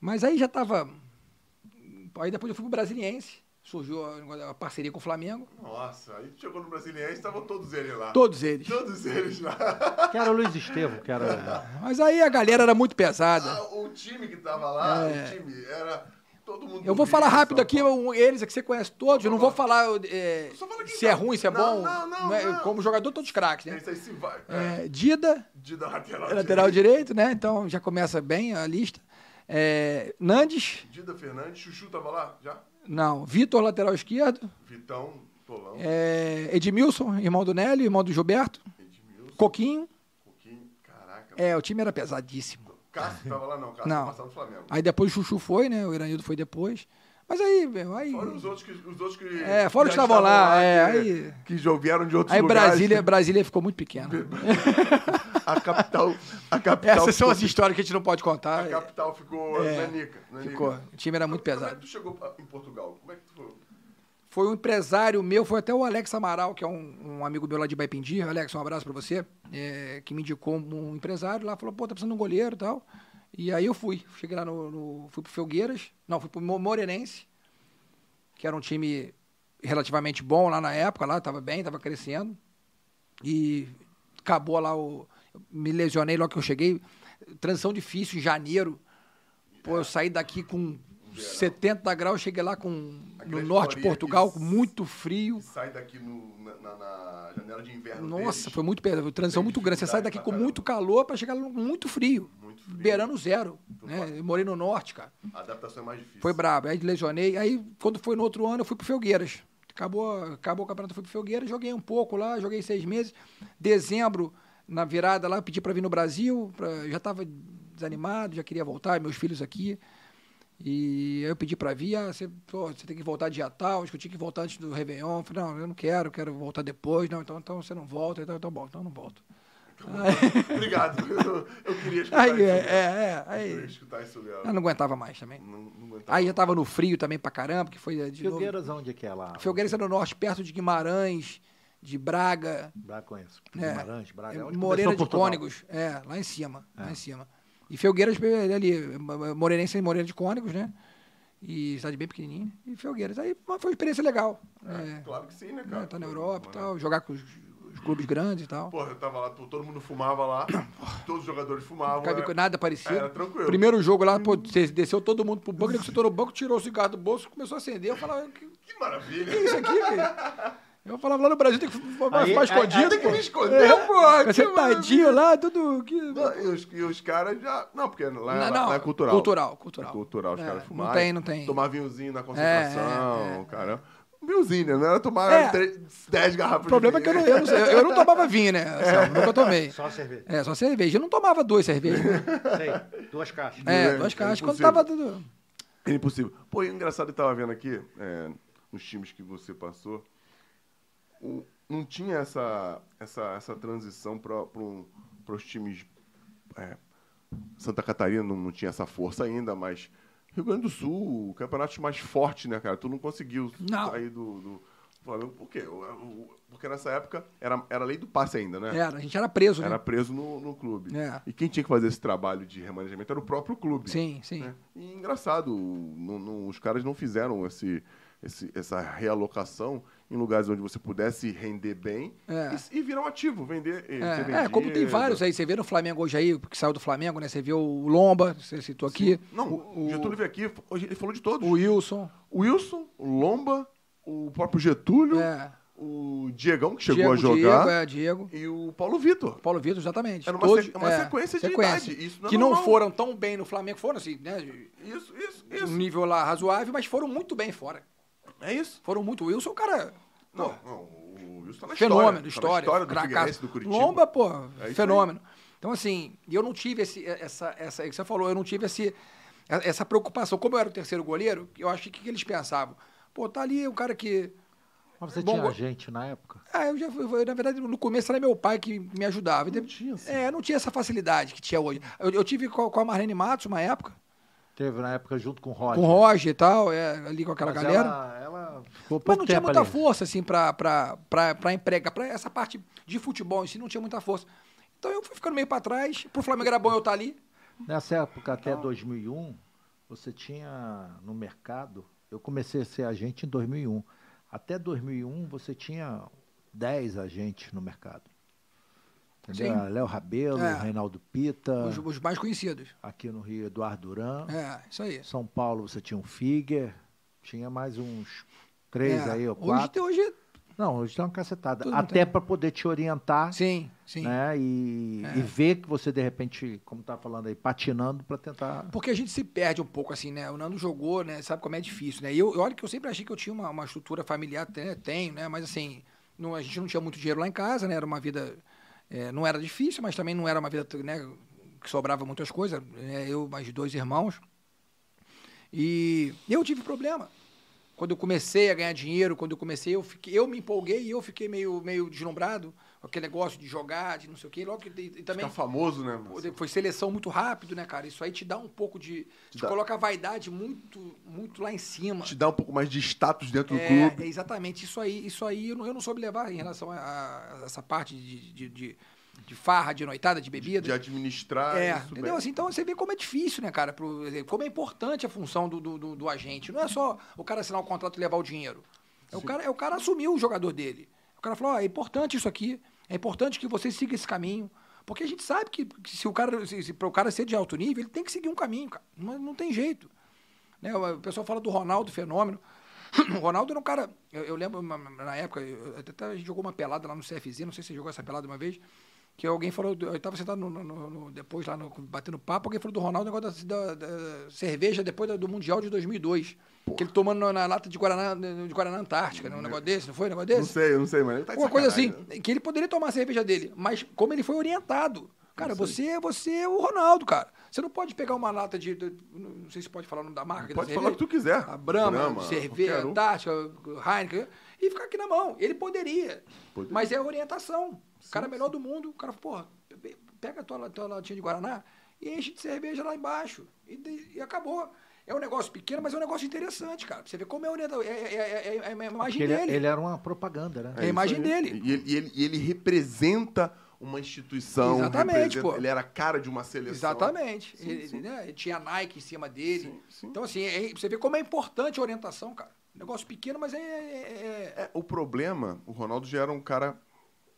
Speaker 3: Mas aí já tava. Aí depois eu fui pro Brasiliense. Surgiu a a parceria com o Flamengo.
Speaker 1: Nossa, aí tu chegou no Brasiliense, estavam todos eles lá.
Speaker 3: Todos eles.
Speaker 1: Todos eles lá.
Speaker 2: Que era o Luiz Estevam,
Speaker 3: *laughs*
Speaker 2: que era...
Speaker 3: Mas aí a galera era muito pesada.
Speaker 1: Ah, O time que tava lá,
Speaker 3: É.
Speaker 1: o time era todo mundo.
Speaker 3: Eu vou
Speaker 1: do
Speaker 3: falar
Speaker 1: Rio,
Speaker 3: rápido
Speaker 1: São
Speaker 3: aqui,
Speaker 1: Paulo.
Speaker 3: um- eles é que você conhece todos. Eu não vou falar é,
Speaker 1: Só fala quem
Speaker 3: se é
Speaker 1: tá.
Speaker 3: ruim, se é
Speaker 1: Não,
Speaker 3: bom.
Speaker 1: não, não,
Speaker 3: né?
Speaker 1: não.
Speaker 3: Como jogador, todos craques, né?
Speaker 1: Esse aí se vai. É.
Speaker 3: É, Dida,
Speaker 1: De da lateral.
Speaker 3: É lateral direito, né? Então já começa bem a lista. É, Nandes,
Speaker 1: Dida Fernandes, Chuchu tava lá? Já?
Speaker 3: não. Vitor, lateral esquerdo.
Speaker 1: Vitão, Tolão,
Speaker 3: É, Edmilson, irmão do Nélio, irmão do Gilberto.
Speaker 1: Edmilson,
Speaker 3: Coquinho.
Speaker 1: Coquinho. Caraca.
Speaker 3: É, o time era pesadíssimo.
Speaker 1: Cássio tava lá, não. Cássio
Speaker 3: Não.
Speaker 1: não. passava no Flamengo.
Speaker 3: Aí depois o Chuchu foi, né? O Iranildo foi depois. Mas aí, meu, aí.
Speaker 1: Fora os outros que. Os outros que
Speaker 3: É, fora os que
Speaker 1: já
Speaker 3: estavam lá, é,
Speaker 1: que,
Speaker 3: aí-
Speaker 1: que já vieram de outros
Speaker 3: Aí
Speaker 1: lugares.
Speaker 3: Brasília, Brasília ficou muito pequena.
Speaker 1: A capital. A capital
Speaker 3: *laughs* Essas são as
Speaker 1: ficou-
Speaker 3: histórias que a gente não pode contar.
Speaker 1: A capital né? ficou
Speaker 3: É.
Speaker 1: nanica. nanica.
Speaker 3: Ficou. O time era muito
Speaker 1: Como é
Speaker 3: pesado.
Speaker 1: que tu chegou pra- em Portugal? Como é que tu.
Speaker 3: Foi um empresário meu, foi até o Alex Amaral, que é um, um amigo meu lá de Baipindi. Alex, um abraço pra você. é, que me indicou um empresário lá, falou, pô, tá precisando de um goleiro e tal. E aí eu fui. Cheguei lá no. no- fui pro Felgueiras. Não, fui pro Mo- Morenense, que era um time relativamente bom lá na época, lá, tava bem, tava crescendo. E acabou lá o. eu Me lesionei logo que eu cheguei. Transição difícil em janeiro. Pô, eu saí daqui com 70 graus, cheguei lá com no
Speaker 1: grande
Speaker 3: norte de
Speaker 1: Maria
Speaker 3: Portugal,
Speaker 1: que-
Speaker 3: com muito frio.
Speaker 1: E sai daqui no, na, na- na janela de inverno.
Speaker 3: Nossa,
Speaker 1: deles?
Speaker 3: foi muito pesado. Transição
Speaker 1: Tem
Speaker 3: muito grande. Você sai
Speaker 1: dificuldade
Speaker 3: daqui
Speaker 1: pra
Speaker 3: com
Speaker 1: caramba.
Speaker 3: muito calor para chegar lá com muito frio.
Speaker 1: Muito frio.
Speaker 3: Beirando zero.
Speaker 1: Então,
Speaker 3: Né? Eu morei no norte, cara.
Speaker 1: A adaptação é mais difícil.
Speaker 3: Foi brabo. Aí lesionei. Aí, quando foi no outro ano, eu fui pro Felgueiras. Acabou, acabou o campeonato, eu fui pro Felgueiras, joguei um pouco lá, joguei seis meses. Dezembro, na virada lá, eu pedi pra vir no Brasil. pra- eu já tava desanimado, já queria voltar, meus filhos aqui. E aí eu pedi pra vir, ah, você, pô, você tem que voltar dia tal, acho que eu tinha que voltar antes do Réveillon. Eu falei, não, eu não quero, eu quero voltar depois. Não, então, então você não volta, então, então bom, então eu não volto.
Speaker 1: *laughs* Obrigado. Eu, eu
Speaker 3: *laughs*
Speaker 1: queria escutar
Speaker 3: Aí,
Speaker 1: isso.
Speaker 3: é, é, é,
Speaker 1: Eu queria
Speaker 3: aí
Speaker 1: escutar isso dela.
Speaker 3: eu não aguentava mais também.
Speaker 1: Não, não aguentava.
Speaker 3: Aí já tá, tava no frio também pra caramba, que foi eh, de novo.
Speaker 2: Felgueiras, onde é que é lá?
Speaker 3: Felgueiras é no norte, perto de Guimarães, de Braga,
Speaker 2: Braga conheço.
Speaker 3: É.
Speaker 2: Guimarães, Braga.
Speaker 3: é,
Speaker 2: onde
Speaker 3: Moreira de
Speaker 2: começou Portugal?
Speaker 3: Cônegos. É, lá em cima, lá em cima. E Felgueiras é ali, é, Moreirense e Moreira de Cônegos, né? E cidade bem pequenininha. E Felgueiras. Aí mas foi uma experiência legal.
Speaker 1: É,
Speaker 3: né?
Speaker 1: Claro que sim, né, cara?
Speaker 3: Né, tá na Europa e
Speaker 1: Porra,
Speaker 3: tal, jogar com os, os clubes grandes e tal.
Speaker 1: Porra, eu tava lá, todo mundo fumava
Speaker 3: *coughs*
Speaker 1: lá, todos os jogadores fumavam.
Speaker 3: Cabe com
Speaker 1: era-
Speaker 3: nada parecido.
Speaker 1: Era tranquilo.
Speaker 3: Primeiro jogo lá, pô, você desceu todo mundo pro banco, ele sentou no banco, tirou o cigarro do bolso, começou a acender. Eu falava, que que
Speaker 1: Que maravilha.
Speaker 3: é isso aqui, velho? Eu falava lá no Brasil, tem que mais,
Speaker 2: Aí-
Speaker 3: mais
Speaker 2: aí-
Speaker 3: escondido.
Speaker 1: Tem que
Speaker 3: pô.
Speaker 1: me esconder, pô.
Speaker 3: É, Você é
Speaker 1: que
Speaker 3: tadinho lá, tudo. Que...
Speaker 1: é Não, e, os, e os caras já. Não, porque lá, lá-
Speaker 3: Não, não,
Speaker 1: lá é cultural.
Speaker 3: cultural, cultural.
Speaker 1: É cultural, os
Speaker 3: É,
Speaker 1: caras
Speaker 3: não
Speaker 1: fumarem.
Speaker 3: tem, não tem.
Speaker 1: Tomar vinhozinho na concentração,
Speaker 3: É, é, é.
Speaker 1: caramba. Vinhozinho, né? Não era tomar
Speaker 3: É.
Speaker 1: três- dez garrafas
Speaker 3: O problema é
Speaker 1: de
Speaker 3: que eu
Speaker 1: vinho.
Speaker 3: não, eu
Speaker 1: *laughs*
Speaker 3: não, sei, eu não tomava vinho,
Speaker 1: É.
Speaker 3: né? Assim, Nunca tomei.
Speaker 2: Só cerveja.
Speaker 3: É, só cerveja. Eu não tomava duas cervejas. né?
Speaker 2: Sei. Duas caixas.
Speaker 3: É,
Speaker 1: É,
Speaker 3: duas caixas.
Speaker 1: é
Speaker 3: Quando
Speaker 1: impossível.
Speaker 3: tava tudo.
Speaker 1: É impossível. Pô, e engraçado, eu tava vendo aqui, é, nos times que você passou, o- não tinha essa, essa, essa transição para os times. é, Santa Catarina não, não tinha essa força ainda, mas Rio Grande do Sul, o campeonato mais forte, né, cara? Tu não conseguiu
Speaker 3: Não.
Speaker 1: sair do, do Flamengo. Por quê? O- o- Porque nessa época era, era lei do passe ainda, né?
Speaker 3: Era, a gente era preso, né?
Speaker 1: Era preso no, no clube.
Speaker 3: É.
Speaker 1: E quem tinha que fazer esse trabalho de remanejamento era o próprio clube.
Speaker 3: Sim, sim.
Speaker 1: Né? E engraçado, não- não- os caras não fizeram esse- esse- essa realocação em lugares onde você pudesse render bem
Speaker 3: É.
Speaker 1: e, e virar um ativo, vender. e ser
Speaker 3: É, é,
Speaker 1: vendido.
Speaker 3: como tem vários aí. Você vê no Flamengo hoje aí, que saiu do Flamengo, né? Você vê o Lomba, que você citou aqui.
Speaker 1: Não,
Speaker 3: o,
Speaker 1: o, Getúlio veio aqui, hoje ele falou de todos.
Speaker 3: o Wilson.
Speaker 1: O Wilson, o Lomba, o próprio Getúlio,
Speaker 3: É.
Speaker 1: o Diegão, que chegou
Speaker 3: Diego,
Speaker 1: a jogar,
Speaker 3: Diego, é, Diego.
Speaker 1: e o Paulo Vitor.
Speaker 3: Paulo Vitor, exatamente.
Speaker 1: Era uma
Speaker 3: Todos- é,
Speaker 1: sequ- uma sequência de idade, isso não é
Speaker 3: que não
Speaker 1: normal.
Speaker 3: foram tão bem no Flamengo, foram assim, né?
Speaker 1: Isso, isso,
Speaker 3: um
Speaker 1: isso.
Speaker 3: nível lá razoável, mas foram muito bem fora.
Speaker 1: É isso.
Speaker 3: Foram muito. O Wilson, cara,
Speaker 1: Não, não, o Wilson tá na
Speaker 3: Tá. fenômeno,
Speaker 1: história.
Speaker 3: história.
Speaker 1: Tá na história do
Speaker 3: cracaço.
Speaker 1: Figueirense, do Curitiba. É
Speaker 3: Lomba, pô,
Speaker 1: aí.
Speaker 3: fenômeno. Então, assim, eu não tive esse, essa, essa aí que você falou, eu não tive esse, essa preocupação. Como eu era o terceiro goleiro, eu acho que o que que eles pensavam? Pô, tá ali o cara que.
Speaker 2: Mas você
Speaker 3: Bom,
Speaker 2: tinha
Speaker 3: go-
Speaker 2: gente na época?
Speaker 3: Ah, eu já fui, eu, na verdade, no começo era meu pai que me ajudava. Não tinha, É, não tinha essa facilidade que tinha hoje. Eu, eu tive com a, com a Marlene Matos uma época,
Speaker 2: Teve na época junto com o Roger.
Speaker 3: com o Roger e tal, é, ali com aquela
Speaker 2: Mas
Speaker 3: galera.
Speaker 2: Ela, ela ficou pouco
Speaker 3: Mas não tinha
Speaker 2: tempo
Speaker 3: muita
Speaker 2: ali.
Speaker 3: força, assim, pra, pra, pra, pra empregar. Pra essa parte de futebol em si não tinha muita força. Então eu fui ficando meio pra trás. Pro Flamengo era bom eu estar ali.
Speaker 2: Nessa época, até 2001, você tinha no mercado. Eu comecei a ser agente em 2001. Até 2001, você tinha 10 agentes no mercado. Entendeu?
Speaker 3: Sim.
Speaker 2: Léo Rabelo,
Speaker 3: É.
Speaker 2: Reinaldo Pita,
Speaker 3: Os, os mais conhecidos.
Speaker 2: aqui no Rio, Eduardo Duran.
Speaker 3: É, isso aí.
Speaker 2: São Paulo, você tinha um Figer. Tinha mais uns três
Speaker 3: É.
Speaker 2: aí, ou
Speaker 3: hoje, é-
Speaker 2: quatro.
Speaker 3: hoje
Speaker 2: Não, hoje tem uma cacetada.
Speaker 3: Tudo
Speaker 2: Até
Speaker 3: tem.
Speaker 2: para poder te orientar.
Speaker 3: Sim, sim.
Speaker 2: Né? E,
Speaker 3: É.
Speaker 2: e ver que você, de repente, como tá falando aí, patinando para tentar.
Speaker 3: Porque a gente se perde um pouco, assim, né? O Nando jogou, né? Sabe como é difícil, né? E eu, olha que eu sempre achei que eu tinha uma, uma estrutura familiar, até tenho, né? Mas assim, não- a gente não tinha muito dinheiro lá em casa, né? Era uma vida. eh, não era difícil, mas também não era uma vida né, que sobrava muitas coisas. né? Eu, mais dois irmãos. E eu tive problema. Quando eu comecei a ganhar dinheiro, quando eu comecei, eu, fiquei, eu me empolguei e eu fiquei meio, meio deslumbrado com aquele negócio de jogar, de não sei o quê. Logo que, e, e também
Speaker 1: Fica famoso, né? mano?
Speaker 3: foi seleção muito rápido, né, cara? Isso aí te dá um pouco de. Te,
Speaker 1: dá-
Speaker 3: coloca a vaidade muito, muito lá em cima.
Speaker 1: Te dá um pouco mais de status dentro do
Speaker 3: É,
Speaker 1: clube.
Speaker 3: é exatamente. Isso aí, isso aí eu não, eu não soube levar em relação a, a- a essa parte de, de, de, de farra, de noitada, de bebida.
Speaker 1: de administrar
Speaker 3: É,
Speaker 1: isso
Speaker 3: entendeu?
Speaker 1: bem.
Speaker 3: Assim, então você vê como é difícil, né, cara? Pro, como é importante a função do, do, do- do agente. Não é só o cara assinar o contrato e levar o dinheiro. É o, cara, é o cara assumir o jogador dele. O cara falou: ó, é importante isso aqui, é importante que você siga esse caminho. Porque a gente sabe que, que se o cara, se, se, para o cara ser de alto nível, ele tem que seguir um caminho, cara. Não, não tem jeito. Né? O o pessoal fala do Ronaldo fenômeno. *clears throat* O Ronaldo era um cara. Eu, eu lembro uma- na época, eu- até a gente jogou uma pelada lá no CFZ, não sei se você jogou essa pelada uma vez, que alguém falou. do- Eu estava sentado no- no- no- no- depois lá no- batendo papo, alguém falou do Ronaldo, o negócio da, da- da cerveja depois da- do Mundial de 2002. Que ele tomando na, na lata de Guaraná, de Guaraná Antártica, né? um negócio desse, não foi? Um negócio desse?
Speaker 1: Não sei, eu não sei, mas ele tá de
Speaker 3: Uma coisa assim,
Speaker 1: sacanagem, né?
Speaker 3: que ele poderia tomar a cerveja dele, mas como ele foi orientado. Cara, você, você é o Ronaldo, cara. Você não pode pegar uma lata de. de- não não sei se pode falar o nome da marca.
Speaker 1: Pode
Speaker 3: da
Speaker 1: falar o que tu quiser.
Speaker 3: A Brahma,
Speaker 1: Brahma,
Speaker 3: cerveja, tá,
Speaker 1: qualquer um.
Speaker 3: Antártica, Heineken, e ficar aqui na mão. Ele poderia.
Speaker 1: Poderia.
Speaker 3: Mas é orientação. O cara é melhor do mundo, o cara, porra, pe- pega a tua, la- tua latinha de Guaraná e enche de cerveja lá embaixo. E, de- e acabou. É um negócio pequeno, mas é um negócio interessante, cara. Você vê como é a orientação. É, é- é- é- é a imagem
Speaker 2: Porque ele,
Speaker 3: dele.
Speaker 2: ele era uma propaganda, né?
Speaker 1: É
Speaker 3: a
Speaker 1: isso
Speaker 3: imagem
Speaker 1: aí.
Speaker 3: dele.
Speaker 1: E ele, e ele- e ele representa uma instituição.
Speaker 3: Exatamente,
Speaker 1: representa-
Speaker 3: pô.
Speaker 1: Ele era a cara de uma seleção.
Speaker 3: Exatamente.
Speaker 1: Sim,
Speaker 3: ele,
Speaker 1: sim.
Speaker 3: né, ele tinha Nike em cima dele.
Speaker 1: Sim, sim.
Speaker 3: Então, assim, é- você vê como é importante a orientação, cara. Negócio pequeno, mas é. é- é-
Speaker 1: É, o problema, o Ronaldo já era um cara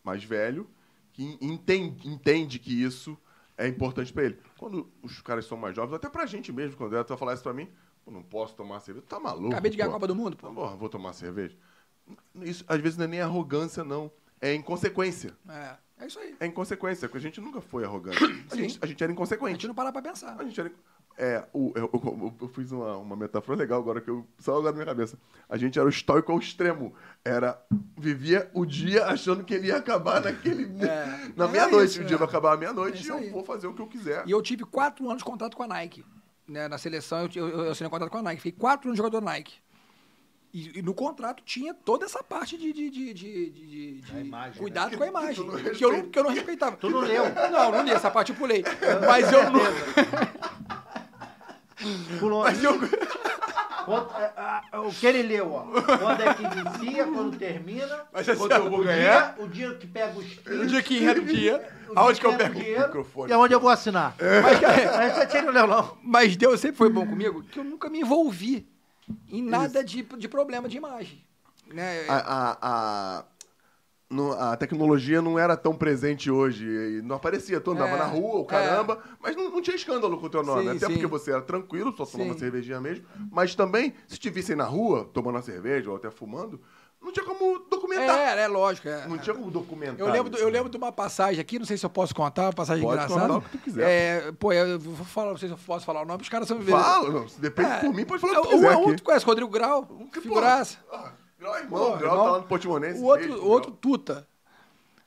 Speaker 1: mais velho que entende, entende que isso é importante pra ele. Quando os caras são mais jovens, até pra gente mesmo, quando ela falar isso pra mim, eu não posso tomar cerveja. Tá maluco?
Speaker 3: Acabei de ganhar a
Speaker 1: pô.
Speaker 3: Copa do Mundo,
Speaker 1: Pô,
Speaker 3: pô.
Speaker 1: porra, Então, vou tomar cerveja. Isso às vezes não é nem arrogância, não. É inconsequência.
Speaker 3: É, é isso aí.
Speaker 1: É inconsequência, porque a gente nunca foi
Speaker 3: *coughs*
Speaker 1: arrogante. A,
Speaker 3: Sim.
Speaker 1: gente, a gente era
Speaker 3: A
Speaker 1: inconsequente.
Speaker 3: gente não para pra pensar.
Speaker 1: A gente era- é, o- eu, eu- eu fiz uma, uma metáfora legal agora que eu só agora na minha cabeça. A gente era o estoico ao extremo. Era. Vivia o dia achando que ele ia acabar naquele.
Speaker 3: É.
Speaker 1: *laughs* na
Speaker 3: É
Speaker 1: meia-noite.
Speaker 3: isso,
Speaker 1: o dia
Speaker 3: é.
Speaker 1: vai acabar à
Speaker 3: É
Speaker 1: meia-noite e
Speaker 3: isso
Speaker 1: eu
Speaker 3: aí.
Speaker 1: vou fazer o que eu quiser.
Speaker 3: E eu tive quatro anos de contrato com a Nike. né? Na seleção, eu, eu, eu assinei um contrato com a Nike. Fiquei quatro anos jogador Nike. E, e no contrato tinha toda essa parte de, de, de, de, de- de- de
Speaker 4: imagem, né?
Speaker 1: *laughs*
Speaker 3: cuidado com a imagem.
Speaker 1: não
Speaker 3: Que, eu não, que eu não respeitava.
Speaker 4: Tu não leu.
Speaker 3: Não, não li. Essa parte eu pulei. Mas
Speaker 4: *laughs*
Speaker 3: eu não. É.
Speaker 4: Pulou. Quanto-
Speaker 2: é,
Speaker 4: a- a- o que ele leu, ó. Quando é que inicia, quando termina.
Speaker 3: Mas assim,
Speaker 4: quando
Speaker 3: eu vou
Speaker 4: o dia-
Speaker 3: ganhar.
Speaker 4: O dia que pega os
Speaker 3: No
Speaker 4: filhos.
Speaker 3: dia que entra o dia,
Speaker 4: o dia
Speaker 3: aonde que eu
Speaker 4: pega o
Speaker 3: pego? É.
Speaker 4: dinheiro,
Speaker 1: microfone.
Speaker 4: E aonde eu vou assinar? Mas, mas você tira o leilão.
Speaker 3: Mas Deus sempre foi bom comigo que eu nunca me envolvi em nada de, de problema de imagem. Né?
Speaker 1: A, a- a- no- a tecnologia não era tão presente hoje. E não aparecia. Tu andava
Speaker 3: É,
Speaker 1: na rua, o caramba. Mas não, não tinha escândalo com o teu nome.
Speaker 3: Sim,
Speaker 1: até
Speaker 3: sim.
Speaker 1: porque você era tranquilo, só tomava
Speaker 3: Sim.
Speaker 1: cervejinha mesmo. Mas também, se te vissem na rua, tomando uma cerveja ou até fumando, não tinha como documentar.
Speaker 3: É, é lógico. É.
Speaker 1: Não tinha como documentar.
Speaker 3: Eu lembro, do-
Speaker 1: isso.
Speaker 3: eu lembro de uma passagem aqui, não sei se eu posso contar, uma passagem
Speaker 1: Pode
Speaker 3: engraçada.
Speaker 1: contar o que tu quiser.
Speaker 3: É, pô, eu vou falar, não sei se eu posso falar o nome, os caras são
Speaker 1: Fala, não, se depende
Speaker 3: É,
Speaker 1: por mim, pode falar
Speaker 3: é,
Speaker 1: o que tu quiser
Speaker 3: Um, um,
Speaker 1: aqui.
Speaker 3: tu conhece Rodrigo Grau,
Speaker 1: Que
Speaker 3: figuraça.
Speaker 1: porra. Ah, Grau é irmão,
Speaker 3: Pô,
Speaker 1: Grau
Speaker 3: irmão.
Speaker 1: tá lá no Portimonense.
Speaker 3: O outro,
Speaker 1: beijo,
Speaker 3: o outro
Speaker 1: Grau.
Speaker 3: Tuta.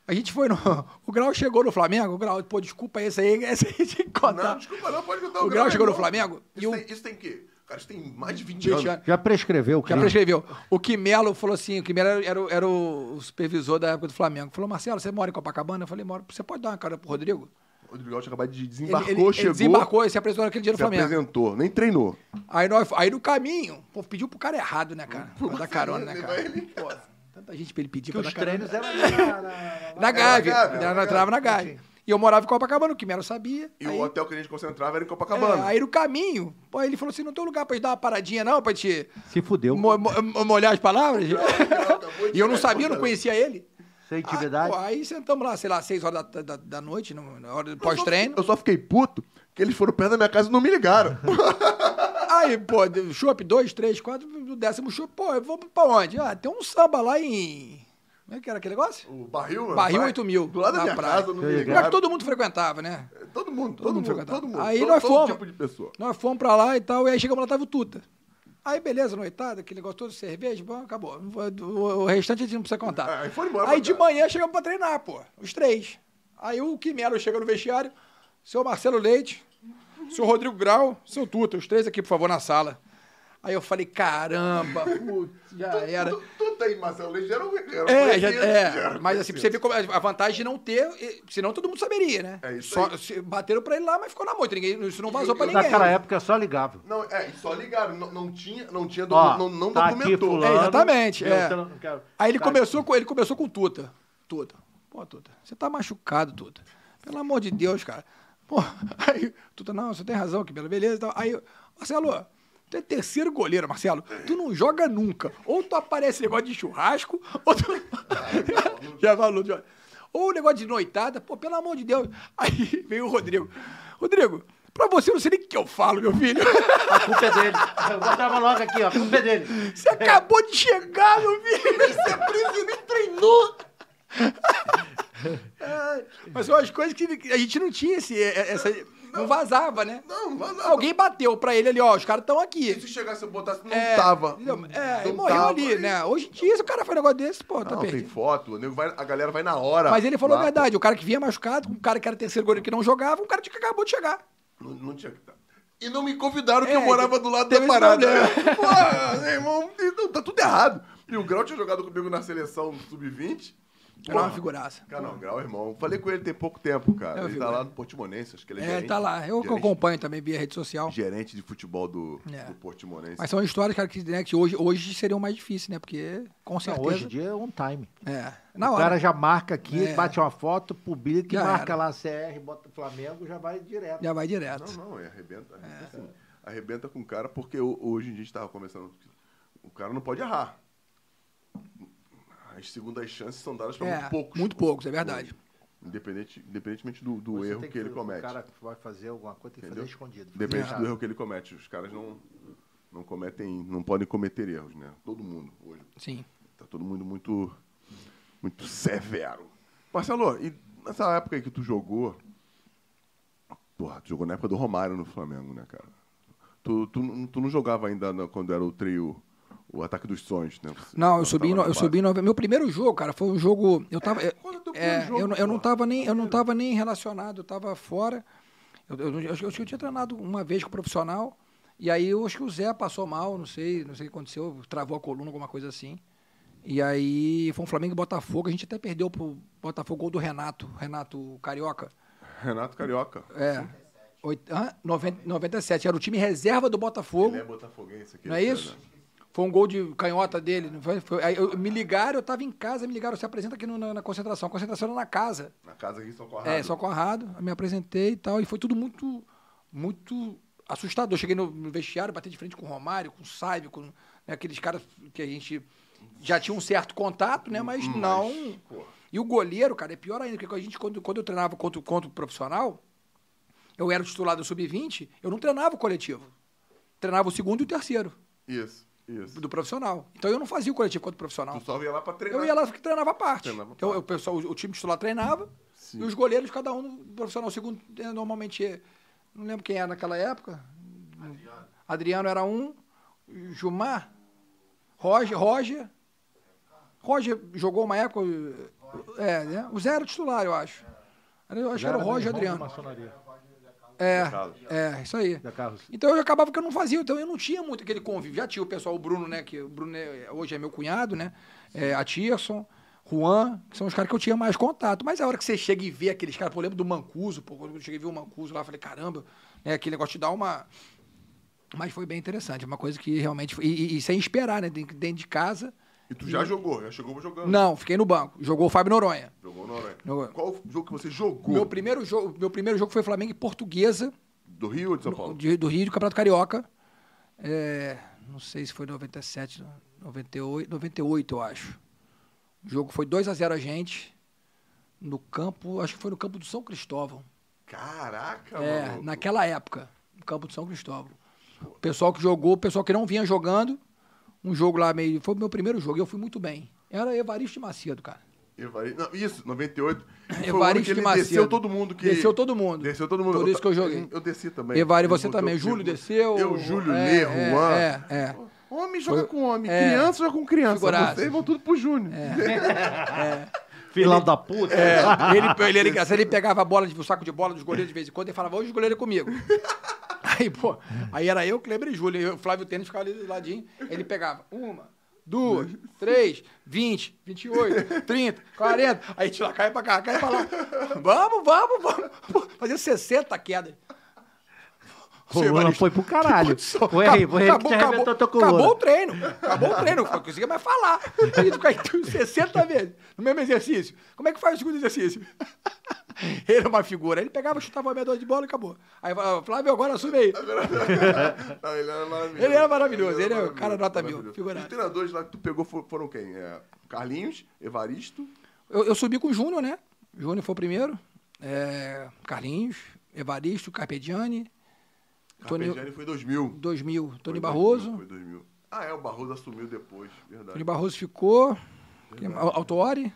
Speaker 3: A gente foi no. *laughs* O Grau chegou no Flamengo, o Grau, pô, desculpa, esse aí, esse aí tinha que
Speaker 1: Não,
Speaker 3: contar.
Speaker 1: desculpa, não, pode contar
Speaker 3: tá- O
Speaker 1: o
Speaker 3: Grau
Speaker 1: é
Speaker 3: chegou no
Speaker 1: irmão.
Speaker 3: Flamengo e
Speaker 1: Isso
Speaker 3: o-
Speaker 1: tem, isso tem o quê? Cara, isso tem mais é de 20,
Speaker 3: 20
Speaker 1: anos.
Speaker 3: anos.
Speaker 2: Já prescreveu o
Speaker 3: Já
Speaker 1: Hum.
Speaker 2: crime.
Speaker 3: prescreveu. O Quimelo falou assim: o Quimelo era, o- era o supervisor da época do Flamengo. Falou, Marcelo, você mora em Copacabana? Eu falei, moro. Você pode dar uma cara pro Rodrigo?
Speaker 1: O Rodrigo Grau tinha acabado de
Speaker 3: Ele-
Speaker 1: desembarcou,
Speaker 3: ele, ele
Speaker 1: chegou,
Speaker 3: desembarcou e se apresentou naquele dia no
Speaker 1: se
Speaker 3: Flamengo.
Speaker 1: apresentou, nem treinou.
Speaker 3: Aí, nós, aí no caminho, pô, pediu pro cara errado, né, cara? Pra dar carona, né,
Speaker 1: levar
Speaker 3: cara?
Speaker 1: ele
Speaker 3: Pô, tanta gente pra ele pedir
Speaker 4: Que
Speaker 3: pra
Speaker 4: os
Speaker 3: dar carona.
Speaker 4: treinos eram ali na- na- na-
Speaker 3: Na Gávea.
Speaker 1: Gávea, era
Speaker 3: Ela
Speaker 1: na
Speaker 3: entrava na Gávea. E eu morava em Copacabana, o Quimero sabia.
Speaker 1: E
Speaker 3: aí,
Speaker 1: o hotel que a gente concentrava era em
Speaker 3: é,
Speaker 1: Copacabana.
Speaker 3: aí no caminho, pô, aí ele falou assim, não tem um lugar pra gente dar uma paradinha não, pra te
Speaker 2: Se fudeu.
Speaker 3: mo- mo- mo- molhar as palavras?
Speaker 1: acabou de
Speaker 3: *laughs* e eu não
Speaker 1: chegar em
Speaker 3: sabia, não
Speaker 1: Porto
Speaker 3: conhecia ele.
Speaker 2: Sem
Speaker 3: Ah,
Speaker 2: intimidade.
Speaker 3: pô, aí sentamos lá, sei lá, seis horas da, da, da noite, no- na hora do
Speaker 1: Eu só-
Speaker 3: pós-treino.
Speaker 1: Eu só fiquei puto que eles foram perto da minha casa e não me ligaram.
Speaker 3: Aí, pô, deu chopp, dois, três, quatro, no décimo chopp, pô, eu vou pra onde? Ah, tem um samba lá em Como é que era aquele negócio?
Speaker 1: O barril, mano.
Speaker 3: Barril
Speaker 1: vai-
Speaker 3: 8 mil.
Speaker 1: Do lado da
Speaker 3: na
Speaker 1: minha
Speaker 3: praia.
Speaker 1: casa, no
Speaker 2: Legal.
Speaker 1: Miguel.
Speaker 3: Mas todo mundo frequentava, né?
Speaker 1: Todo mundo, todo,
Speaker 3: todo mundo
Speaker 1: mundo,
Speaker 3: frequentava.
Speaker 1: todo mundo.
Speaker 3: Aí
Speaker 1: todo,
Speaker 3: nós
Speaker 1: todo
Speaker 3: fomos.
Speaker 1: tipo de pessoa.
Speaker 3: Nós fomos pra lá e tal, e aí chegamos lá, tava o Tuta. Aí, beleza, noitada, aquele negócio todo, cerveja, bom, acabou. Não vou- O o restante a gente não precisa contar.
Speaker 1: Aí É, foi embora
Speaker 3: Aí
Speaker 1: pra
Speaker 3: de
Speaker 1: casa.
Speaker 3: manhã chegamos pra treinar, pô. Os três. Aí o Quimero chega no vestiário, seu Marcelo Leite, seu Rodrigo Grau, seu Tuta, os três aqui, por favor, na sala. Aí eu falei, caramba, putz, já era.
Speaker 1: Tu, tu tem Marcelo Leite, era um era um
Speaker 3: É, já-
Speaker 1: conhecido,
Speaker 3: é,
Speaker 1: já era um
Speaker 3: mas assim, pra você ver como a vantagem de não ter, e- senão todo mundo saberia, né?
Speaker 1: É isso
Speaker 3: Só-
Speaker 1: aí.
Speaker 3: se- bateram pra ele lá, mas ficou na moita, ninguém, isso não vazou pra ninguém.
Speaker 2: Naquela época só ligava.
Speaker 1: Não, é, e só ligaram, não, não tinha, não tinha, do-
Speaker 2: Ó,
Speaker 1: não, não
Speaker 2: tá aqui
Speaker 1: documentou.
Speaker 2: fulano,
Speaker 3: É, exatamente,
Speaker 2: eu
Speaker 3: é.
Speaker 2: te- não quero-
Speaker 3: Aí ele
Speaker 2: tá
Speaker 3: começou com ele começou com o Tuta. Tuta. Pô, Tuta, você tá machucado, Tuta. Pelo amor de Deus, cara. Pô, *laughs* aí, Tuta, não, você tem razão, que bela beleza. e tal. Aí, Marcelo, tu é terceiro goleiro, Marcelo. Tu não joga nunca. Ou tu aparece negócio de churrasco, *laughs* ou tu. *laughs* já falou, já. Ou negócio de noitada, pô, pelo amor de Deus. Aí *laughs* veio o Rodrigo. Rodrigo, pra você eu não sei nem o que eu falo, meu filho. *laughs*
Speaker 4: A culpa é dele. Eu botava logo aqui, ó. A culpa é dele.
Speaker 3: Você acabou de chegar, meu filho. Você é preso e nem treinou. Ai, Mas são as coisas que a gente não tinha esse, é, essa. Não vazava, né?
Speaker 1: Não, não vazava.
Speaker 3: Alguém bateu pra ele ali, ó, os caras estão
Speaker 1: E se
Speaker 3: aqui.
Speaker 1: chegasse e botasse, não
Speaker 3: É,
Speaker 1: tava.
Speaker 3: entendeu? É,
Speaker 1: não
Speaker 3: e morreu
Speaker 1: tava.
Speaker 3: ali, né? Hoje em dia, se o cara faz um negócio desse, pô, tá
Speaker 1: Não, Ah, tem
Speaker 3: perdido.
Speaker 1: foto, o nego vai- a galera vai na hora.
Speaker 3: Mas ele falou
Speaker 1: lá.
Speaker 3: a verdade, o cara que vinha machucado, um cara que era terceiro goleiro que não jogava, um cara que acabou de chegar.
Speaker 1: Não, não tinha que estar. E não me convidaram que
Speaker 3: É,
Speaker 1: eu morava do lado da
Speaker 3: teve esse
Speaker 1: parada.
Speaker 3: problema.
Speaker 1: *laughs* Pô, meu irmão, não, tá tudo errado. E o Grau tinha jogado comigo na seleção sub-20.
Speaker 3: Era uma
Speaker 1: Porra.
Speaker 3: figuraça.
Speaker 1: Cara, não, Grau, irmão. Falei com ele tem pouco tempo, cara.
Speaker 3: É uma
Speaker 1: ele tá
Speaker 3: figura.
Speaker 1: lá no Portimonense, acho que ele é,
Speaker 3: É,
Speaker 1: gerente.
Speaker 3: tá lá. Eu
Speaker 1: gerente,
Speaker 3: acompanho também via rede social.
Speaker 1: Gerente de futebol do,
Speaker 3: É.
Speaker 1: do Portimonense.
Speaker 3: Mas são histórias, cara, que, né, que hoje, hoje seriam mais difíceis, né? Porque, com
Speaker 2: Não,
Speaker 3: certeza.
Speaker 2: hoje em dia é on time.
Speaker 3: É. Na
Speaker 2: o
Speaker 3: hora.
Speaker 2: cara já marca aqui,
Speaker 3: É.
Speaker 2: bate uma foto, publica
Speaker 3: Já
Speaker 2: e marca
Speaker 3: era.
Speaker 2: lá a CR, bota o Flamengo, já vai direto.
Speaker 3: Já vai direto.
Speaker 1: Não, não, é arrebenta. arrebenta assim. Arrebenta com o cara, porque ho- hoje em dia a gente tava conversando. que O cara não pode errar. As segundas chances são dadas para
Speaker 3: É,
Speaker 1: muito poucos.
Speaker 3: muito poucos, é verdade.
Speaker 1: Independente, independentemente do, do
Speaker 2: Você
Speaker 1: erro que,
Speaker 2: tem
Speaker 1: ele
Speaker 2: O
Speaker 1: comete.
Speaker 2: cara que vai fazer alguma coisa, tem que
Speaker 1: Entendeu?
Speaker 2: fazer escondido.
Speaker 1: Depende
Speaker 2: Fazer
Speaker 1: do
Speaker 2: errado.
Speaker 1: erro que ele comete. Os caras não, não cometem, não podem cometer erros, né? Todo mundo hoje.
Speaker 3: Sim.
Speaker 1: Tá todo mundo muito, muito severo. Marcelo, e nessa época aí que tu jogou, porra, tu jogou na época do Romário no Flamengo, né, cara? Tu, tu, não- tu não jogava ainda na- quando era o trio, o Ataque dos Sonhos, né? Você-
Speaker 3: Não, eu
Speaker 1: quando
Speaker 3: subi,
Speaker 1: tava
Speaker 3: no-
Speaker 1: na
Speaker 3: eu
Speaker 1: base.
Speaker 3: subi em nove- Meu primeiro jogo, cara, foi um jogo. Eu tava. eu-
Speaker 1: quando é teu primeiro
Speaker 3: é,
Speaker 1: jogo,
Speaker 3: eu, não- eu não
Speaker 1: porra?
Speaker 3: tava nem, eu não tava nem relacionado, eu tava fora. Eu, eu, eu, acho que eu tinha treinado uma vez com o profissional. E aí eu acho que o Zé passou mal, não sei, não sei o que aconteceu, travou a coluna, alguma coisa assim. E aí foi um Flamengo e Botafogo, a gente até perdeu pro Botafogo o gol do Renato, Renato Carioca.
Speaker 1: Renato Carioca.
Speaker 3: É. Oit- hã? Noventa- 97, era o time reserva do Botafogo.
Speaker 1: Ele é botafoguense aqui.
Speaker 3: Não é
Speaker 1: cara,
Speaker 3: isso?
Speaker 1: né?
Speaker 3: Foi um gol de canhota dele. Não foi? Foi- aí eu- me ligaram, eu tava em casa, me ligaram, você apresenta aqui no- na, na concentração. A concentração era na casa.
Speaker 1: Na casa aqui só com a
Speaker 3: É, só com a rádio. Eu me apresentei e tal. E foi tudo muito, muito assustador. Cheguei no, no vestiário, bati de frente com o Romário, com o Saib, com né, aqueles caras que a gente já tinha um certo contato, né? Mas não. E o goleiro, cara, é pior ainda, porque a gente, quando, quando eu treinava contra, contra o profissional, eu era o titular do sub-20, eu não treinava o coletivo. Treinava o segundo e o terceiro
Speaker 1: Isso, isso.
Speaker 3: do profissional. Então eu não fazia o coletivo contra
Speaker 1: Tu
Speaker 3: o profissional.
Speaker 1: só ia lá pra treinar.
Speaker 3: Eu ia lá que treinava a parte.
Speaker 1: Treinava a
Speaker 3: então
Speaker 1: parte.
Speaker 3: o pessoal, o time titular treinava
Speaker 1: Sim.
Speaker 3: e os goleiros, cada um no profissional segundo, eh, normalmente não lembro quem era naquela época. Adriano, era um, Gilmar, Roger, Roger. Roger jogou uma época, é, né? O Zé era titular, eu acho. Era- Eu acho que era o
Speaker 2: Era
Speaker 3: Roger
Speaker 2: do
Speaker 3: Adriano.
Speaker 2: maçonaria,
Speaker 3: É,
Speaker 1: Carlos.
Speaker 3: é, isso aí.
Speaker 2: da Carlos.
Speaker 3: Então eu acabava que eu não fazia, então eu não tinha muito aquele convívio. Já tinha o pessoal, o Bruno, né? Que o Bruno é- hoje é meu cunhado, né? É, a Tirson, Juan, que são os caras que eu tinha mais contato. Mas a hora que você chega e vê aqueles caras, pô, eu lembro do Mancuso, pô, quando eu cheguei e vi o Mancuso lá, eu falei, caramba, né, aquele negócio te dá uma. Mas foi bem interessante, é uma coisa que realmente. foi- E, e- e sem esperar, né? Dentro dentro de casa.
Speaker 1: E tu já jogou, já chegou jogando.
Speaker 3: Não, fiquei no banco. Jogou o Fábio Noronha.
Speaker 1: Jogou na hora.
Speaker 3: Jogou.
Speaker 1: Qual o jogo que você jogou?
Speaker 3: Meu primeiro, jogo, meu primeiro jogo foi Flamengo e Portuguesa.
Speaker 1: Do Rio ou de São Paulo?
Speaker 3: de- do Rio, do Campeonato Carioca. É, não sei se foi 97, 98, 98 eu acho. O jogo foi 2 a 0 a gente no campo, acho que foi no campo do São Cristóvão.
Speaker 1: Caraca,
Speaker 3: é,
Speaker 1: maluco.
Speaker 3: naquela época, no campo do São Cristóvão. O pessoal que jogou, o pessoal que não vinha jogando, um jogo lá meio, foi o meu primeiro jogo, e eu fui muito bem. Era Evaristo de Macedo, cara.
Speaker 1: Evaristo- não, isso, 98. Foi o ano que
Speaker 3: Evaristo
Speaker 1: ele
Speaker 3: de Macedo.
Speaker 1: Desceu todo mundo que.
Speaker 3: Desceu todo mundo.
Speaker 1: Desceu todo mundo.
Speaker 3: Por isso que eu joguei.
Speaker 1: Eu desci também.
Speaker 3: Evari,
Speaker 1: Ele
Speaker 3: você
Speaker 1: botou
Speaker 3: também.
Speaker 1: comigo.
Speaker 3: Júlio desceu.
Speaker 1: Eu, Júlio,
Speaker 3: É,
Speaker 1: Lê,
Speaker 3: é,
Speaker 1: Juan.
Speaker 3: É, é.
Speaker 1: Homem joga
Speaker 3: Foi-
Speaker 1: com homem,
Speaker 3: é.
Speaker 1: criança joga com criança.
Speaker 3: Figuraças.
Speaker 1: Vocês vão tudo pro Júnior.
Speaker 2: Filha da puta. É.
Speaker 3: Ele, ele era engraçado, ele pegava a bola, de- o saco de bola dos goleiros de vez em quando e falava, hoje o goleiro é comigo. *laughs* Aí, pô, aí era eu, Kleber e Júlio. Eu, o Flávio Tênis ficava ali do ladinho. Ele pegava uma, duas, três, vinte, vinte e oito, trinta, quarenta. Aí tira, cai pra cá, cai pra lá. Vamos, vamos, vamos. Pô, Fazia 60 quedas.
Speaker 2: Coluna foi pro caralho. Foi aí, foi aí que te arrebentou tua coluna.
Speaker 3: acabou o treino. Acabou o treino. Eu não conseguia mais falar.
Speaker 2: *laughs*
Speaker 3: Aí tu cai 60 vezes no mesmo exercício. Como é que faz o segundo exercício? *laughs* Ele era uma figura. Ele pegava, chutava uma meia dúzia de bola e acabou. Aí eu falava, Flávio, agora assume aí.
Speaker 1: *laughs* Não, ele era maravilhoso.
Speaker 3: Ele era maravilhoso, ele é o cara nota mil,
Speaker 1: maravilhoso.
Speaker 3: figuraça.
Speaker 1: Os treinadores lá que tu pegou fo- foram quem? É, Carlinhos, Evaristo.
Speaker 3: Eu, eu subi com o Júnior, né? Júnior foi o primeiro. É, Carlinhos, Evaristo, Carpediani, Tony,
Speaker 1: Carpegiani foi 2000.
Speaker 3: 2000, Tony
Speaker 1: Foi 2000,
Speaker 3: Barroso.
Speaker 1: Foi 2000. Ah, é, o Barroso assumiu depois, verdade.
Speaker 3: Tony Barroso ficou. Al- Altoori,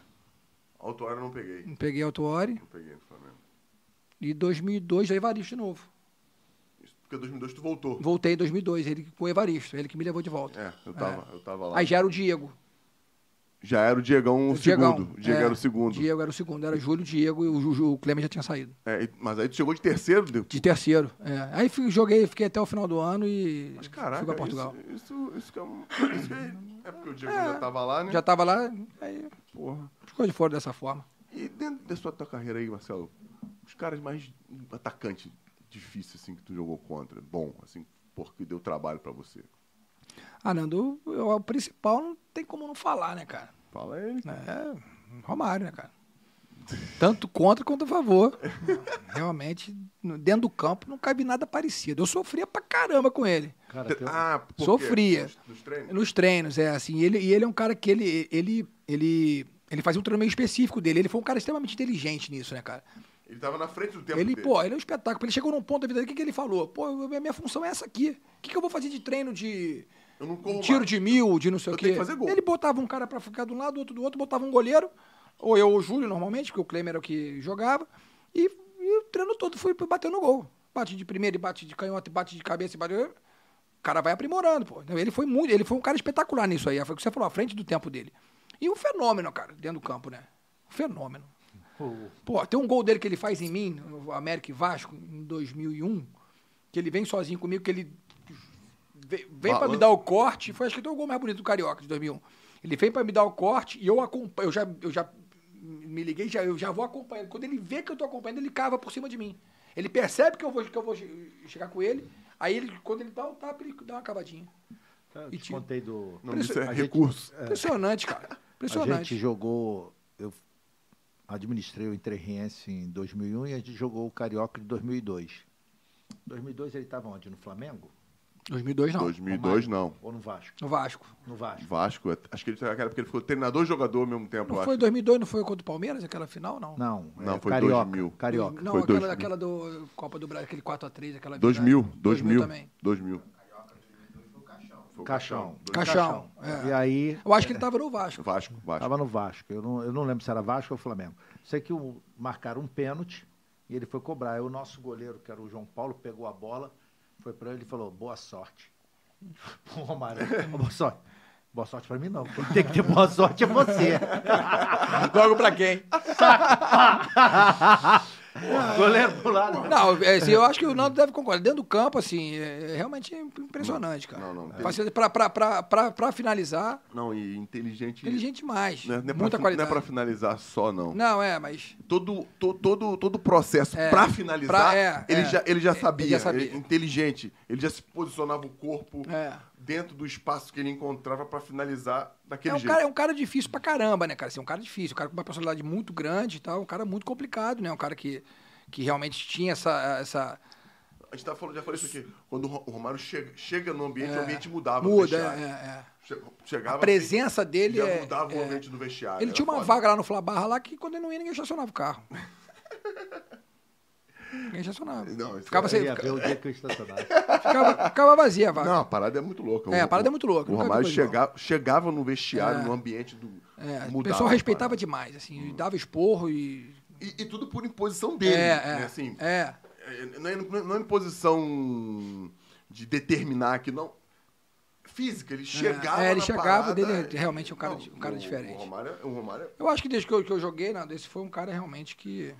Speaker 1: Autuário eu não peguei.
Speaker 3: peguei Altoori.
Speaker 1: Não peguei no Flamengo.
Speaker 3: E 2002, já Evaristo de novo.
Speaker 1: Isso, porque em 2002 tu voltou.
Speaker 3: Voltei em 2002, ele com o Evaristo, ele que me levou de volta.
Speaker 1: É, eu tava, eu tava lá.
Speaker 3: Aí já era o Diego.
Speaker 1: Já era o Diegão o,
Speaker 3: o
Speaker 1: Um segundo. O
Speaker 3: Diegão.
Speaker 1: Diego
Speaker 3: É,
Speaker 1: era o segundo.
Speaker 3: Diego era o segundo, era Júlio, Diego e o, Ju- o Clemen já tinha saído.
Speaker 1: É, e- mas aí tu chegou de terceiro, deu.
Speaker 3: De terceiro. é. Aí fui- joguei, fiquei até o final do ano e
Speaker 1: Mas
Speaker 3: fui
Speaker 1: caraca,
Speaker 3: pra Portugal.
Speaker 1: Isso, isso, isso que é um. Isso que é, é porque o Diego já tava lá, né?
Speaker 3: Já tava lá, aí
Speaker 1: Porra.
Speaker 3: ficou de fora dessa forma.
Speaker 1: E dentro da sua tua carreira aí, Marcelo, os caras mais atacante difícil, assim, que tu jogou contra, bom, assim, porque deu trabalho pra você.
Speaker 3: Ah, Nando, eu- eu- o principal não tem como não falar, né, cara?
Speaker 1: Fala ele.
Speaker 3: É Romário, né, cara? Tanto contra quanto
Speaker 1: *laughs*
Speaker 3: a favor. Realmente, no- dentro do campo, não cabe nada parecido. Eu sofria pra caramba com ele.
Speaker 2: Cara, tem um-
Speaker 1: Ah, por quê?
Speaker 3: Sofria.
Speaker 1: Nos, nos treinos?
Speaker 3: Nos treinos, é assim. Ele, e ele é um cara que ele, ele, ele, ele fazia um treino meio específico dele. Ele foi um cara extremamente inteligente nisso, né, cara?
Speaker 1: Ele tava na frente do tempo
Speaker 3: Ele,
Speaker 1: dele.
Speaker 3: pô, ele é um espetáculo. Ele chegou num ponto da vida dele, o que, que ele falou? Pô, a minha função é essa aqui. O que, que eu vou fazer de treino de
Speaker 1: eu não corro
Speaker 3: Um tiro
Speaker 1: mais.
Speaker 3: de mil, de não sei
Speaker 1: Eu
Speaker 3: o quê?
Speaker 1: tenho que fazer gol.
Speaker 3: Ele botava um cara pra ficar de um lado, outro do outro, botava um goleiro, ou eu ou o Júlio, normalmente, porque o Klemer era o que jogava, e, e o treino todo fui batendo gol. Bate de primeira, e bate de canhota, e bate de cabeça, e bate... O cara vai aprimorando, pô. Então, Ele foi muito, ele foi um cara espetacular nisso aí. Foi o que você falou, à frente do tempo dele. E um fenômeno, cara, dentro do campo, né? Um fenômeno. Pô, tem um gol dele que ele faz em mim, no América e Vasco, em 2001, que ele vem sozinho comigo, que ele ve- vem pra
Speaker 1: Balan-
Speaker 3: me dar o corte. Foi acho que tem o gol mais bonito do Carioca de 2001. Ele vem pra me dar o corte e eu acompanho, eu já, eu já me liguei, já, eu já vou acompanhando. Quando ele vê que eu tô acompanhando, ele cava por cima de mim. Ele percebe que eu vou, que eu vou che- chegar com ele, aí ele, quando ele dá o tapa, ele dá uma cavadinha.
Speaker 2: eu
Speaker 3: e
Speaker 2: te
Speaker 3: tiro.
Speaker 2: contei do.
Speaker 1: Não, isso é
Speaker 2: A gente-
Speaker 1: recurso.
Speaker 3: Impressionante, cara.
Speaker 2: *laughs* A
Speaker 3: Impressionante.
Speaker 2: gente jogou. Eu administrei o Interriense em 2001 e a gente jogou o Carioca de 2002. 2002 ele estava onde? No Flamengo?
Speaker 3: 2002 não.
Speaker 1: 2002, não.
Speaker 2: Ou no Vasco?
Speaker 3: No Vasco.
Speaker 2: No Vasco.
Speaker 1: Vasco, é- acho que ele era porque ele ficou treinador e jogador ao mesmo tempo, eu
Speaker 3: Não
Speaker 1: acho.
Speaker 3: foi 2002, não foi contra o Palmeiras, aquela final, não?
Speaker 2: Não,
Speaker 1: Não,
Speaker 2: é
Speaker 1: foi
Speaker 2: Carioca.
Speaker 1: 2000.
Speaker 2: Carioca.
Speaker 3: Não,
Speaker 1: Foi
Speaker 3: aquela,
Speaker 1: 2000.
Speaker 3: aquela do Copa do Brasil, aquele 4x3, aquela...
Speaker 1: 2000,
Speaker 3: virada.
Speaker 1: 2000,
Speaker 3: também.
Speaker 1: 2000. Foi o
Speaker 2: Caixão.
Speaker 3: Caixão, é.
Speaker 2: E aí.
Speaker 3: Eu acho que ele tava no Vasco.
Speaker 1: Vasco, Vasco.
Speaker 2: Estava no Vasco. Eu não, eu não lembro se era Vasco ou Flamengo. Sei que o, marcaram um pênalti e ele foi cobrar. Aí o nosso goleiro, que era o João Paulo, pegou a bola, foi para ele e falou: boa sorte. *laughs* Pro Romário, *laughs* boa sorte. Boa sorte pra mim, não. Quem tem que ter boa sorte é
Speaker 3: *laughs*
Speaker 2: você.
Speaker 1: Ah,
Speaker 3: Logo pra quem?
Speaker 2: goleiro do lado.
Speaker 3: *laughs* Não, é, assim, eu acho que o Nando deve concordar. Dentro do campo, assim, é é realmente impressionante, cara.
Speaker 1: Não, não, tem-
Speaker 3: Facilidade- Pra, pra, pra, pra, pra finalizar,
Speaker 1: Não, e inteligente.
Speaker 3: inteligente demais.
Speaker 1: Não é, não é pra
Speaker 3: Muita
Speaker 1: fi-
Speaker 3: qualidade.
Speaker 1: Não é pra finalizar só, não.
Speaker 3: Não, é, mas...
Speaker 1: Todo, to- todo, todo o processo
Speaker 3: É,
Speaker 1: pra finalizar,
Speaker 3: pra- é,
Speaker 1: ele,
Speaker 3: é.
Speaker 1: já, ele já
Speaker 3: Ele
Speaker 1: sabia.
Speaker 3: já sabia.
Speaker 1: ele- inteligente. Ele já se posicionava o corpo
Speaker 3: É.
Speaker 1: dentro do espaço que ele encontrava pra finalizar daquele
Speaker 3: É um,
Speaker 1: jeito.
Speaker 3: cara, é um cara difícil pra caramba, né, cara? Assim, um cara difícil, um cara com uma personalidade muito grande e tal, um cara muito complicado, né? Um cara que, que realmente tinha essa... essa
Speaker 1: A gente tava falando, já falei isso aqui. Quando o Ro- o Romário chega, chega no ambiente, o ambiente mudava. no
Speaker 3: É. muda,
Speaker 1: vestiário.
Speaker 3: é, é, é.
Speaker 1: Che-
Speaker 3: A
Speaker 1: Chegava.
Speaker 3: presença dele
Speaker 1: já
Speaker 3: é,
Speaker 1: mudava o
Speaker 3: é-
Speaker 1: ambiente do vestiário.
Speaker 3: Ele tinha
Speaker 1: era
Speaker 3: uma
Speaker 1: foda.
Speaker 3: vaga lá no Flabarra lá que quando ele não ia ninguém estacionava o carro. Ninguém estacionava.
Speaker 1: Não, isso
Speaker 3: Ficava
Speaker 1: é-
Speaker 2: Eu
Speaker 3: sem-
Speaker 2: ia ver o dia que eu estacionasse.
Speaker 3: Ficava, ficava vazia a vaga.
Speaker 1: Não, a parada é muito louca.
Speaker 3: É,
Speaker 1: O-
Speaker 3: a
Speaker 1: o-
Speaker 3: parada é muito louca,
Speaker 1: O
Speaker 3: nunca vi
Speaker 1: Ramalho
Speaker 3: coisa igual.
Speaker 1: chegava, chegava no vestiário,
Speaker 3: É.
Speaker 1: no ambiente do.
Speaker 3: É, a
Speaker 1: mudava
Speaker 3: pessoa
Speaker 1: a
Speaker 3: respeitava
Speaker 1: parada. Hum.
Speaker 3: demais, assim, e dava esporro e.
Speaker 1: E, e tudo por imposição dele.
Speaker 3: é, é,
Speaker 1: né, assim,
Speaker 3: é.
Speaker 1: É, Não é, não é- não é imposição de determinar que não. Física, ele chegava.
Speaker 3: é, ele
Speaker 1: na
Speaker 3: chegava,
Speaker 1: parada,
Speaker 3: dele é
Speaker 1: e-
Speaker 3: realmente um cara di- um cara
Speaker 1: o-
Speaker 3: diferente.
Speaker 1: O Romário, é- o Romário é-
Speaker 3: Eu acho que desde que eu, que eu joguei, Nando, esse foi um cara realmente que.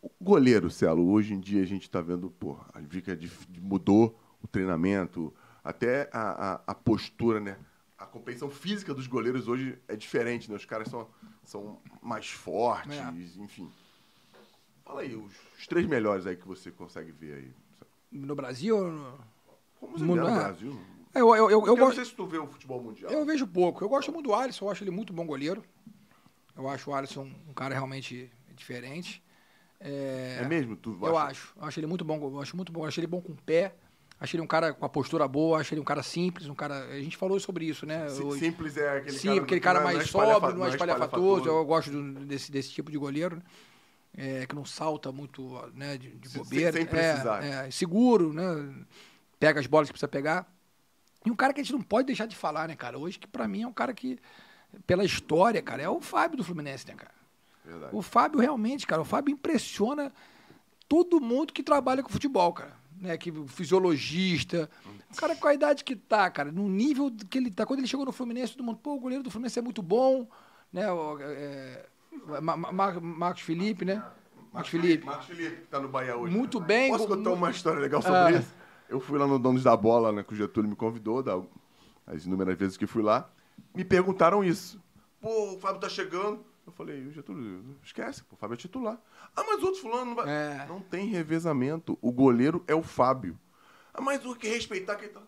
Speaker 1: O goleiro, Celo, hoje em dia a gente está vendo, porra, a dica de- de- mudou o treinamento, até a, a- a postura, né? A compreensão física dos goleiros hoje é diferente, né? Os caras são, são mais fortes,
Speaker 3: É.
Speaker 1: enfim. Fala aí, os, os três melhores aí que você consegue ver aí. Celo.
Speaker 3: No Brasil. ou no-
Speaker 1: Como você vê
Speaker 3: Mundo-
Speaker 1: no
Speaker 3: é.
Speaker 1: Brasil?
Speaker 3: É, Eu, eu, eu, eu,
Speaker 1: Eu não
Speaker 3: gosto-
Speaker 1: sei se tu vê o futebol mundial.
Speaker 3: eu vejo pouco. Eu gosto muito do Alisson, eu acho ele muito bom goleiro. Eu acho o Alisson um cara realmente diferente. É,
Speaker 1: É mesmo? Tu
Speaker 3: Eu
Speaker 1: acha-
Speaker 3: acho. Eu acho ele muito bom. Eu acho muito bom. Eu acho ele bom com o pé. Acho ele um cara com a postura boa, acho ele um cara simples, um cara. A gente falou sobre isso, né?
Speaker 1: Si-
Speaker 3: hoje.
Speaker 1: Simples é aquele
Speaker 3: Sim,
Speaker 1: cara.
Speaker 3: aquele
Speaker 1: que
Speaker 3: cara
Speaker 1: não é-
Speaker 3: mais
Speaker 1: não é espalhafa-
Speaker 3: sóbrio, não é espalhafatoso. Eu gosto do- desse, desse tipo de goleiro, né? É, que não salta muito né, de, de
Speaker 1: Se- se-
Speaker 3: bobeira.
Speaker 1: sem
Speaker 3: É,
Speaker 1: precisar.
Speaker 3: É, seguro, né? Pega as bolas que precisa pegar. E um cara que a gente não pode deixar de falar, né, cara? Hoje, que pra mim é um cara que, pela história, cara, é o Fábio do Fluminense, né, cara?
Speaker 1: Verdade.
Speaker 3: O Fábio realmente, cara, o Fábio impressiona todo mundo que trabalha com futebol, cara. Né, que o fisiologista. O cara com a idade que tá, cara, no nível que ele tá. Quando ele chegou no Fluminense, todo mundo, pô, o goleiro do Fluminense é muito bom, né? o- é, Ma- Ma- Mar- Marcos Felipe, né? Marcos Felipe.
Speaker 1: Marcos Felipe tá no Bahia hoje.
Speaker 3: Muito
Speaker 1: né?
Speaker 3: bem,
Speaker 1: Posso
Speaker 3: com-
Speaker 1: contar uma história legal
Speaker 3: Ah.
Speaker 1: sobre isso? Eu fui lá no Donos da Bola, né, que o Getúlio me convidou, da, as inúmeras vezes que fui lá, me perguntaram isso. Pô, o Fábio tá chegando. Eu falei, o Getúlio, esquece, pô, o Fábio é titular. Ah, mas outro fulano não vai...
Speaker 3: É.
Speaker 1: Não tem revezamento, o goleiro é o Fábio. Ah, mas o que respeitar quem tá...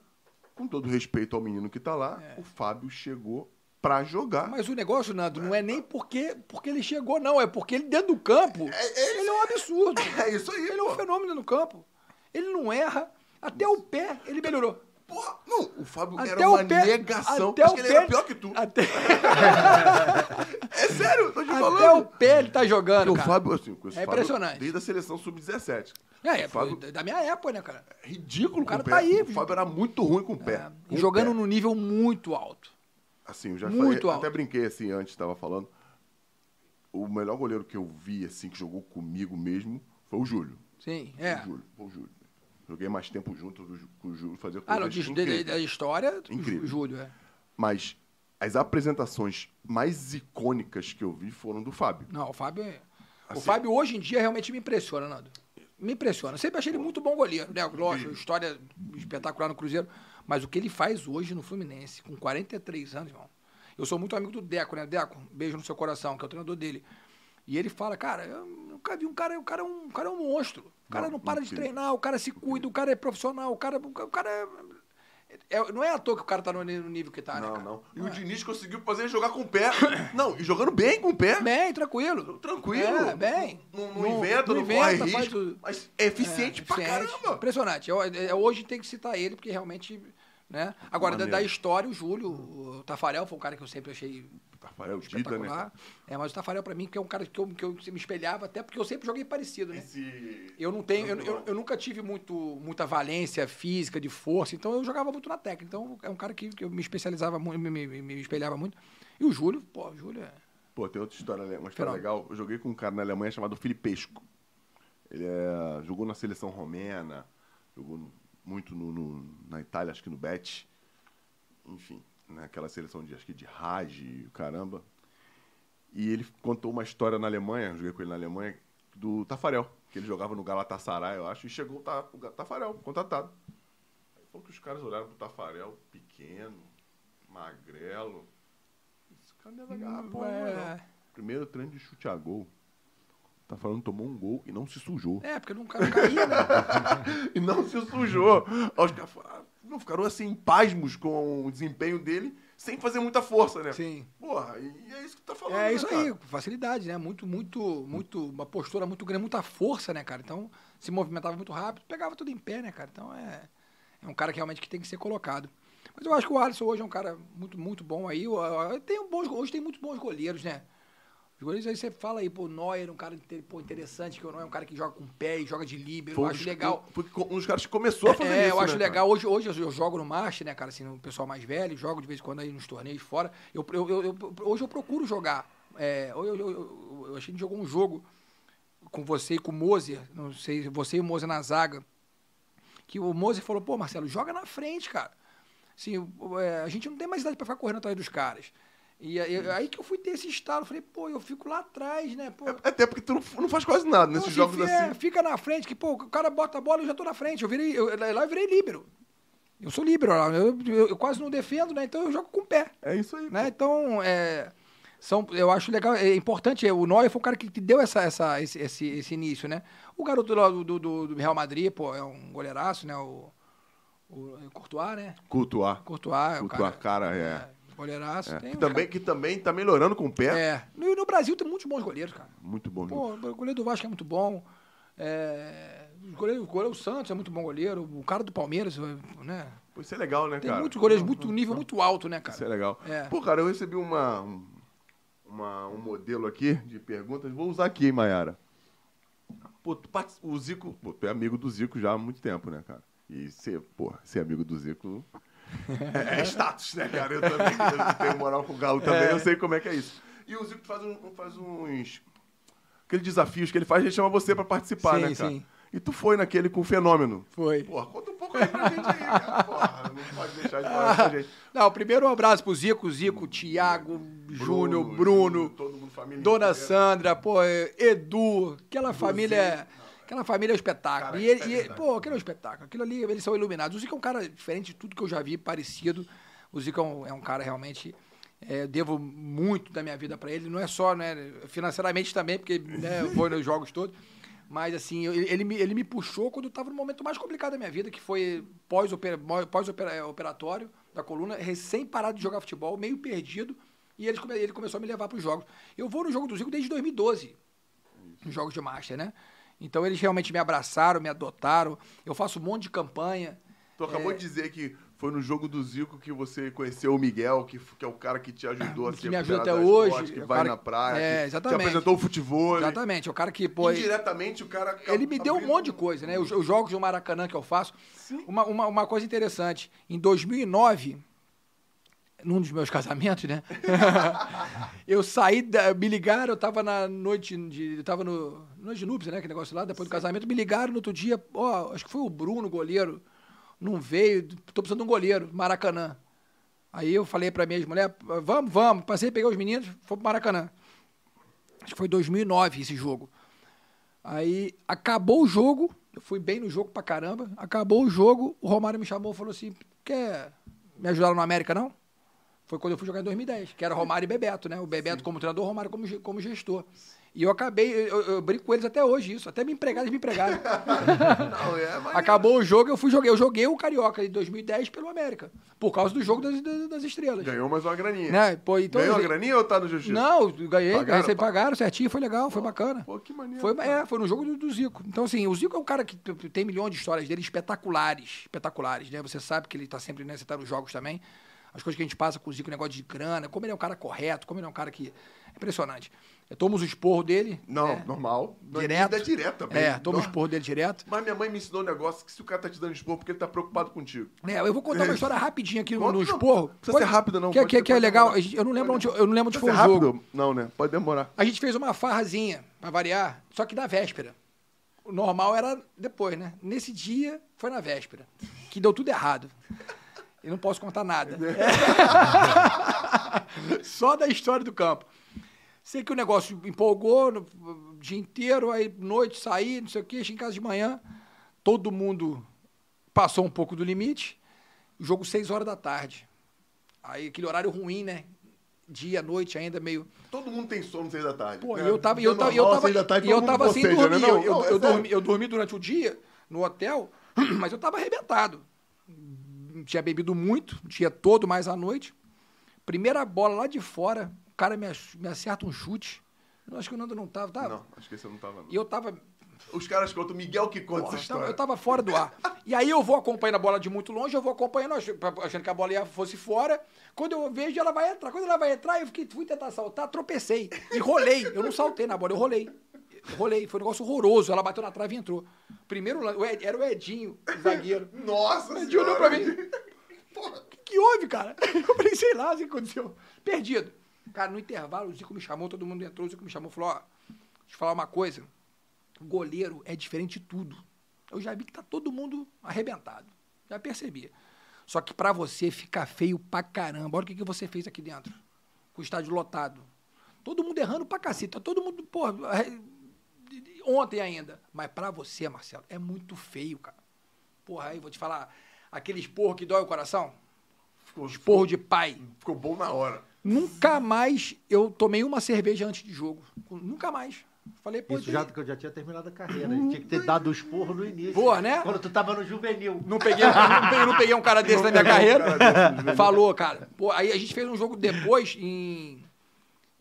Speaker 1: Com todo respeito ao menino que tá lá, o Fábio chegou pra jogar.
Speaker 3: É. Mas o negócio, Nando, não é nem porque, porque ele chegou, não. É porque ele dentro do campo, ele é um absurdo.
Speaker 1: É isso aí,
Speaker 3: Ele é um
Speaker 1: pô.
Speaker 3: fenômeno no campo. Ele não erra. Até o pé, ele melhorou.
Speaker 1: Porra, não, o Fábio
Speaker 3: Até
Speaker 1: era uma
Speaker 3: o pé.
Speaker 1: negação.
Speaker 3: Até
Speaker 1: Acho
Speaker 3: o
Speaker 1: que
Speaker 3: pé.
Speaker 1: ele era pior que tu.
Speaker 3: Até,
Speaker 1: É sério, tô te
Speaker 3: até o
Speaker 1: falando.
Speaker 3: pé ele tá jogando.
Speaker 1: Porque o
Speaker 3: cara.
Speaker 1: Fábio, assim, eu conheço
Speaker 3: É
Speaker 1: o Fábio
Speaker 3: impressionante.
Speaker 1: Desde a seleção sub-17.
Speaker 3: É, é,
Speaker 1: o Fábio
Speaker 3: pô, da minha época, né, cara?
Speaker 1: é ridículo
Speaker 3: o cara
Speaker 1: com o pé.
Speaker 3: tá aí,
Speaker 1: o Fábio era muito ruim com o pé.
Speaker 3: É,
Speaker 1: Com o
Speaker 3: jogando
Speaker 1: pé.
Speaker 3: num nível muito alto.
Speaker 1: Assim, eu já
Speaker 3: muito
Speaker 1: falei,
Speaker 3: alto.
Speaker 1: até brinquei assim antes, tava falando. O melhor goleiro que eu vi, assim, que jogou comigo mesmo, foi o Júlio.
Speaker 3: Sim, é.
Speaker 1: Foi o Júlio, foi o Júlio. Joguei mais tempo junto do Jú- com o Júlio, fazia
Speaker 3: Ah, não,
Speaker 1: coisas
Speaker 3: diz
Speaker 1: incríveis.
Speaker 3: da história, o
Speaker 1: Incrível.
Speaker 3: Jú- Júlio, é.
Speaker 1: Mas as apresentações mais icônicas que eu vi foram do Fábio.
Speaker 3: Não, o Fábio. é- o
Speaker 1: Assim-
Speaker 3: Fábio hoje em dia realmente me impressiona, Nando. Me impressiona. Sempre achei ele muito bom goleiro, né? Lógico, história espetacular no Cruzeiro. Mas o que ele faz hoje no Fluminense, com 43 anos, irmão. Eu sou muito amigo do Deco, né? Deco, um beijo no seu coração, que é o treinador dele. E ele fala, cara, eu nunca vi um cara, o cara é um, o cara é um monstro. O cara
Speaker 1: Não,
Speaker 3: não para de
Speaker 1: incrível.
Speaker 3: treinar, o cara se cuida, o cara é profissional, o cara, o cara é, é- Não é à toa que o cara tá no no nível que tá, né?
Speaker 1: Não,
Speaker 3: cara?
Speaker 1: não. E o Diniz conseguiu fazer ele jogar com o pé. *coughs* não, e jogando bem com o pé.
Speaker 3: Bem, tranquilo.
Speaker 1: É? Tranquilo.
Speaker 3: É, bem.
Speaker 1: Não, não inventa, não, corre
Speaker 3: inventa, faz
Speaker 1: risco.
Speaker 3: o-
Speaker 1: Mas é eficiente
Speaker 3: É,
Speaker 1: pra
Speaker 3: eficiente.
Speaker 1: caramba.
Speaker 3: Impressionante. Eu- eu- hoje tem que citar ele, porque realmente. Né? Agora, da,
Speaker 1: Maneiro.
Speaker 3: da história, o Júlio, o Tafarel foi um cara que eu sempre achei
Speaker 1: Rafael Dida, né?
Speaker 3: espetacular.
Speaker 1: cara?
Speaker 3: É, mas o Tafarel, pra mim, que é um cara que eu, que eu me espelhava, até porque eu sempre joguei parecido, né?
Speaker 1: Esse...
Speaker 3: Eu não tenho, eu, eu- eu nunca tive muito, muita valência física, de força, então eu jogava muito na técnica. Então é um cara que, que eu me especializava muito, me, me- me espelhava muito. E o Júlio, pô, o Júlio é.
Speaker 1: Pô, tem outra história, le- uma história
Speaker 3: Fenômeno.
Speaker 1: legal. Eu joguei com um cara na Alemanha chamado Filipesco. Ele é, jogou na seleção romena, jogou no- muito no- no- na Itália, acho que no Bet. Enfim, naquela seleção de, acho que de Raj, caramba. E ele contou uma história na Alemanha, joguei com ele na Alemanha, do Tafarel, que ele jogava no Galatasaray, eu acho, e chegou o, Ta- o Ga- Tafarel, contratado. Aí falou que os caras olharam pro Tafarel, pequeno, magrelo. Esse cara não é da garra, pô, não é não.
Speaker 3: é,
Speaker 1: Primeiro treino de chute a gol. Tá falando tomou um gol e não se sujou.
Speaker 3: é, porque eu nunca não caía, né?
Speaker 1: e não se sujou. Aí os caras falaram, não, ficaram assim, em pasmos com o desempenho dele, sem fazer muita força, né?
Speaker 3: *laughs* Sim.
Speaker 1: Porra, e é isso que tá falando.
Speaker 3: É
Speaker 1: né,
Speaker 3: isso
Speaker 1: cara?
Speaker 3: aí, com facilidade, né? Muito, muito, muito, uma postura muito grande, muita força, né, cara? Então, se movimentava muito rápido, pegava tudo em pé, né, cara? Então, é, é um cara que realmente que tem que ser colocado. Mas eu acho que o Alisson hoje é um cara muito, muito bom aí. Eu- eu- eu- Tem bons, go- hoje tem muitos bons goleiros, né? Os goleiros aí você fala aí, pô, Neuer é um cara inte- pô, interessante, que o Neuer é um cara que joga com o pé e joga de líbero. Eu
Speaker 1: Foi um
Speaker 3: acho
Speaker 1: dos-
Speaker 3: legal.
Speaker 1: Foi um dos caras que começou a fazer
Speaker 3: é,
Speaker 1: isso.
Speaker 3: eu acho
Speaker 1: né, cara?
Speaker 3: legal. Hoje, hoje eu, eu jogo no Marte, né, cara? Assim, no pessoal mais velho, jogo de vez em quando aí nos torneios fora. Eu, eu- eu- eu- hoje eu procuro jogar. É, eu, eu, eu, eu- eu- a gente jogou um jogo com você e com o Moser, não sei, você e o Moser na zaga, que o Moser falou, pô, Marcelo, joga na frente, cara. Assim, o- é, a gente não tem mais idade pra ficar correndo atrás dos caras. E aí, aí que eu fui ter esse estalo, falei, pô, eu fico lá atrás, né? Pô,
Speaker 1: É- Até porque tu não, não faz quase nada nesses
Speaker 3: Pô, assim,
Speaker 1: jogos
Speaker 3: fi- é,
Speaker 1: assim.
Speaker 3: Fica na frente, que, pô, o cara bota a bola e eu já tô na frente. Eu virei, eu- lá eu virei líbero. Eu sou líbero lá. Eu, eu- eu quase não defendo, né? Então eu jogo com o pé.
Speaker 1: É isso aí.
Speaker 3: Né? Então, é, são, eu acho legal, é importante. é, O Neuer foi o cara que te deu essa, essa, esse, esse, esse início, né? O garoto lá do, do, do Real Madrid, pô, é um goleiraço, né? O, o, é o Courtois, né?
Speaker 1: Cultuar.
Speaker 3: Courtois, é o
Speaker 1: Cultuar,
Speaker 3: cara.
Speaker 1: cara,
Speaker 3: é,
Speaker 1: é.
Speaker 3: goleiraço.
Speaker 1: é.
Speaker 3: Tem
Speaker 1: Que,
Speaker 3: uns
Speaker 1: também, que também tá melhorando com o
Speaker 3: cara-
Speaker 1: pé.
Speaker 3: É. No, no Brasil tem muitos bons goleiros, cara.
Speaker 1: Muito bom.
Speaker 3: Pô, o goleiro do Vasco é muito bom. É, o, goleiro, o goleiro Santos é muito bom goleiro. O cara do Palmeiras, né?
Speaker 1: Pô, isso é legal, né,
Speaker 3: Tem
Speaker 1: cara?
Speaker 3: muitos goleiros, muito nível muito alto, né,
Speaker 1: Isso é
Speaker 3: cara?
Speaker 1: legal.
Speaker 3: É.
Speaker 1: Pô, cara, eu recebi uma, um- uma- um modelo aqui de perguntas. Vou usar aqui, hein, Mayara. Pô, tu partic- o Zico... Pô, tu é amigo do Zico já há muito tempo, né, cara? E ser, pô, ser amigo do Zico *laughs* é status, né, cara? Eu também eu tenho moral com o Galo também, eu sei como é que é isso. E o Zico faz, um- faz uns... Aqueles desafios que ele faz, ele chama você pra participar,
Speaker 3: Sim,
Speaker 1: né, cara?
Speaker 3: sim.
Speaker 1: E tu foi naquele com o Fenômeno.
Speaker 3: Foi.
Speaker 1: Porra, conta um pouco aí pra gente aí, cara. Porra, não pode deixar de falar isso pra gente.
Speaker 3: Não, primeiro um abraço pro Zico, Zico, Thiago, Júnior, Bruno,
Speaker 1: todo mundo família.
Speaker 3: Dona
Speaker 1: inteira.
Speaker 3: Sandra, pô, é, Edu, aquela família. Aquela família é um espetáculo.
Speaker 1: Cara,
Speaker 3: e ele,
Speaker 1: é
Speaker 3: e ele-
Speaker 1: verdade.
Speaker 3: pô, aquilo é um espetáculo. Aquilo ali, eles são iluminados. O Zico é um cara diferente de tudo que eu já vi, parecido. O Zico é um, é um cara realmente. é, eu devo muito da minha vida pra ele. Não é só, né? Financeiramente também, porque né, eu vou nos jogos todos. Mas, assim, eu- ele, me, ele me puxou quando eu tava no momento mais complicado da minha vida, que foi pós-opera- pós-operatório da coluna, recém-parado de jogar futebol, meio perdido. E eles come- ele começou a me levar pros jogos. Eu vou no jogo do Zico desde 2012 nos jogos de Master, né? Então eles realmente me abraçaram, me adotaram. Eu faço um monte de campanha.
Speaker 1: Tu
Speaker 3: É.
Speaker 1: acabou de dizer que foi no jogo do Zico que você conheceu o Miguel, que, f- que é o cara que te ajudou a
Speaker 3: Que
Speaker 1: ser
Speaker 3: me ajuda
Speaker 1: liberado
Speaker 3: até
Speaker 1: das
Speaker 3: hoje,
Speaker 1: drogas, que
Speaker 3: é o
Speaker 1: vai
Speaker 3: cara
Speaker 1: na
Speaker 3: que-
Speaker 1: praia.
Speaker 3: É,
Speaker 1: que
Speaker 3: exatamente.
Speaker 1: Te apresentou o futebol.
Speaker 3: Exatamente, é o cara que, pô.
Speaker 1: Pô, Indiretamente o cara. acabou
Speaker 3: Ele me deu um
Speaker 1: abrindo-
Speaker 3: monte de coisa, né? Os, os jogos do Maracanã que eu faço. Uma, uma, uma coisa interessante. Em 2009, num dos meus *laughs* casamentos, né? eu saí, da, me ligaram, eu tava na noite de. Eu tava no. Noite de núpcias, né? Aquele negócio lá, depois do casamento. Me ligaram no outro dia, ó, acho que foi o Bruno, goleiro. Não veio, tô precisando de um goleiro, Maracanã. Aí eu falei pra minha mulher, vamos, vamos. Passei, peguei os meninos, fomos pro Maracanã. Acho que foi 2009 esse jogo. Aí acabou o jogo, eu fui bem no jogo pra caramba. Acabou o jogo, o Romário me chamou e falou assim: quer me ajudar no América, não? Foi quando eu fui jogar em 2010, que era Romário e Bebeto, né? O Bebeto como treinador, o Romário como, ge- como gestor. E eu acabei, eu, eu- eu brinco com eles até hoje isso, até me empregaram, eles me empregaram.
Speaker 1: Não, é, mas-
Speaker 3: acabou o jogo, eu fui joguei, eu joguei o Carioca de 2010 pelo América, por causa do jogo das, das- das estrelas.
Speaker 1: Ganhou mais uma graninha.
Speaker 3: Né? Pô, então,
Speaker 1: Ganhou a graninha ou tá no Jiu-Jitsu?
Speaker 3: Não, eu ganhei,
Speaker 1: Pagaram,
Speaker 3: ganhei, vocês
Speaker 1: pá.
Speaker 3: pagaram certinho, foi legal, foi bacana.
Speaker 1: Pô, que maneiro.
Speaker 3: Foi, é, foi no jogo do, do Zico. Então, assim, o Zico é um cara que t- tem milhões de histórias dele espetaculares. Espetaculares, né? Você sabe que ele tá sempre, né? Você tá nos jogos também. As coisas que a gente passa com o Zico, o negócio de grana, como ele é um cara correto, como ele é um cara que. É impressionante. É, toma os esporro dele.
Speaker 1: Não,
Speaker 3: né?
Speaker 1: normal.
Speaker 3: Direto.
Speaker 1: É direto também.
Speaker 3: É, toma os
Speaker 1: Não.
Speaker 3: esporro dele direto.
Speaker 1: Mas minha mãe me ensinou um negócio que se o cara tá te dando esporro porque ele tá preocupado contigo.
Speaker 3: É, eu vou contar uma história rapidinha aqui no,
Speaker 1: Conta,
Speaker 3: no
Speaker 1: não.
Speaker 3: esporro.
Speaker 1: Não precisa ser rápido, não.
Speaker 3: Que, é-
Speaker 1: Pode
Speaker 3: que, é-
Speaker 1: ser-
Speaker 3: que é
Speaker 1: pode
Speaker 3: legal.
Speaker 1: demorar.
Speaker 3: Eu não lembro
Speaker 1: Pode
Speaker 3: onde, eu não lembro onde
Speaker 1: Precisa
Speaker 3: foi o
Speaker 1: ser
Speaker 3: jogo.
Speaker 1: rápido? Não, né? Pode demorar.
Speaker 3: A gente fez uma farrazinha, pra variar, só que na véspera. O normal era depois, né? Nesse dia, foi na véspera. Que deu tudo errado. Eu não posso contar nada. *laughs* só da história do campo. Sei que o negócio empolgou no- o dia inteiro, aí noite saí, não sei o quê, cheguei em casa de manhã, todo mundo passou um pouco do limite, jogo 6 horas da tarde. Aí aquele horário ruim, né? Dia, noite ainda, meio...
Speaker 1: Todo mundo tem sono às seis da tarde.
Speaker 3: Pô,
Speaker 1: né?
Speaker 3: e eu tava, e eu
Speaker 1: Dia
Speaker 3: tava, e eu
Speaker 1: normal,
Speaker 3: tava,
Speaker 1: seis da tarde,
Speaker 3: e eu
Speaker 1: todo mundo-
Speaker 3: tava
Speaker 1: ou
Speaker 3: sem
Speaker 1: seja, né?
Speaker 3: dormir.
Speaker 1: Não,
Speaker 3: eu, eu,
Speaker 1: não, é sério.
Speaker 3: dormi, eu dormi durante o dia no hotel, *clears throat* mas eu tava arrebentado. Tinha bebido muito, o dia todo, mais à noite. Primeira bola lá de fora, o cara me, ach- me acerta um chute. Eu acho que o Nando não tava, tava.
Speaker 1: Não, acho que esse eu não tava. não.
Speaker 3: E eu tava
Speaker 1: Os caras contam, Miguel que conta
Speaker 3: Porra,
Speaker 1: essa
Speaker 3: eu tava-
Speaker 1: história.
Speaker 3: eu tava fora do ar. E aí eu vou acompanhando a bola de muito longe, eu vou acompanhando, ach- pra- achando que a bola ia fosse fora. Quando eu vejo, ela vai entrar. Quando ela vai entrar, eu fiquei, fui tentar saltar, tropecei. E rolei. Eu não saltei na bola, eu rolei. Eu Rolei. Foi um negócio horroroso. Ela bateu na trave e entrou. Primeiro lan- o Ed- era o Edinho, o zagueiro.
Speaker 1: Nossa
Speaker 3: O
Speaker 1: senhora.
Speaker 3: Edinho olhou É pra mim. Porra, o que, *laughs* que houve, cara? Eu falei, sei lá, o que aconteceu. Perdido. Cara, no intervalo, o Zico me chamou, todo mundo entrou, o Zico me chamou e falou, ó, deixa eu falar uma coisa. Goleiro é diferente de tudo. Eu já vi que tá todo mundo arrebentado. Já percebi. Só que pra você fica feio pra caramba. Olha o que, que você fez aqui dentro. Com o estádio lotado. Todo mundo errando pra caceta. Todo mundo, porra, arre- de- de- ontem ainda. Mas pra você, Marcelo, é muito feio, cara. Porra, aí vou te falar, aquele esporro que dói o coração,
Speaker 1: Ficou,
Speaker 3: esporro de pai.
Speaker 1: ficou bom na hora.
Speaker 3: Nunca mais eu tomei uma cerveja antes de jogo. Nunca mais. Falei, pô,
Speaker 2: Isso já
Speaker 3: tem-
Speaker 2: que eu já tinha terminado a carreira. Ele tinha que ter dado os porros no início.
Speaker 3: Boa, né?
Speaker 4: Quando tu tava no juvenil.
Speaker 3: não peguei, *laughs* não peguei, não peguei um cara desse na minha
Speaker 1: Cara,
Speaker 3: carreira.
Speaker 1: desse né? jeito.
Speaker 3: Falou, cara. Pô, aí a gente fez um jogo depois em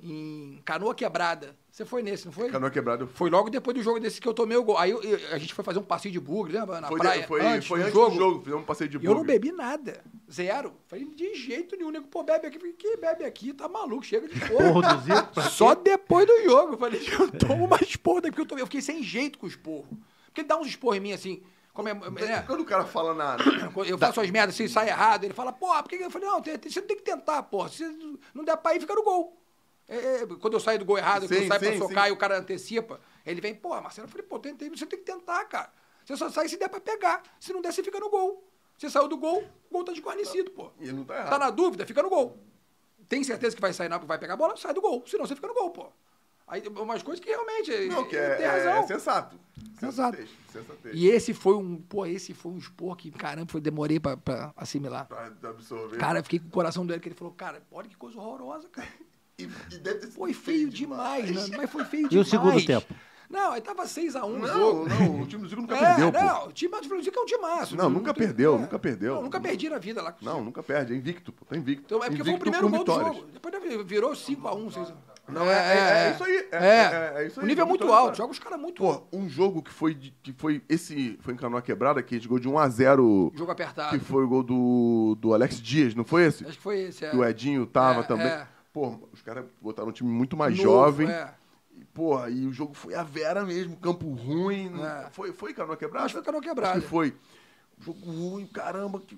Speaker 3: em Canoa Quebrada. Você foi nesse, não
Speaker 1: *laughs*
Speaker 3: foi?
Speaker 1: Canoa quebrada. Foi,
Speaker 3: Foi logo depois do jogo desse que eu tomei o gol. Aí eu- eu- a gente foi fazer um passeio de bugre, lembra? Na
Speaker 1: foi,
Speaker 3: praia.
Speaker 1: foi,
Speaker 3: antes
Speaker 1: foi
Speaker 3: do
Speaker 1: antes
Speaker 3: jogo.
Speaker 1: do jogo. Fizemos um passeio de
Speaker 3: E eu não
Speaker 1: bugre.
Speaker 3: bebi nada. Zero. Falei, de jeito nenhum, nego, pô, bebe aqui. Falei, que bebe aqui? Tá maluco, chega de
Speaker 2: Porro
Speaker 3: porra. *laughs*
Speaker 2: do Zico. pra- É.
Speaker 3: Só depois do jogo. Falei, eu tomo uma esporra daqui que eu tomei. Eu fiquei sem jeito com os porros. Porque ele dá uns esporros em mim assim. Como é, né?
Speaker 1: Quando o cara fala na... *coughs*
Speaker 3: Eu faço as merdas assim, sai errado. Ele fala, porra, por que que. Eu falei, não, tem- tem- você tem que tentar, porra. Se não der pra ir, fica no gol. É, é, quando eu saio do gol errado, quando
Speaker 1: Sim,
Speaker 3: eu saio
Speaker 1: sim,
Speaker 3: pra socar
Speaker 1: sim.
Speaker 3: e o cara antecipa, ele vem, porra, Marcelo, eu falei, pô, tentei, você tem que tentar, cara. Você só sai se der pra pegar. Se não der, você fica no gol. Você saiu do gol, o gol tá desguarnecido, pô.
Speaker 1: E não tá errado.
Speaker 3: Tá na dúvida, fica no gol. Tem certeza que vai sair na, vai pegar a bola? Sai do gol. Senão você fica no gol, pô. Aí umas coisas que realmente.
Speaker 1: Não, que
Speaker 3: ele
Speaker 1: é,
Speaker 3: tem
Speaker 1: é
Speaker 3: razão.
Speaker 1: sensato.
Speaker 3: Sensato.
Speaker 1: Sensatez, sensatez.
Speaker 3: E esse foi um, pô, esse foi um expor que, caramba, eu demorei pra, pra assimilar.
Speaker 1: Pra absorver.
Speaker 3: Cara, eu fiquei com o coração doendo, que ele falou, cara, olha que coisa horrorosa, cara.
Speaker 1: e, e deve ter sido
Speaker 3: Pô, e feio demais, mano. Mas foi feio
Speaker 2: E o
Speaker 3: demais.
Speaker 2: segundo tempo?
Speaker 3: Não, aí tava 6x1 o
Speaker 1: Não,
Speaker 3: jogo.
Speaker 1: não, o time do Zico nunca
Speaker 3: *laughs* é,
Speaker 1: perdeu, pô.
Speaker 3: não, o time do Fluminense é um timaço. é.
Speaker 1: Não, nunca perdeu, nunca perdeu.
Speaker 3: Não, nunca perdi na vida lá. com o
Speaker 1: Não, nunca perde, é invicto, pô. Tá invicto.
Speaker 3: Então, é porque foi o
Speaker 1: Invicto
Speaker 3: primeiro
Speaker 1: com
Speaker 3: gol
Speaker 1: vitórias.
Speaker 3: do jogo. Depois virou 5x1, 6
Speaker 1: Não, é- é- é isso aí, é- é- é isso aí,
Speaker 3: O nível é
Speaker 1: com
Speaker 3: muito
Speaker 1: vitória,
Speaker 3: alto,
Speaker 1: cara.
Speaker 3: joga os caras muito
Speaker 1: Pô, um jogo que foi, de- que foi esse, foi em Canoa Quebrada, que a gente jogou de 1x0,
Speaker 3: Jogo apertado.
Speaker 1: que foi o gol do, do Alex Dias, não foi esse?
Speaker 3: Acho que foi esse. É.
Speaker 1: Que o Edinho tava
Speaker 3: É,
Speaker 1: também.
Speaker 3: é.
Speaker 1: Pô, os caras botaram um time muito mais
Speaker 3: Novo,
Speaker 1: jovem.
Speaker 3: é.
Speaker 1: E, porra, e o jogo foi a Vera mesmo, campo ruim. não-
Speaker 3: É.
Speaker 1: Foi, foi Canoa Quebrada?
Speaker 3: Acho que foi Canoa Quebrada.
Speaker 1: Acho que foi. Jogo ruim, caramba. que-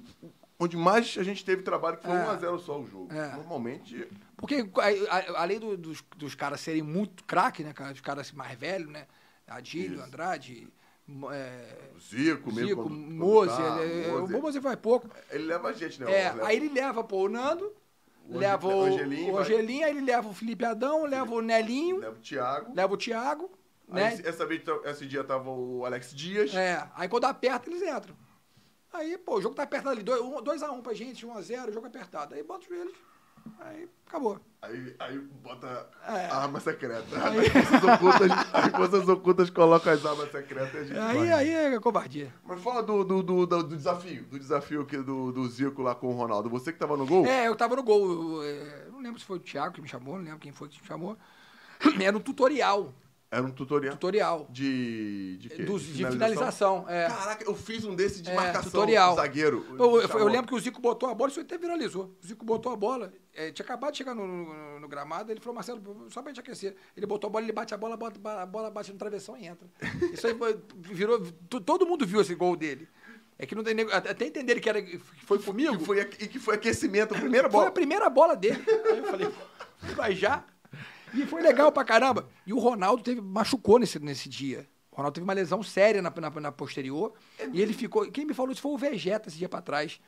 Speaker 1: onde mais a gente teve trabalho, que foi
Speaker 3: É.
Speaker 1: 1x0 só o jogo.
Speaker 3: É.
Speaker 1: Normalmente,
Speaker 3: Porque a- a- além do- dos, dos caras serem muito craque, né, cara? Os caras mais velhos, né? Adílio,
Speaker 1: Isso.
Speaker 3: Andrade, mo- é,
Speaker 1: o Zico, mesmo.
Speaker 3: Zico,
Speaker 1: quando- quando
Speaker 3: Moser.
Speaker 1: tá,
Speaker 3: ele- é, o
Speaker 1: Moser.
Speaker 3: Moser vai pouco.
Speaker 1: Ele leva a gente, né?
Speaker 3: É,
Speaker 1: o Léo?
Speaker 3: aí ele leva pô, o Nando,
Speaker 1: O
Speaker 3: leva
Speaker 1: Ange-
Speaker 3: o
Speaker 1: Angelinho,
Speaker 3: Angelinho,
Speaker 1: vai-
Speaker 3: aí ele leva o Felipe Adão, leva o Nelinho,
Speaker 1: leva o Thiago.
Speaker 3: leva o Thiago,
Speaker 1: Aí,
Speaker 3: um né?
Speaker 1: essa vez, tá- esse dia tava o Alex Dias.
Speaker 3: É, aí quando aperta, eles entram. Aí, pô, o jogo tá apertado ali, 2x1 um pra gente, 1x0, jogo apertado. Aí bota eles, aí acabou.
Speaker 1: Aí, aí bota
Speaker 3: É.
Speaker 1: a arma secreta. *laughs* As forças ocultas, as forças ocultas colocam as armas secretas e a gente vai.
Speaker 3: Aí, aí é covardia.
Speaker 1: Mas fala do, do, do, do- do desafio. Do desafio aqui do, do Zico lá com o Ronaldo. Você que tava no gol?
Speaker 3: É, eu tava no gol. eu, é, não lembro se foi o Thiago que me chamou, não lembro quem foi que me chamou. *clears throat* Era um tutorial.
Speaker 1: Era um tutorial.
Speaker 3: Tutorial.
Speaker 1: De. De, quê?
Speaker 3: Do- de finalização. é.
Speaker 1: Caraca, eu fiz um desse de
Speaker 3: É,
Speaker 1: marcação.
Speaker 3: tutorial.
Speaker 1: Zagueiro.
Speaker 3: Eu, eu- eu
Speaker 1: Chamou.
Speaker 3: lembro que o Zico botou a bola, isso até viralizou. O Zico botou a bola, é, tinha acabado de chegar no, no- no gramado, ele falou, Marcelo, só pra gente aquecer. Ele botou a bola, ele bate a bola, bota- a bola bate no travessão
Speaker 1: *laughs*
Speaker 3: e entra. Isso aí foi- virou. to- Todo mundo viu esse gol dele. É que não tem nego- Até entenderem que, era, que foi comigo.
Speaker 1: Que foi, aque- e que foi *laughs* aquecimento, a primeira
Speaker 3: Foi
Speaker 1: bola.
Speaker 3: a primeira bola dele. Aí eu falei, vai já? E foi legal pra caramba. E o Ronaldo teve, machucou nesse, nesse dia. O Ronaldo teve uma lesão séria na, na, na posterior. E ele ficou. Quem me falou isso foi o Vegeta esse dia pra trás.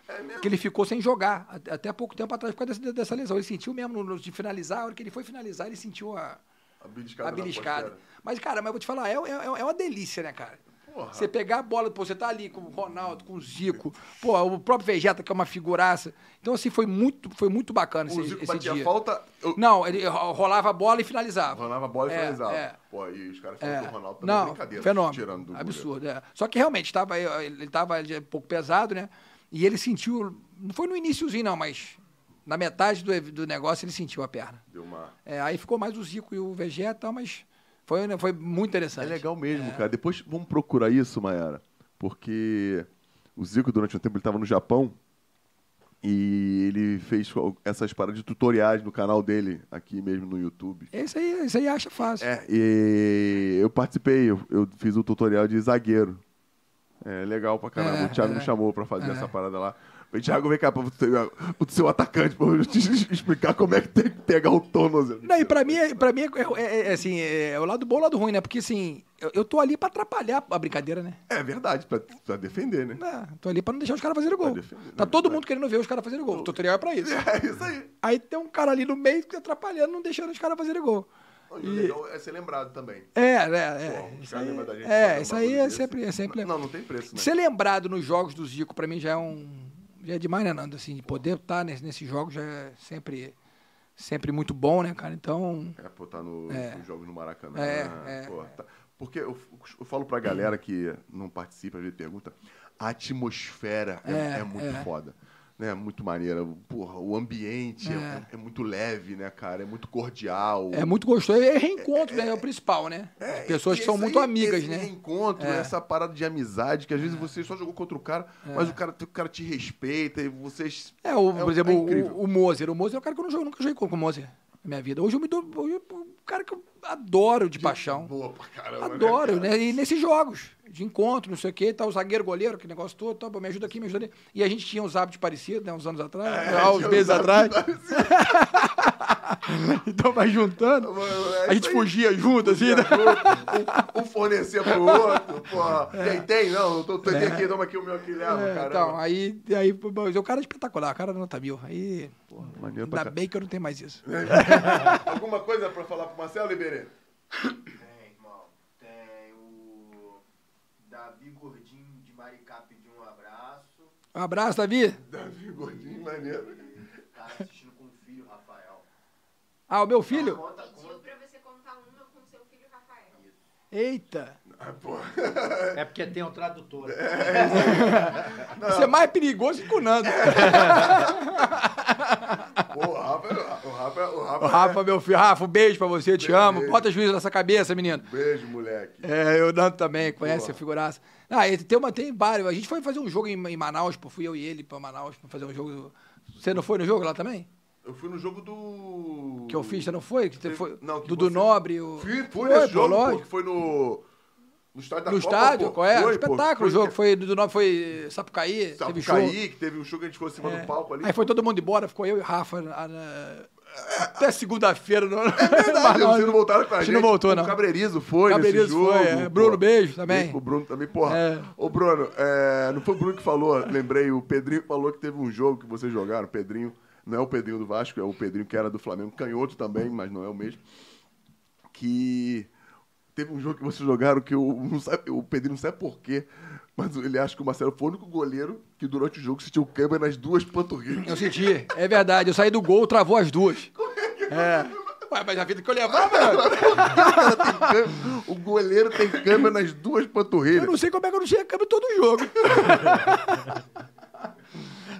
Speaker 3: que ele ficou sem jogar. at- Até pouco tempo atrás, por causa dessa, dessa lesão. Ele sentiu mesmo no- no- de finalizar, a hora que ele foi finalizar, ele sentiu a,
Speaker 1: A
Speaker 3: a
Speaker 1: beliscada. um na
Speaker 3: beliscada.
Speaker 1: porteira.
Speaker 3: Mas, cara, mas eu vou te falar, é, é, é uma delícia, né, cara?
Speaker 1: Porra.
Speaker 3: Você pegar a bola, pô, você tá ali com o Ronaldo, com o Zico, pô, o próprio Vegeta, que é uma figuraça. Então, assim, foi muito, foi muito bacana esse,
Speaker 1: O Zico
Speaker 3: esse
Speaker 1: batia
Speaker 3: dia.
Speaker 1: falta. eu-
Speaker 3: Não, ele ro- rolava a bola e finalizava.
Speaker 1: Rolava a bola e
Speaker 3: É,
Speaker 1: finalizava.
Speaker 3: é.
Speaker 1: Pô, e os caras falam
Speaker 3: É.
Speaker 1: que o Ronaldo tá de
Speaker 3: Não,
Speaker 1: brincadeira.
Speaker 3: fenômeno.
Speaker 1: Tirando do
Speaker 3: Absurdo, é. Só que realmente, tava, ele estava um pouco pesado, né? E ele sentiu. Não foi no iníciozinho, não, mas na metade do, do negócio ele sentiu a perna.
Speaker 1: goleiro. Deu uma.
Speaker 3: É, aí ficou mais o Zico e o Vegeta, mas Foi, né, foi muito
Speaker 1: É
Speaker 3: interessante.
Speaker 1: legal mesmo, cara. Depois vamos procurar isso, Mayara. Porque o Zico, durante um tempo, ele estava no Japão e ele fez essas paradas de tutoriais no canal dele, aqui mesmo no YouTube.
Speaker 3: É Isso aí, isso aí acha fácil.
Speaker 1: É, e eu participei, eu, eu fiz o tutorial de zagueiro. É legal pra caramba.
Speaker 3: É,
Speaker 1: o Thiago
Speaker 3: é.
Speaker 1: me chamou pra fazer
Speaker 3: É.
Speaker 1: essa parada lá. Falei, Thiago, vem cá pra você, o seu atacante, pra eu te *laughs* explicar como é que tem que pegar o tornozelo.
Speaker 3: Não, e pra mim, é- pra mim é, é- é- é assim, é, é o lado bom e o lado ruim, né? Porque assim, eu, eu tô ali pra atrapalhar a brincadeira, né?
Speaker 1: É verdade, pra, pra defender, né? *laughs*
Speaker 3: É, tô ali pra não deixar os caras fazerem gol.
Speaker 1: Pra defender,
Speaker 3: Tá
Speaker 1: né?
Speaker 3: todo mundo querendo ver os caras fazerem gol. O tutorial é
Speaker 1: *laughs*
Speaker 3: pra isso.
Speaker 1: É isso aí.
Speaker 3: Aí tem um cara ali no meio que atrapalhando, não deixando os caras fazerem gol.
Speaker 1: E o legal é ser lembrado também.
Speaker 3: É, é,
Speaker 1: Pô,
Speaker 3: é.
Speaker 1: os
Speaker 3: Isso
Speaker 1: caras
Speaker 3: aí,
Speaker 1: lembram da gente
Speaker 3: é,
Speaker 1: fazer um
Speaker 3: isso aí
Speaker 1: bagulho
Speaker 3: é
Speaker 1: desse.
Speaker 3: sempre, é sempre.
Speaker 1: Não, não tem preço, né?
Speaker 3: Ser lembrado nos jogos do Zico, pra mim, já é um. Já é demais, né, Nando? Assim, de poder estar nesse- nesses jogos já é sempre, sempre muito bom, né, cara? Então.
Speaker 1: É, pô, tá no,
Speaker 3: É.
Speaker 1: no jogo no Maracanã.
Speaker 3: É, é.
Speaker 1: pô, tá- Porque eu, f- eu falo pra galera que não participa, às vezes pergunta, a atmosfera é,
Speaker 3: É,
Speaker 1: é muito
Speaker 3: é.
Speaker 1: foda. Né? É muito maneira. Porra, o ambiente é.
Speaker 3: É.
Speaker 1: é muito leve, né, cara? É muito cordial.
Speaker 3: É muito gostoso. É reencontro, né? É o principal, né? As pessoas que são muito amigas, né?
Speaker 1: encontro,
Speaker 3: É.
Speaker 1: essa parada de amizade, que às vezes você só jogou contra o cara, mas o cara, o cara te respeita e vocês...
Speaker 3: É, o,
Speaker 1: é
Speaker 3: por exemplo,
Speaker 1: incrível.
Speaker 3: o, o Mozer. O Mozer é o cara que eu não jogo, nunca joguei com o Mozer na minha vida. Hoje eu me dou. Hoje é um cara que eu adoro de paixão.
Speaker 1: Boa pra caramba, né,
Speaker 3: Adoro,
Speaker 1: cara?
Speaker 3: né? E nesses jogos de encontro, não sei o quê, tá o zagueiro, goleiro, que negócio todo, tá, pô, me ajuda aqui, me ajuda ali. E a gente tinha uns hábitos parecidos, né? Uns anos atrás,
Speaker 1: É,
Speaker 3: há uns
Speaker 1: tinha
Speaker 3: meses
Speaker 1: uns
Speaker 3: atrás.
Speaker 1: hábitos
Speaker 3: *laughs* então vai juntando.
Speaker 1: Mano, é
Speaker 3: A gente
Speaker 1: isso aí.
Speaker 3: fugia junto, assim, né?
Speaker 1: um, um fornecer pro outro, porra. Quem tem, não, eu tô, tô tem aqui, toma aqui o meu que leva,
Speaker 3: É,
Speaker 1: cara.
Speaker 3: então, aí, aí pô, mas o cara é espetacular, o cara não tá mil. Aí,
Speaker 1: maneiro pra
Speaker 3: ainda bem que eu não tenho mais isso.
Speaker 1: Alguma coisa pra falar pro Marcelo, Iberê?
Speaker 4: Tem, irmão. Tem o Davi Gordinho de Maricá pediu um abraço.
Speaker 3: Um abraço, Davi.
Speaker 1: Davi Gordinho, maneiro.
Speaker 4: Tá assistindo com o filho, Rafael.
Speaker 3: Ah, o meu filho?
Speaker 4: Conta,
Speaker 6: Pediu pra você contar uma com seu filho Rafael.
Speaker 3: Eita.
Speaker 1: Ah,
Speaker 4: É porque tem um tradutor.
Speaker 3: Isso é mais perigoso que o Nando.
Speaker 1: É. Pô, o Rafa, o Rafa, o Rafa.
Speaker 3: Ô, Rafa, meu filho. Rafa, um beijo pra você, te amo.
Speaker 1: beijo.
Speaker 3: Bota juízo nessa cabeça, menino.
Speaker 1: Beijo, moleque.
Speaker 3: É, eu Nando também, conhece
Speaker 1: Boa.
Speaker 3: a figuraça. Ah, e tem, uma, tem vários. A gente foi fazer um jogo em, em Manaus, pô, fui eu e ele pra Manaus pra fazer um jogo. Você não foi no jogo lá também?
Speaker 1: Eu fui no jogo do.
Speaker 3: Que eu fiz, você não foi? Que você
Speaker 1: Teve-
Speaker 3: foi
Speaker 1: não, que
Speaker 3: Dudu
Speaker 1: você-
Speaker 3: Nobre. O...
Speaker 1: Fui,
Speaker 3: Foi,
Speaker 1: fui nesse
Speaker 3: pô,
Speaker 1: jogo, pô,
Speaker 3: lógico.
Speaker 1: que foi no. No estádio da
Speaker 3: No
Speaker 1: Copa,
Speaker 3: estádio,
Speaker 1: pô.
Speaker 3: qual é?
Speaker 1: Foi,
Speaker 3: Um
Speaker 1: pô,
Speaker 3: espetáculo
Speaker 1: foi-
Speaker 3: o jogo. Foi Dudu Nobre, foi eh, Sapucaí. teve show.
Speaker 1: Sapucaí, que teve um show que a gente ficou em cima
Speaker 3: É.
Speaker 1: do palco ali.
Speaker 3: Aí foi todo mundo embora, ficou eu e o Rafa. a- na- Até segunda-feira. No... É *laughs*
Speaker 1: Verdade, vocês não voltaram com a
Speaker 3: A
Speaker 1: gente.
Speaker 3: gente não voltou,
Speaker 1: O
Speaker 3: não.
Speaker 1: Cabreirizo foi
Speaker 3: Cabreirizo
Speaker 1: nesse jogo.
Speaker 3: foi, é. Bruno, beijo também.
Speaker 1: pro Bruno também, porra.
Speaker 3: É.
Speaker 1: Ô, Bruno, é, não foi o Bruno que falou, lembrei, o Pedrinho falou que teve um jogo que vocês jogaram, o Pedrinho, não é o Pedrinho do Vasco, é o Pedrinho que era do Flamengo, canhoto também, mas não é o mesmo, que teve um jogo que vocês jogaram que o, não sabe, o Pedrinho não sabe porquê, mas ele acha que o Marcelo foi o único goleiro que durante o jogo sentiu câmera nas duas
Speaker 3: *laughs*
Speaker 1: panturrilhas.
Speaker 3: Eu senti, é verdade. Eu saí do gol, travou as duas. É. Ué, mas a vida que eu levava,
Speaker 1: *laughs*
Speaker 3: mano,
Speaker 1: O goleiro tem câmera nas duas panturrilhas.
Speaker 3: eu não sei como é que eu não tinha câmera em todo o jogo. *laughs*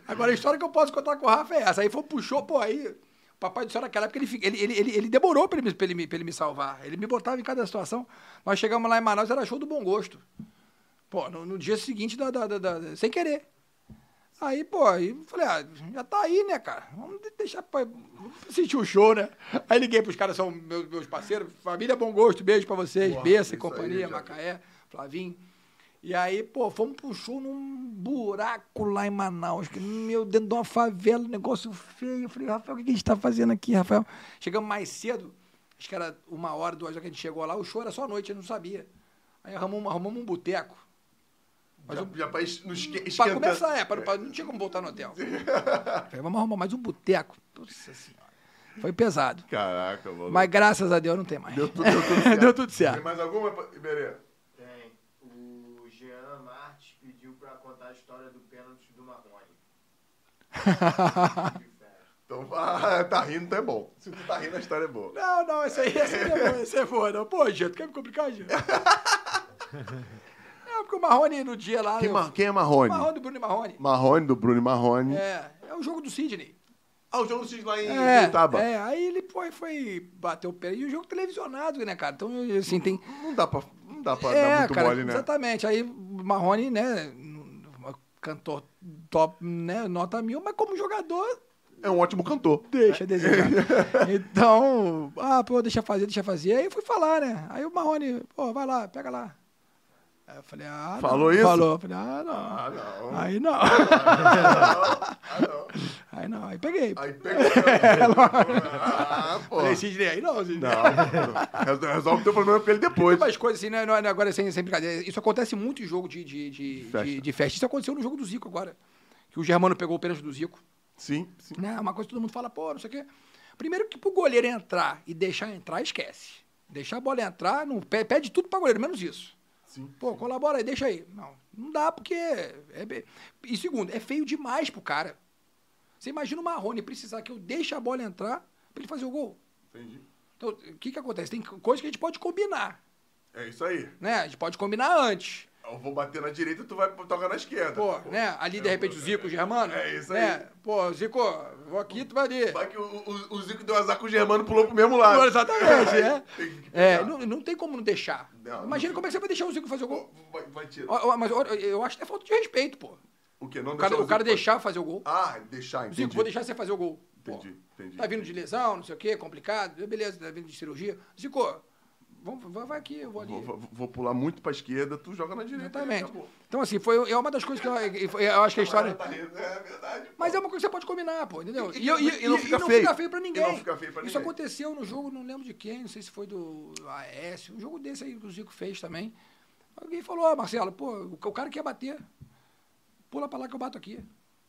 Speaker 3: Agora, a história que eu posso contar com o Rafa é essa. Aí foi, puxou, pô, aí... O papai do senhor naquela época, ele, fi- ele, ele, ele, ele demorou pra ele, me- pra ele me- pra ele me salvar. Ele me botava em cada situação. Nós chegamos lá em Manaus, era show do bom gosto. Pô, no, no dia seguinte, da, da- da- da- sem querer. Aí, pô, aí eu falei, ah, já tá aí, né, cara? Vamos de- deixar pra vamos assistir o show, né? Aí liguei pros caras, são meus, meus parceiros, família Bom Gosto, beijo pra vocês, Bessa
Speaker 1: isso
Speaker 3: e companhia,
Speaker 1: aí, já-
Speaker 3: Macaé, Flavinho. E aí, pô, fomos pro show num buraco lá em Manaus, que, meu, dentro de uma favela, um negócio feio. Eu falei, Rafael, o que que a gente tá fazendo aqui, Rafael? Chegamos mais cedo, acho que era uma hora, duas horas que a gente chegou lá, o show era só à noite, a gente não sabia. Aí arrumamos, arrumamos um boteco. Mas
Speaker 1: já,
Speaker 3: um-
Speaker 1: já pra es- não esque-
Speaker 3: Pra
Speaker 1: esquentar.
Speaker 3: começar, é, pra, pra- não tinha como voltar no *laughs* hotel. Falei, vamos arrumar mais um boteco. Nossa senhora. Foi pesado.
Speaker 1: Caraca, mano.
Speaker 3: Mas graças a Deus não tem mais.
Speaker 1: Deu tudo, deu tudo certo.
Speaker 3: *laughs* Deu tudo
Speaker 1: Tem
Speaker 3: certo.
Speaker 1: mais alguma, Iberê?
Speaker 4: Tem. O Jean Martins pediu pra contar a história do pênalti
Speaker 3: *laughs*
Speaker 4: do Marrone.
Speaker 1: Então, *laughs* ah, tá rindo, então é bom. Se tu tá rindo, a história é boa.
Speaker 3: Não, não, essa aí, essa aí é boa, essa é boa. Não. Pô, gente, quer me complicar, *laughs* gente? Não, porque o Marrone Hum. no dia lá.
Speaker 1: Quem,
Speaker 3: eu-
Speaker 1: ma- quem é Marrone?
Speaker 3: Marrone do Bruno e Marrone.
Speaker 1: Marrone, do Bruno e Marrone.
Speaker 3: É, é o jogo do Sidney.
Speaker 1: Ah, o jogo do X lá em
Speaker 3: É,
Speaker 1: Itaba.
Speaker 3: é, aí ele foi, foi bater o pé. E o jogo televisionado, né, cara? Então, assim, tem.
Speaker 1: Não dá pra, não dá pra
Speaker 3: é,
Speaker 1: dar muito
Speaker 3: cara,
Speaker 1: mole, né?
Speaker 3: Exatamente. Aí o Marrone, né, cantor top, né, nota mil, mas como jogador,
Speaker 1: É um ótimo cantor.
Speaker 3: deixa
Speaker 1: *laughs*
Speaker 3: a desejar. então, ah, pô, deixa fazer, deixa fazer. Aí eu fui falar, né? Aí o Marrone, pô, vai lá, pega lá. Aí eu falei, ah. não.
Speaker 1: Falou isso?
Speaker 3: Falou. Eu falei, ah, não.
Speaker 1: Ah, não.
Speaker 3: Aí não.
Speaker 1: Ah, não.
Speaker 3: *laughs* Aí não. Aí peguei.
Speaker 1: Aí
Speaker 3: *laughs*
Speaker 1: pega o
Speaker 3: É
Speaker 1: cara. Ah, pô.
Speaker 3: Falei, Sidney, aí não, Sidney.
Speaker 1: Não, resol- resolve o teu problema com ele depois.
Speaker 3: Mas coisas assim, né? não é- Agora sem, sem brincadeira. Isso acontece muito em jogo de, de, de,
Speaker 1: Festa.
Speaker 3: de- de festa. Isso aconteceu no jogo do Zico agora. Que o Germano pegou o pênalti do Zico.
Speaker 1: Sim, sim.
Speaker 3: Né? Uma coisa que todo mundo fala, pô, não sei o quê. Primeiro que pro goleiro entrar e deixar entrar, esquece. Deixar a bola entrar, não, pe- pede tudo pra goleiro, menos isso.
Speaker 1: Sim.
Speaker 3: Pô, colabora aí, deixa aí. Não, não dá porque... É... be- E segundo, é feio demais pro cara. Você imagina o Marrone precisar que eu deixe a bola entrar pra ele fazer o gol.
Speaker 1: Entendi.
Speaker 3: Então, o que que acontece? Tem co- coisa que a gente pode combinar,
Speaker 1: É isso aí.
Speaker 3: né? A gente pode combinar antes.
Speaker 1: Eu vou bater na direita, tu vai tocar na esquerda.
Speaker 3: Pô, né? Ali, de repente, o Zico, o Germano.
Speaker 1: É isso
Speaker 3: Né? Pô, Zico, vou aqui, tu vai ali.
Speaker 1: Vai que o, o- o Zico deu azar com o Germano e pulou pro mesmo lado.
Speaker 3: Pô, Exatamente, é.
Speaker 1: Tem que
Speaker 3: É,
Speaker 1: pegar.
Speaker 3: não, não tem como não deixar.
Speaker 1: Não,
Speaker 3: Imagina
Speaker 1: não-
Speaker 3: como é que você vai deixar o Zico fazer o
Speaker 1: Pô,
Speaker 3: gol.
Speaker 1: Vai, vai tirar.
Speaker 3: Ó, ó, Mas ó, eu acho que é falta de respeito, pô.
Speaker 1: O quê? Não
Speaker 3: O cara,
Speaker 1: deixar
Speaker 3: o cara
Speaker 1: Zico-
Speaker 3: deixar fazer o gol.
Speaker 1: Ah, deixar, entendi.
Speaker 3: Zico, vou deixar você fazer o gol. Pô,
Speaker 1: Entendi, entendi.
Speaker 3: Tá vindo de lesão, não sei o quê, complicado. Beleza, tá vindo de cirurgia. Zico, vamos, vai vai aqui, eu vou ali.
Speaker 1: Vou, vou- vou pular muito pra esquerda, tu joga na direita.
Speaker 3: Exatamente.
Speaker 1: acabou.
Speaker 3: Então, assim, foi é uma das coisas que eu, eu- eu acho que a história.
Speaker 1: Tá rindo, É verdade. pô.
Speaker 3: Mas é uma coisa que você pode combinar, pô, entendeu?
Speaker 1: E-
Speaker 3: E,
Speaker 1: e-
Speaker 3: eu- e-
Speaker 1: e não
Speaker 3: e-
Speaker 1: fica
Speaker 3: e não
Speaker 1: feio.
Speaker 3: fica feio pra
Speaker 1: E não
Speaker 3: ninguém.
Speaker 1: fica feio pra
Speaker 3: Isso
Speaker 1: ninguém.
Speaker 3: aconteceu no jogo, não lembro de quem, não sei se foi do Aécio, um jogo desse aí que o Zico fez também. Alguém falou, ó, Marcelo, pô, o, o cara quer bater. Pula pra lá que eu bato aqui.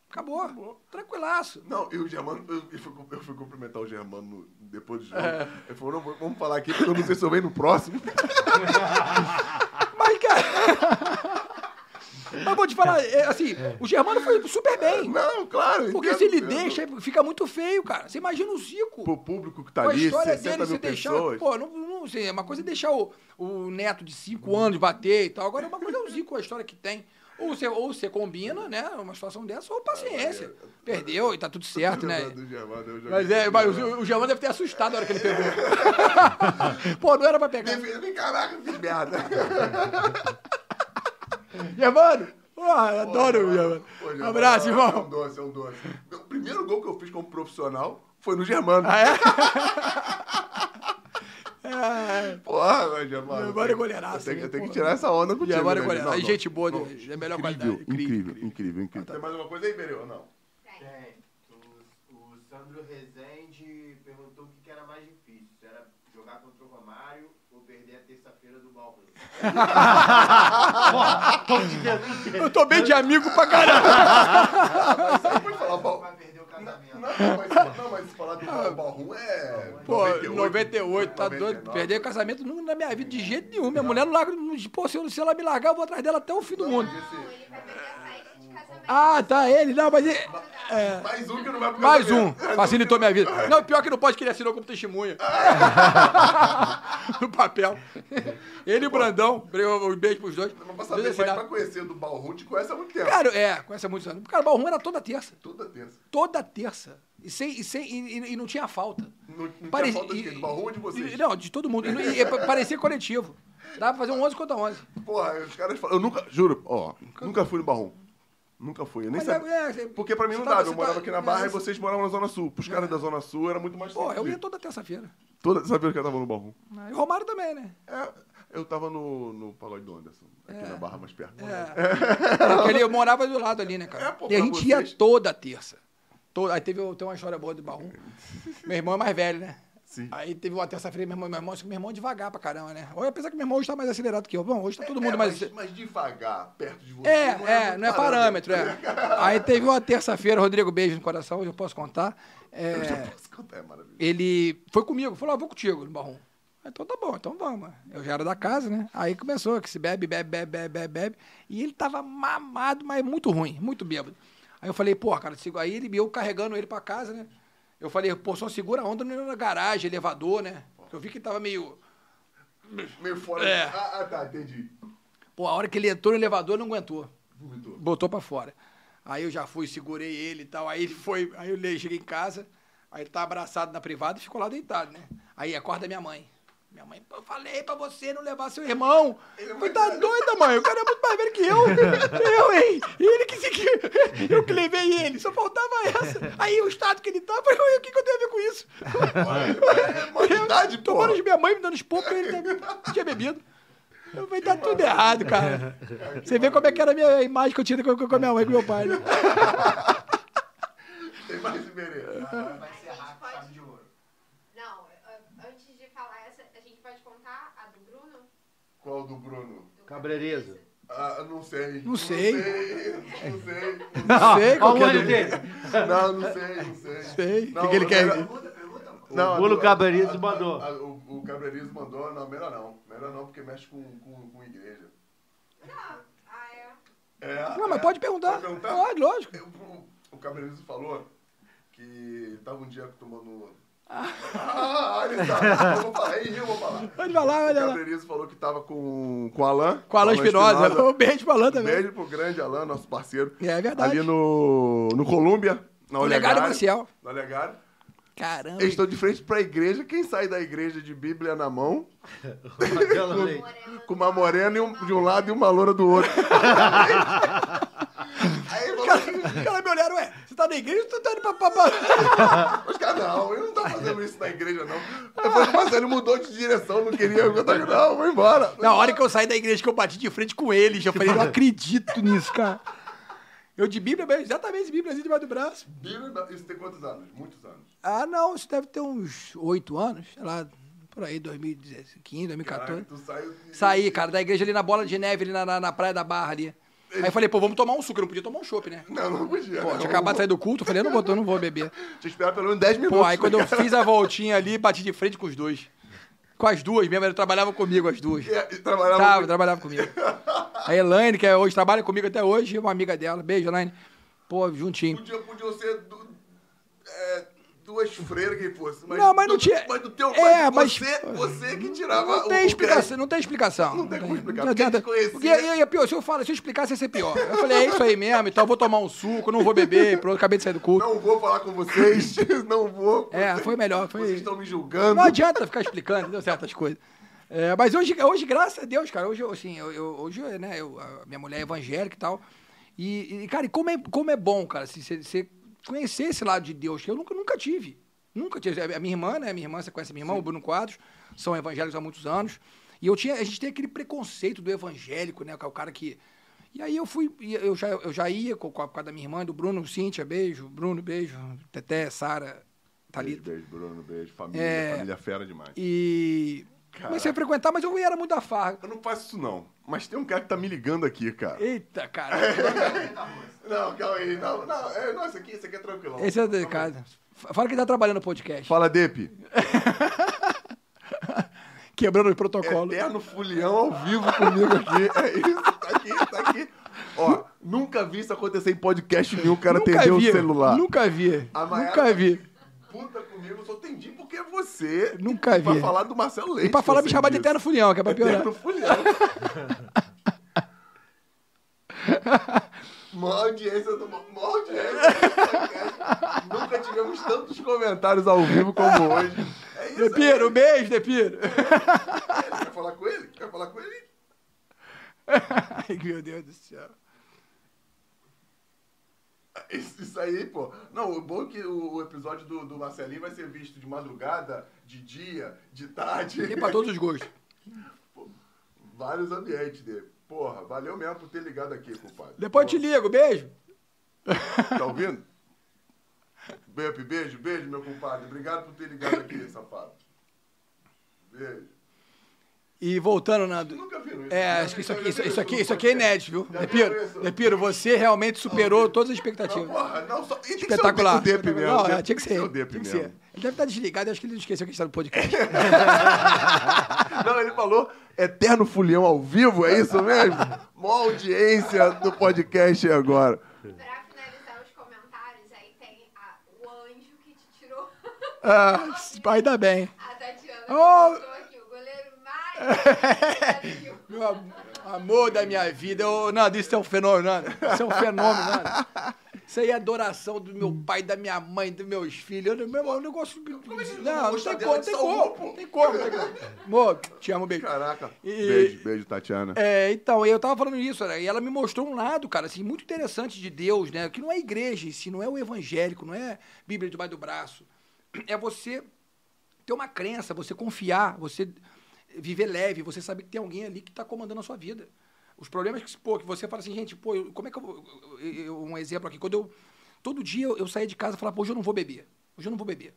Speaker 3: Acabou. Tranquilaço.
Speaker 1: Não, e o Germano, eu, eu fui, cum- eu fui cumprimentar o Germano no- depois do jogo.
Speaker 3: É.
Speaker 1: Ele falou, não, v- vamos falar aqui, porque eu não sei se eu venho no
Speaker 3: *laughs*
Speaker 1: próximo.
Speaker 3: Mas, cara. *laughs* Mas vou te falar, é, assim, o Germano foi super bem.
Speaker 1: não, claro.
Speaker 3: Porque
Speaker 1: É, entendo,
Speaker 3: se ele
Speaker 1: entendo.
Speaker 3: deixa, fica muito feio, cara. Você imagina o Zico.
Speaker 1: Pro público que tá
Speaker 3: Com a
Speaker 1: ali,
Speaker 3: história
Speaker 1: 60
Speaker 3: dele,
Speaker 1: mil
Speaker 3: você deixar.
Speaker 1: pessoas.
Speaker 3: Pô, não, não sei, uma coisa é deixar o, o neto de 5 anos bater e tal. Agora, uma coisa é o Zico, a história que tem. Ou você, ou você combina, né? Uma situação dessa, ou
Speaker 1: Ah,
Speaker 3: paciência.
Speaker 1: é-
Speaker 3: Perdeu e tá tudo certo, né?
Speaker 1: Do Germano, eu joguei
Speaker 3: Mas
Speaker 1: com
Speaker 3: é,
Speaker 1: o *laughs*
Speaker 3: mas
Speaker 1: Germano.
Speaker 3: o, o Germão deve ter assustado a hora que ele pegou. *laughs* Pô, não era pra pegar.
Speaker 1: Ele fez, Caraca, que
Speaker 3: *laughs*
Speaker 1: merda.
Speaker 3: Germano! Porra, eu adoro o
Speaker 1: Germano.
Speaker 3: Germano.
Speaker 1: Pô, Germano,
Speaker 3: Abraço,
Speaker 1: É um
Speaker 3: irmão.
Speaker 1: doce, é um doce. O primeiro gol que eu fiz como profissional foi no Germano.
Speaker 3: Ah,
Speaker 1: *laughs*
Speaker 3: é? é?
Speaker 1: Porra, mas Germano.
Speaker 3: Germano é goleiraço,
Speaker 1: Eu tenho, eu
Speaker 3: né,
Speaker 1: tenho que
Speaker 3: pô.
Speaker 1: tirar essa onda contigo.
Speaker 3: Germano é
Speaker 1: né,
Speaker 3: goleiro.
Speaker 1: Não, não.
Speaker 3: Gente boa, de, é a
Speaker 1: Incrível,
Speaker 3: melhor qualidade.
Speaker 1: incrível, incrível, incrível.
Speaker 3: tá.
Speaker 1: Tem mais alguma coisa aí, Bereu? Não.
Speaker 4: Tem. O, o Sandro Rezende perguntou o que que era mais difícil. Se era jogar contra o Romário ou perder a terça-feira do Balcão.
Speaker 3: Eu tô bem de amigo pra caralho.
Speaker 1: Aí pode falar,
Speaker 4: Você
Speaker 1: Bal-
Speaker 4: vai perder o casamento.
Speaker 1: Não, mas, não, mas falar do Bal- Balrum é.
Speaker 3: Ah. Pô, 98, tá
Speaker 1: 99.
Speaker 3: doido. Perder casamento nunca na minha vida, de jeito nenhum. Minha mulher não larga. não- Pô, se, eu- se ela me largar, eu vou atrás dela até o fim do mundo.
Speaker 6: Não, Então, ele vai perder a saída de casamento.
Speaker 3: Ah, tá, ele. Não, mas ele. É,
Speaker 1: Mais um que não vai pro
Speaker 3: mais um.
Speaker 1: casamento.
Speaker 3: Facilitou minha vida. Não, pior que não pode que ele assinou como testemunha. *laughs* No papel. Ele e o Brandão. Um beijo pros dois.
Speaker 1: Não pra saber, mas
Speaker 3: Dois
Speaker 1: pra
Speaker 3: assinaram.
Speaker 1: conhecer do Balrum te conhece há muito tempo.
Speaker 3: Cara, é, conhece há muitos anos. Cara, o Balrum era toda terça.
Speaker 1: Toda terça.
Speaker 3: Toda terça. E, sem, e, sem, e, e- e não tinha falta.
Speaker 1: Não, não
Speaker 3: Parece-
Speaker 1: tinha falta de
Speaker 3: e-
Speaker 1: quê? Do Balrum ou de vocês?
Speaker 3: E- Não, de todo mundo. E, não- e- e parecia coletivo. Dava pra fazer um 11 contra 11.
Speaker 1: Porra, os caras falam. Eu nunca, juro, ó, nunca fui no Barrum. Nunca fui, eu nem
Speaker 3: Mas
Speaker 1: sabia.
Speaker 3: é- é, você-
Speaker 1: Porque pra mim
Speaker 3: você
Speaker 1: não
Speaker 3: tava-
Speaker 1: dava, eu
Speaker 3: você
Speaker 1: morava
Speaker 3: tava-
Speaker 1: aqui na
Speaker 3: é,
Speaker 1: Barra e
Speaker 3: você- É.
Speaker 1: vocês moravam na Zona Sul. Pros caras da Zona Sul era muito mais
Speaker 3: Pô,
Speaker 1: fácil
Speaker 3: eu
Speaker 1: de
Speaker 3: ia
Speaker 1: ir.
Speaker 3: toda terça-feira.
Speaker 1: Toda, sabia que eu tava no Barrum?
Speaker 3: E o Romário
Speaker 1: *laughs*
Speaker 3: também, né?
Speaker 1: É, eu tava no, no Pagode do Anderson, aqui
Speaker 3: É.
Speaker 1: na Barra, mais perto.
Speaker 3: É, porque ele- eu morava do lado ali, né, cara?
Speaker 1: É, pô,
Speaker 3: e a
Speaker 1: pra
Speaker 3: gente
Speaker 1: vocês-
Speaker 3: ia toda terça. Toda- aí teve tem uma história boa do Barrum. Meu irmão é mais velho, né?
Speaker 1: Sim.
Speaker 3: Aí teve uma terça-feira, meu irmão, meu irmão, só que meu irmão é devagar pra caramba, né? Olha, apesar que meu irmão hoje tá mais acelerado que eu. Bom, hoje tá todo mundo
Speaker 1: É,
Speaker 3: mais.
Speaker 1: mas, mas devagar, perto de você.
Speaker 3: É,
Speaker 1: muito né?
Speaker 3: é, não é parâmetro, é. Aí teve uma terça-feira, Rodrigo, beijo no coração, hoje eu posso contar. É,
Speaker 1: Posso contar, é maravilhoso.
Speaker 3: ele foi comigo, falou, ah, vou contigo no Barrum. Aí, Então tá bom, então vamos. Eu já era da casa, né? Aí começou que se bebe, bebe, bebe, bebe, bebe, bebe. E ele tava mamado, mas muito ruim, muito bêbado. Aí eu falei, pô, cara, sigo. Aí ele eu carregando ele pra casa, né? Eu falei, pô, só segura a onda na garagem, elevador, né? Eu vi que ele tava meio.
Speaker 1: Meio fora.
Speaker 3: É.
Speaker 1: De... Ah, ah, tá, entendi.
Speaker 3: Pô, a hora que ele entrou no elevador, não aguentou.
Speaker 1: Vomitou.
Speaker 3: Botou pra fora. Aí eu já fui, segurei ele e tal. Aí ele foi, aí eu le- cheguei em casa, aí ele tá abraçado na privada e ficou lá deitado, né? Aí acorda minha mãe. Minha mãe, eu falei pra você não levar seu irmão. Foi tá doida, mãe. O cara é muito mais velho que eu. Eu, hein? Ele que se que- Eu que levei ele. Só faltava essa. Aí o estado que ele tá, eu falei, o que, que eu tenho a ver com isso?
Speaker 1: idade,
Speaker 3: Tomando
Speaker 1: porra.
Speaker 3: de minha mãe, me dando esporro, porque ele tá- tinha bebido. Eu falei, tá tudo errado, cara. Você vê como é que era a minha imagem que eu tinha com, com a minha mãe e com
Speaker 1: *laughs*
Speaker 3: meu pai, né? é-
Speaker 1: Tem mais Iberê.
Speaker 5: Ah.
Speaker 4: Vai
Speaker 6: A
Speaker 4: ser
Speaker 6: gente
Speaker 4: rápido,
Speaker 6: pode-
Speaker 4: chave de ouro.
Speaker 6: Não, a- antes de falar essa, a gente pode contar a do Bruno?
Speaker 1: Qual do Bruno?
Speaker 6: Do
Speaker 2: Cabreireza.
Speaker 1: Ah, não sei.
Speaker 3: Não sei.
Speaker 1: Não sei. Não sei. Ah,
Speaker 3: Não sei qual que é
Speaker 2: Olha o
Speaker 3: do-
Speaker 2: olho dele.
Speaker 1: Não, não sei, não sei.
Speaker 3: Sei. O
Speaker 1: Não,
Speaker 3: que, que ele
Speaker 1: eu-
Speaker 3: quer?
Speaker 1: eu-
Speaker 4: Pergunta, pergunta, pô.
Speaker 1: Não,
Speaker 2: O Bruno
Speaker 1: a- a-
Speaker 2: Cabreiros
Speaker 1: a-
Speaker 2: mandou.
Speaker 1: a- o, o Cabreiros mandou, não, melhor não. Melhor não, porque mexe com, com, com igreja.
Speaker 6: Não, ah, é.
Speaker 1: É,
Speaker 3: Não,
Speaker 1: é.
Speaker 3: mas pode perguntar.
Speaker 1: Pode perguntar?
Speaker 3: Pode, lógico.
Speaker 1: Eu- o, o Cabreiros falou que tava um dia tomando. *laughs* Ah, ele tá. Eu vou falar, aí eu vou falar.
Speaker 3: Pode falar,
Speaker 1: O
Speaker 3: olha lá.
Speaker 1: Cabreiros falou que tava com, com o Alain.
Speaker 3: Com a Alan Espinosa. Um beijo pra Alan
Speaker 1: Um
Speaker 3: também.
Speaker 1: beijo pro grande Alain, nosso parceiro.
Speaker 3: É verdade.
Speaker 1: Ali no, no Colômbia, na
Speaker 3: O legado
Speaker 1: Olegário.
Speaker 3: marcial.
Speaker 1: Na Olegário.
Speaker 3: Caramba.
Speaker 1: Eles estão de frente pra igreja. Quem sai da igreja de Bíblia na mão,
Speaker 2: Marcelo Leite.
Speaker 6: Morena
Speaker 1: com
Speaker 6: do
Speaker 1: uma
Speaker 6: lado,
Speaker 1: morena e um-
Speaker 6: uma
Speaker 1: de um lado e uma loura do
Speaker 3: *laughs*
Speaker 1: outro. Aí ele falou, assim,
Speaker 3: Os caras me olharam, ué, você tá na igreja ou tu tá indo pra... pra, pra...
Speaker 1: Os caras, não, ele não tá fazendo isso na igreja, não. Eu falei, mas ele mudou de direção, não queria. Eu falei, não, vou embora.
Speaker 3: Na hora que eu saí da igreja, que eu bati de frente com eles, eu falei, não acredito nisso, cara. Eu de Bíblia, mesmo, exatamente, Bíblia debaixo do braço.
Speaker 1: Bíblia, isso tem quantos anos? Muitos anos.
Speaker 3: Ah, não, isso deve ter uns oito anos, sei lá, por aí, 2015, 2014.
Speaker 1: Caraca, tu saiu... de-
Speaker 3: Saí, cara, da igreja ali na Bola de Neve, ali na, na, na Praia da Barra ali. Aí eu falei, pô, vamos tomar um suco, eu não podia tomar um chopp, né?
Speaker 1: Não, não podia.
Speaker 3: Pô,
Speaker 1: *laughs* não.
Speaker 3: tinha acabado de sair do culto, eu falei, eu não vou, eu não
Speaker 1: *laughs*
Speaker 3: vou beber.
Speaker 1: Tinha que esperar pelo menos 10 minutos.
Speaker 3: Pô, aí
Speaker 1: né,
Speaker 3: quando eu
Speaker 1: cara?
Speaker 3: fiz a voltinha ali, bati de frente com os dois. Com as duas mesmo, elas trabalhavam comigo, as duas.
Speaker 1: E- e trabalhava
Speaker 3: Tava,
Speaker 1: muito.
Speaker 3: trabalhava comigo.
Speaker 1: *laughs*
Speaker 3: A Elaine, que é hoje trabalha comigo até hoje, é uma amiga dela. Beijo, Elaine. Pô, juntinho.
Speaker 1: Podia, podia ser du- é, duas freiras que fosse. Mas
Speaker 3: Não, mas não
Speaker 1: do-
Speaker 3: tinha-
Speaker 1: Mas do teu
Speaker 3: É,
Speaker 1: mas
Speaker 3: mas-
Speaker 1: você, você que tirava
Speaker 3: Não tem
Speaker 1: o- o crédito.
Speaker 3: explicação, não tem explicação.
Speaker 1: Não tem como explicar,
Speaker 3: não
Speaker 1: porque
Speaker 3: adianta.
Speaker 1: te conhecia.
Speaker 3: Porque aí é pior, se eu falar, se eu explicasse, ia ser pior. Eu falei, é isso aí mesmo, então eu vou tomar um suco, não vou beber, pronto, acabei de sair do culto.
Speaker 1: Não vou falar com vocês, *laughs* não vou.
Speaker 3: É, foi melhor, foi-
Speaker 1: Vocês estão me julgando.
Speaker 3: Não adianta ficar explicando, entendeu? Certas coisas. É, mas hoje, hoje, graças a Deus, cara, hoje, eu, assim, eu, eu- hoje, né, eu, a minha mulher é evangélica e tal. E, e, cara, e como é, como é bom, cara, se você- você conhecer esse lado de Deus, que eu nunca, nunca tive. Nunca tive. A minha irmã, né? Minha irmã, você conhece a minha irmã, o Bruno Quadros, são evangélicos há muitos anos. E eu tinha, a gente tem aquele preconceito do evangélico, né? que é O cara que. E aí eu fui, e eu já, eu já ia com, com a, por causa da minha irmã, e do Bruno, Cíntia, beijo, Bruno, beijo, Teté, Sara, Thalita.
Speaker 1: Beijo, beijo, Bruno, beijo, família,
Speaker 3: tá É.
Speaker 1: família fera demais.
Speaker 3: E comecei a frequentar, mas eu era muito da farra.
Speaker 1: Eu não faço isso não, mas tem um cara que tá me ligando aqui, cara.
Speaker 3: Eita, cara.
Speaker 1: Não, calma aí, não, não, é, não, isso aqui, isso aqui é tranquilão.
Speaker 3: *laughs* Esse é delicado. Fala que tá trabalhando no podcast.
Speaker 1: Fala, Depe.
Speaker 3: Quebrando o protocolo.
Speaker 1: Eterno É Fulião ao vivo comigo aqui. É isso, tá aqui, tá aqui. Ó, nunca vi isso acontecer em podcast nenhum, o cara
Speaker 3: nunca
Speaker 1: atendeu
Speaker 3: vi,
Speaker 1: o celular.
Speaker 3: Nunca vi.
Speaker 1: A Mayara-
Speaker 3: Nunca vi.
Speaker 1: Puta comigo, eu só entendi porque é você.
Speaker 3: Nunca
Speaker 1: Pra
Speaker 3: vi.
Speaker 1: falar do Marcelo Leite.
Speaker 3: E pra falar,
Speaker 1: você
Speaker 3: me chamar de
Speaker 1: disse.
Speaker 3: Eterno Furião, que é pra piorar.
Speaker 1: Eterno Fulião.
Speaker 3: *laughs*
Speaker 1: Maior audiência do maior audiência do podcast. Nunca tivemos tantos comentários ao vivo como hoje. É isso.
Speaker 3: Depiro, um
Speaker 1: *laughs*
Speaker 3: beijo, Depiro.
Speaker 1: é- Quer falar com ele? Quer falar com ele?
Speaker 3: Ai, meu Deus do céu.
Speaker 1: Isso, isso aí, pô. Não, o bom é que o, o episódio do, do Marcelinho vai ser visto de madrugada, de dia, de tarde.
Speaker 3: Tem pra todos os gostos.
Speaker 1: Vários ambientes dele. Porra, valeu mesmo por ter ligado aqui, compadre.
Speaker 3: Depois eu te ligo, beijo.
Speaker 1: Tá ouvindo? Bep, beijo, beijo, meu compadre. Obrigado por ter ligado aqui, safado. Beijo.
Speaker 3: E voltando, Nando.
Speaker 1: Nunca viram isso.
Speaker 3: É,
Speaker 1: né?
Speaker 3: acho que isso aqui,
Speaker 1: Já
Speaker 3: isso,
Speaker 1: viram
Speaker 3: isso aqui,
Speaker 1: no
Speaker 3: isso aqui é
Speaker 1: podcast?
Speaker 3: inédito, viu?
Speaker 1: Já viram isso?
Speaker 3: Depiro, Depiro, você realmente superou todas as
Speaker 1: Não,
Speaker 3: expectativas.
Speaker 1: porra, não, só... e tem
Speaker 3: um
Speaker 1: que ser o
Speaker 3: Espetacular.
Speaker 1: Dep mesmo,
Speaker 3: Não,
Speaker 1: o
Speaker 3: é,
Speaker 1: Dep-
Speaker 3: tinha que ser.
Speaker 1: ser o
Speaker 3: Tinha
Speaker 1: Dep
Speaker 3: que
Speaker 1: mesmo.
Speaker 3: ser. Ele deve estar desligado, eu acho que ele esqueceu que a gente está no *laughs* podcast.
Speaker 1: Não, ele falou Eterno Fulião ao vivo, é isso
Speaker 3: *laughs*
Speaker 1: mesmo? Mó audiência do podcast agora.
Speaker 6: Pra finalizar os comentários, aí tem a- o anjo que te tirou. *laughs*
Speaker 3: Ah, ainda bem.
Speaker 6: A Tatiana
Speaker 1: *laughs*
Speaker 3: Oh!
Speaker 6: *laughs* colocou aqui, o goleiro mais.
Speaker 3: Meu am- a, amor da minha vida. Ô, Nando, isso é um fenômeno, Nando. Isso é um fenômeno, Nando. *laughs* Isso aí é adoração do meu pai, da minha mãe, dos meus filhos. Eu, meu irmão, é um negócio. Como
Speaker 1: é que você não
Speaker 3: não, não
Speaker 1: gosta
Speaker 3: tem
Speaker 1: dela um
Speaker 3: como,
Speaker 1: de
Speaker 3: tem
Speaker 1: Saul,
Speaker 3: como, tem como, tem como. Amor, te amo, beijo.
Speaker 1: Caraca.
Speaker 3: E-
Speaker 1: Beijo, beijo, Tatiana.
Speaker 3: É, então, eu tava falando isso, né? e ela me mostrou um lado, cara, assim, muito interessante de Deus, né? Que não é igreja, se não é o evangélico, não é Bíblia debaixo do braço. É você ter uma crença, você confiar, você viver leve, você saber que tem alguém ali que está comandando a sua vida. Os problemas que, pô, que você fala assim, gente, pô, eu- como é que eu, vou- eu- eu- eu- Um exemplo aqui, quando eu. Todo dia eu, eu saía de casa e falava, pô, hoje eu não vou beber. Hoje eu não vou beber.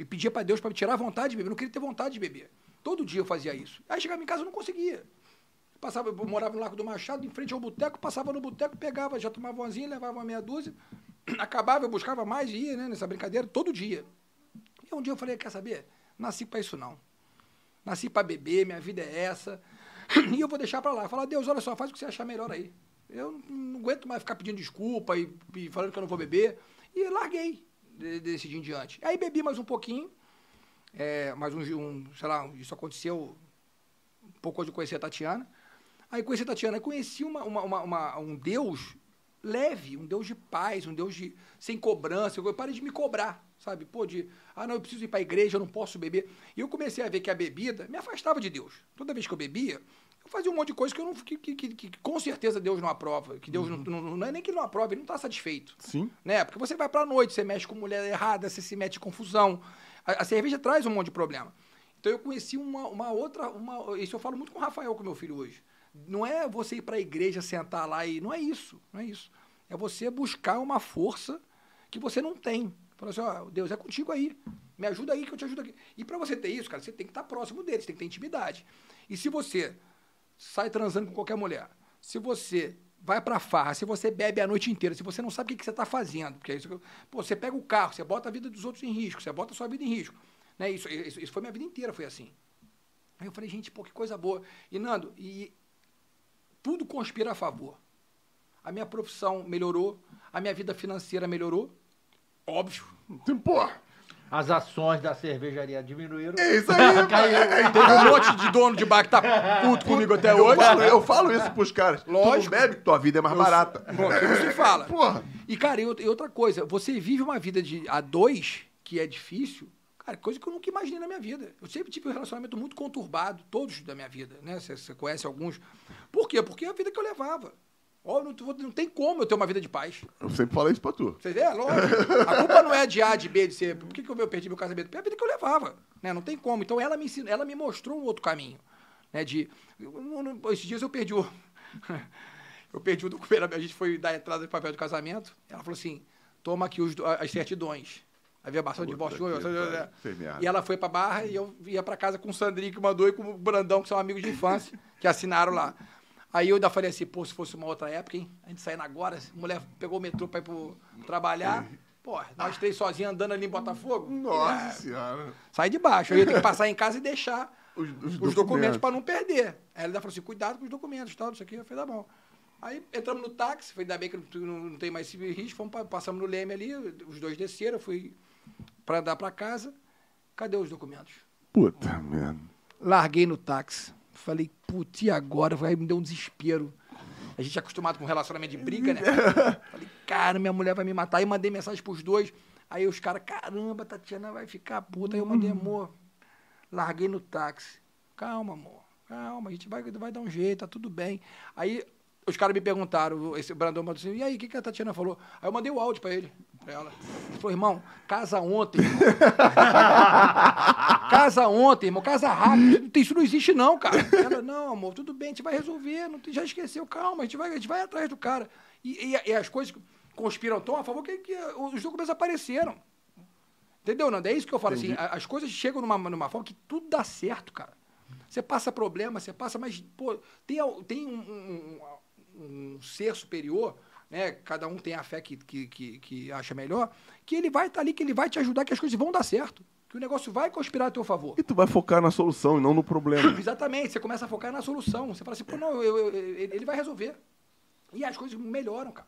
Speaker 3: E pedia para Deus para me tirar a vontade de beber. Eu não queria ter vontade de beber. Todo dia eu fazia isso. Aí chegava em casa eu não conseguia. Passava, eu morava no Largo do Machado, em frente ao boteco, passava no boteco, pegava, já tomava uma zinha, levava uma meia dúzia, *clears throat* acabava, eu buscava mais e ia, né, nessa brincadeira, todo dia. E um dia eu falei, quer saber? Nasci pra isso não. Nasci pra beber, minha vida é essa. *clears throat* E eu vou deixar pra lá. Falar, Deus, olha só, faz o que você achar melhor aí. Eu não- não aguento mais ficar pedindo desculpa e, e falando que eu não vou beber. E eu larguei de- desse dia em diante. Aí bebi mais um pouquinho, é, mais um, um, sei lá, isso aconteceu um pouco antes de conhecer a Tatiana. Aí conheci a Tatiana, aí conheci uma, uma- uma- uma- um Deus leve, um Deus de paz, um Deus de sem cobrança. Eu parei de me cobrar, sabe? Pô, de, ah, não, eu preciso ir para a igreja, eu não posso beber. E eu comecei a ver que a bebida me afastava de Deus. Toda vez que eu bebia, eu fazia um monte de coisa que eu não que, que- que- que com certeza Deus não aprova, que Deus não, não- não é nem que ele não aprova, ele não está satisfeito
Speaker 1: Sim.
Speaker 3: né? Porque você vai pra noite, você mexe com mulher errada, você se mete em confusão. A, a cerveja traz um monte de problema. Então eu conheci uma, uma outra. Uma, isso eu falo muito com o Rafael, com meu filho hoje. Não é você ir pra igreja, sentar lá e. Não é isso, não é isso. É você buscar uma força que você não tem. Fala assim, ó, Deus é contigo aí. Me ajuda aí que eu te ajudo aqui. E pra você ter isso, cara, você tem que estar próximo dele, você tem que ter intimidade. E se você sai transando com qualquer mulher, se você vai pra farra, se você bebe a noite inteira, se você não sabe o que, que você tá fazendo, porque é isso que eu- pô, você pega o carro, você bota a vida dos outros em risco, você bota a sua vida em risco. Né? Isso, isso, isso foi minha vida inteira, foi assim. Aí eu falei, gente, pô, que coisa boa. E Nando, e tudo conspira a favor. A minha profissão melhorou, a minha vida financeira melhorou, óbvio.
Speaker 1: Tem- Porra.
Speaker 2: As ações da cervejaria diminuíram.
Speaker 1: É isso aí,
Speaker 2: Caiu.
Speaker 3: Teve um monte de dono de bar que tá puto comigo até
Speaker 1: Eu
Speaker 3: hoje.
Speaker 1: falo, eu falo isso pros caras. Tu não
Speaker 3: Lógico.
Speaker 1: bebe, tua vida é mais barata.
Speaker 3: Bom, isso se fala.
Speaker 1: *laughs* Porra.
Speaker 3: E, cara, e outra e outra coisa, você vive uma vida de a dois, que é difícil, cara, coisa que eu nunca imaginei na minha vida. Eu sempre tive um relacionamento muito conturbado, todos da minha vida, né? Você- Você conhece alguns. Por quê? Porque é a vida que eu levava. Ó, não, tu- não tem como eu ter uma vida de paz.
Speaker 1: Eu sempre falei isso pra tu.
Speaker 3: Você vê? É Lógico. A culpa não é de A, de B, de C. Por que, que eu eu perdi meu casamento? Porque é a vida que eu levava. Né? Não tem como. Então ela me ensinou, ela me mostrou um outro caminho. Né? De, eu não- não- esses dias eu perdi o. *laughs* eu perdi o documento. A gente foi dar entrada de papel de casamento. Ela falou assim: toma aqui os do- as certidões. A verbação de
Speaker 1: Puta
Speaker 3: divórcio.
Speaker 1: que pariu. Sem merda.
Speaker 3: E ela foi pra barra e eu ia pra casa com o Sandrinho que mandou e com o Brandão, que são amigos de infância, *laughs* que assinaram lá. Aí eu ainda falei assim, pô, se fosse uma outra época, hein? A gente saindo agora, a mulher pegou o metrô pra ir pro trabalhar. Pô, nós três sozinhos andando ali em Botafogo. É.
Speaker 1: Nossa senhora.
Speaker 3: Sai de baixo. Eu ia ter que passar em casa e deixar
Speaker 1: Os-
Speaker 3: os,
Speaker 1: os
Speaker 3: documentos,
Speaker 1: documentos.
Speaker 3: para não perder. Aí ela falou assim: cuidado com os documentos, tal, isso aqui. Eu falei: tá bom. Aí entramos no táxi, foi ainda bem que não, não- não tem mais esse risco. Fomos, pa- passamos no Leme ali, os dois desceram, eu fui para andar para casa. Cadê os documentos?
Speaker 1: Puta merda.
Speaker 3: Larguei no táxi. Falei, putz, e agora? Aí me deu um desespero. A gente é acostumado com relacionamento de briga, né? Falei, cara, minha mulher vai me matar. Aí mandei mensagem pros dois. Aí os caras, caramba, Tatiana vai ficar puta. Aí eu mandei, amor, larguei no táxi. Calma, amor. Calma, a gente vai, vai dar um jeito, tá tudo bem. Aí os caras me perguntaram, esse Brandão mandou assim, e aí, o que, que a Tatiana falou? Aí eu mandei o áudio pra ele, pra ela. Ele falou, irmão, casa ontem, irmão. Ah. Casa ontem, irmão, casa rápido. Isso não existe, não, cara. Ela, não, amor, tudo bem, a gente vai resolver. Não, tem- já esqueceu, calma, a gente vai, a gente vai atrás do cara. E, e- e as coisas conspiram tão a favor que, que os documentos apareceram. Entendeu, Nando? É isso que eu falo assim. a- As coisas chegam numa, numa forma que tudo dá certo, cara. Você passa problema, você passa, mas, pô, tem, al- tem um, um- um- um ser superior, né? Cada um tem a fé que, que, que, que acha melhor, que ele vai estar ali, que ele vai te ajudar, que as coisas vão dar certo. Que o negócio vai conspirar a teu favor.
Speaker 1: E tu vai focar na solução e não no problema.
Speaker 3: *coughs* Exatamente, você começa a focar na solução. Você fala assim, pô, não, eu- eu- eu- ele vai resolver. E as coisas melhoram, cara.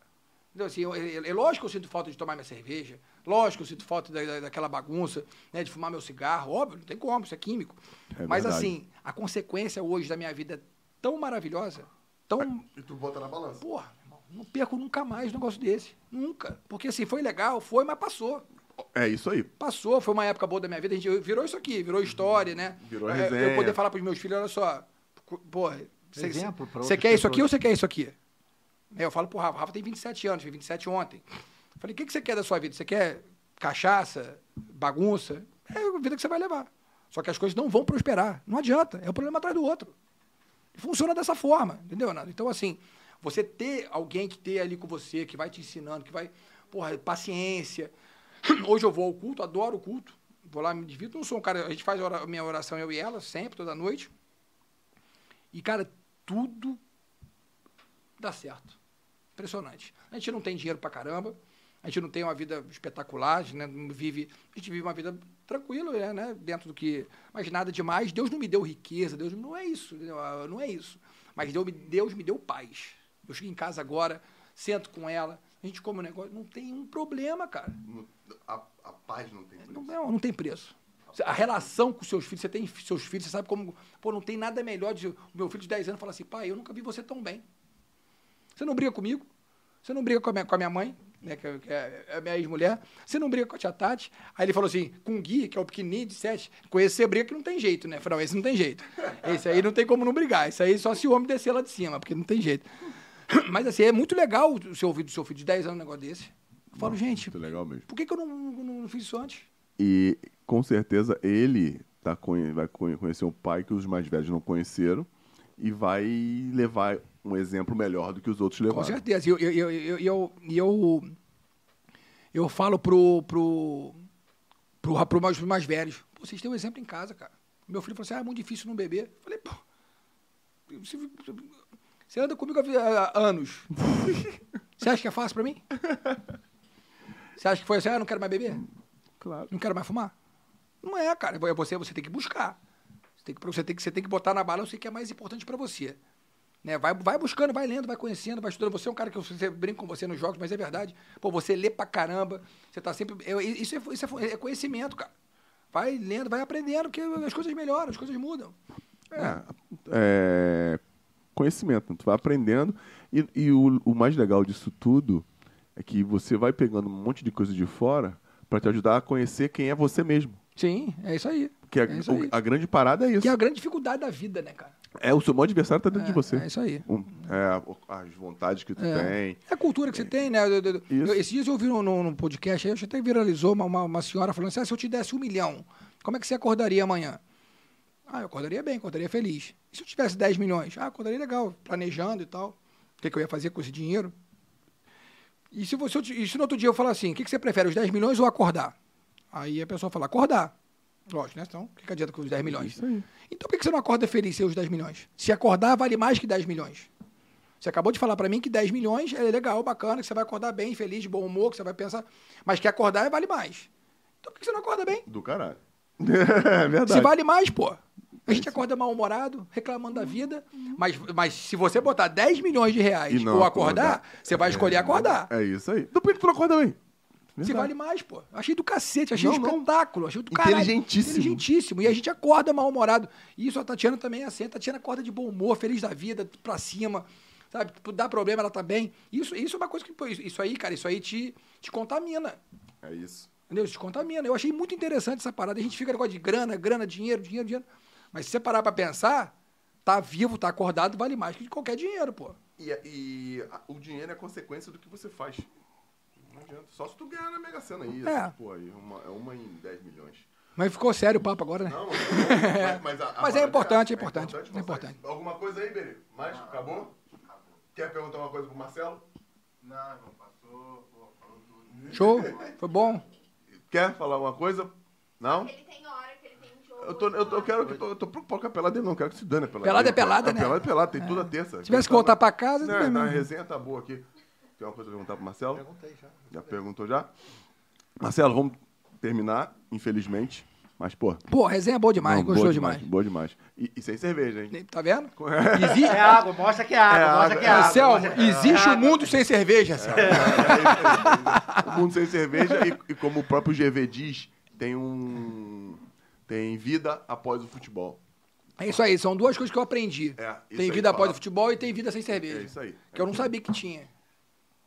Speaker 3: Entendeu? Assim, eu- eu- é lógico que eu sinto falta de tomar minha cerveja, lógico que eu sinto falta da- da- daquela bagunça, né, de fumar meu cigarro, óbvio, não tem como, isso é químico.
Speaker 1: É
Speaker 3: Mas
Speaker 1: verdade.
Speaker 3: assim, a consequência hoje da minha vida é tão maravilhosa Então,
Speaker 1: E tu bota na balança.
Speaker 3: porra, meu irmão, não perco nunca mais um negócio desse. Nunca. Porque assim, foi legal, foi, mas passou.
Speaker 1: É isso aí.
Speaker 3: Passou, foi uma época boa da minha vida, a gente virou isso aqui, virou história, né?
Speaker 1: Virou
Speaker 3: É,
Speaker 1: resenha.
Speaker 3: Eu poder falar pros meus filhos, olha só, cu- pô, você
Speaker 2: Exemplo pra
Speaker 3: você
Speaker 2: outras
Speaker 3: quer isso aqui
Speaker 2: pessoas.
Speaker 3: ou você quer isso aqui? É, Eu falo pro Rafa, o Rafa tem 27 anos, fez 27 ontem. Eu Falei, o que, que você quer da sua vida? Você quer cachaça, bagunça? É a vida que você vai levar. Só que as coisas não vão prosperar. Não adianta. É um problema atrás do outro. Funciona dessa forma, entendeu, Nando? Então, assim, você ter alguém que ter ali com você, que vai te ensinando, que vai. Porra, paciência. *clears throat* Hoje eu vou ao culto, adoro o culto. Vou lá, me divido. Não sou um cara. A gente faz ora- minha oração, eu e ela, sempre, toda noite. E, cara, tudo dá certo. Impressionante. A gente não tem dinheiro pra caramba, a gente não tem uma vida espetacular, né? não vive, a gente vive uma vida tranquila, né, né? Dentro do que. Mas nada demais. Deus não me deu riqueza, Deus não é isso, entendeu? Ah, não é isso. Mas Deus me, Deus me deu paz. Eu chego em casa agora, sento com ela, a gente come um negócio, não tem um problema, cara.
Speaker 1: No- A, a paz não tem preço.
Speaker 3: Não, não, não tem preço. A relação com seus filhos, você tem fi- seus filhos, você sabe como. Pô, não tem nada melhor de. O meu filho de 10 anos fala assim: pai, eu nunca vi você tão bem. Você não briga comigo, você não briga com a minha, com a minha mãe, né, que, é- que é é a minha ex-mulher, você não briga com a tia Tati. Aí ele falou assim: com o Gui, que é o pequenininho de 7, com esse você briga que não tem jeito, né? Eu falei, não, esse não tem jeito. Esse aí não tem como não brigar, esse aí só se o homem descer lá de cima, porque não tem jeito. *clears throat* Mas assim, é muito legal o seu ouvido do seu filho de 10 anos um negócio desse. Eu falo, gente,
Speaker 1: Muito legal mesmo.
Speaker 3: por que, que eu não- não- não fiz isso antes?
Speaker 1: E com certeza ele tá conhe- vai conhe- conhecer um pai que os mais velhos não conheceram e vai levar um exemplo melhor do que os outros levaram.
Speaker 3: Com certeza. E eu, eu, eu, eu, eu, eu, eu falo pro, pro, pro, ra- pro mais, pros mais velhos, "Pô, vocês têm um exemplo em casa, cara. Meu filho falou assim, ah, é muito difícil não beber. Eu falei, pô, você, você anda comigo há vi- há anos. Você acha que é fácil pra mim? Você acha que foi assim, ah, eu não quero mais beber?
Speaker 1: Claro.
Speaker 3: Não quero mais fumar? Não é, cara. É Você, você tem que buscar. Você tem que, você tem que, você tem que botar na balança o que é mais importante pra você. Né? Vai, vai buscando, vai lendo, vai conhecendo, vai estudando. Você é um cara que eu você brinca com você nos jogos, mas é verdade. Pô, você lê pra caramba. Você tá sempre. eu- isso é, isso é- é conhecimento, cara. Vai lendo, vai aprendendo, porque as coisas melhoram, as coisas mudam.
Speaker 1: É, é, conhecimento. Tu vai aprendendo. E, e o, o mais legal disso tudo é que você vai pegando um monte de coisa de fora para te ajudar a conhecer quem é você mesmo.
Speaker 3: Sim, é isso aí.
Speaker 1: Que a,
Speaker 3: É isso
Speaker 1: o-
Speaker 3: aí.
Speaker 1: a grande parada é isso.
Speaker 3: Que é a grande dificuldade da vida, né, cara?
Speaker 1: É o seu maior adversário tá dentro de
Speaker 3: É,
Speaker 1: você.
Speaker 3: é isso aí.
Speaker 1: Um- é, as vontades que tu tem.
Speaker 3: É a cultura que você tem, né? Eu- eu- eu-
Speaker 1: Isso.
Speaker 3: esses dias eu ouvi num, num- num podcast, aí acho que até viralizou uma, uma, uma senhora falando assim: ah, se eu te desse um milhão, como é que você acordaria amanhã? Ah, eu acordaria bem, acordaria feliz. E se eu tivesse 10 milhões? Ah, acordaria legal, planejando e tal. O que, que eu ia fazer com esse dinheiro? E se, você, e se no outro dia eu falar assim, o que, que você prefere, os 10 milhões ou acordar? Aí a pessoa fala, acordar. Lógico, né? Então, o que, que adianta com os 10 milhões? Então, por que, que você não acorda feliz sem os 10 milhões? Se acordar, vale mais que 10 milhões. Você acabou de falar pra mim que 10 milhões é legal, bacana, que você vai acordar bem, feliz, de bom humor, que você vai pensar. Mas que acordar é vale mais. Então, por que que você não acorda bem?
Speaker 1: Do caralho. *laughs* é verdade. É
Speaker 3: Se vale mais, pô. A gente acorda mal-humorado, reclamando
Speaker 1: Uhum,
Speaker 3: da vida, mas, mas se você botar 10 milhões de reais
Speaker 1: E não
Speaker 3: ou acordar,
Speaker 1: acordar.
Speaker 3: você vai escolher acordar.
Speaker 1: É isso aí. Então por que que tu não acorda bem?
Speaker 3: Se
Speaker 1: Verdade.
Speaker 3: vale mais, pô. Achei do cacete, achei
Speaker 1: Não, não.
Speaker 3: espetáculo, achei do caralho.
Speaker 1: Inteligentíssimo.
Speaker 3: Inteligentíssimo. E a gente acorda mal-humorado. E isso a Tatiana também é assim. A Tatiana acorda de bom humor, feliz da vida, pra cima. Sabe? Tipo, Dá problema, ela tá bem. Isso, isso é uma coisa que. pô, isso- Isso aí, cara, isso aí te, te contamina.
Speaker 1: É isso.
Speaker 3: Entendeu? Isso te contamina. Eu achei muito interessante essa parada. A gente fica com negócio de grana, grana, dinheiro, dinheiro, dinheiro. Mas se você parar pra pensar, tá vivo, tá acordado, vale mais que de qualquer dinheiro, pô.
Speaker 1: E, e a- o dinheiro é consequência do que você faz. Não adianta. Só se tu ganhar na Mega Sena aí.
Speaker 3: É.
Speaker 1: assim, Pô, aí é uma, é uma em 10 milhões.
Speaker 3: Mas ficou sério o papo agora, né?
Speaker 1: Não, *laughs* mas, mas, a- a
Speaker 3: Mas é
Speaker 1: parada
Speaker 3: importante, é
Speaker 1: essa.
Speaker 3: importante, é
Speaker 1: mostrar
Speaker 3: importante.
Speaker 1: isso. Alguma coisa aí, Beri? Mais? Acabou? Quer perguntar uma coisa pro Marcelo?
Speaker 4: Não, irmão, passou, pô, falou tudo.
Speaker 3: Show? Foi bom?
Speaker 1: Quer falar uma coisa? Não?
Speaker 6: Ele tem hora que ele tem um jogo.
Speaker 1: Eu, tô, eu, tô, eu quero que. Tô, eu tô preocupado com a pelada dele, não. Quero que se dane a pelada.
Speaker 3: Pelada
Speaker 1: dele,
Speaker 3: é pelada,
Speaker 1: cara.
Speaker 3: né?
Speaker 1: A pelada é pelada, tem toda terça.
Speaker 3: Se tivesse que voltar pra casa, tudo
Speaker 1: Não,
Speaker 3: bem,
Speaker 1: não, a
Speaker 3: né?
Speaker 1: resenha tá boa aqui. Tem uma coisa pra perguntar pro Marcelo?
Speaker 2: Perguntei já.
Speaker 1: Já perguntou já? Marcelo, vamos terminar, infelizmente. Mas, pô.
Speaker 3: Pô, a resenha é boa demais,
Speaker 1: não, boa
Speaker 3: gostou demais.
Speaker 1: Boa demais. E, e sem cerveja,
Speaker 3: *laughs*
Speaker 1: hein?
Speaker 3: Tá
Speaker 1: *laughs*
Speaker 3: vendo?
Speaker 7: É água, mostra que é água,
Speaker 1: É
Speaker 7: mostra
Speaker 1: água,
Speaker 7: que é
Speaker 1: é
Speaker 7: água.
Speaker 3: Anselmo,
Speaker 7: mostra que é
Speaker 3: existe
Speaker 7: água.
Speaker 3: um mundo sem cerveja, Anselmo.
Speaker 1: O mundo sem cerveja e, e como o próprio GV diz, tem um. Tem vida após o futebol.
Speaker 3: É isso aí, são duas coisas que eu aprendi.
Speaker 1: É, isso
Speaker 3: tem
Speaker 1: aí,
Speaker 3: vida após
Speaker 1: fala.
Speaker 3: o futebol e tem vida sem cerveja.
Speaker 1: É isso aí.
Speaker 3: Que eu não sabia que tinha.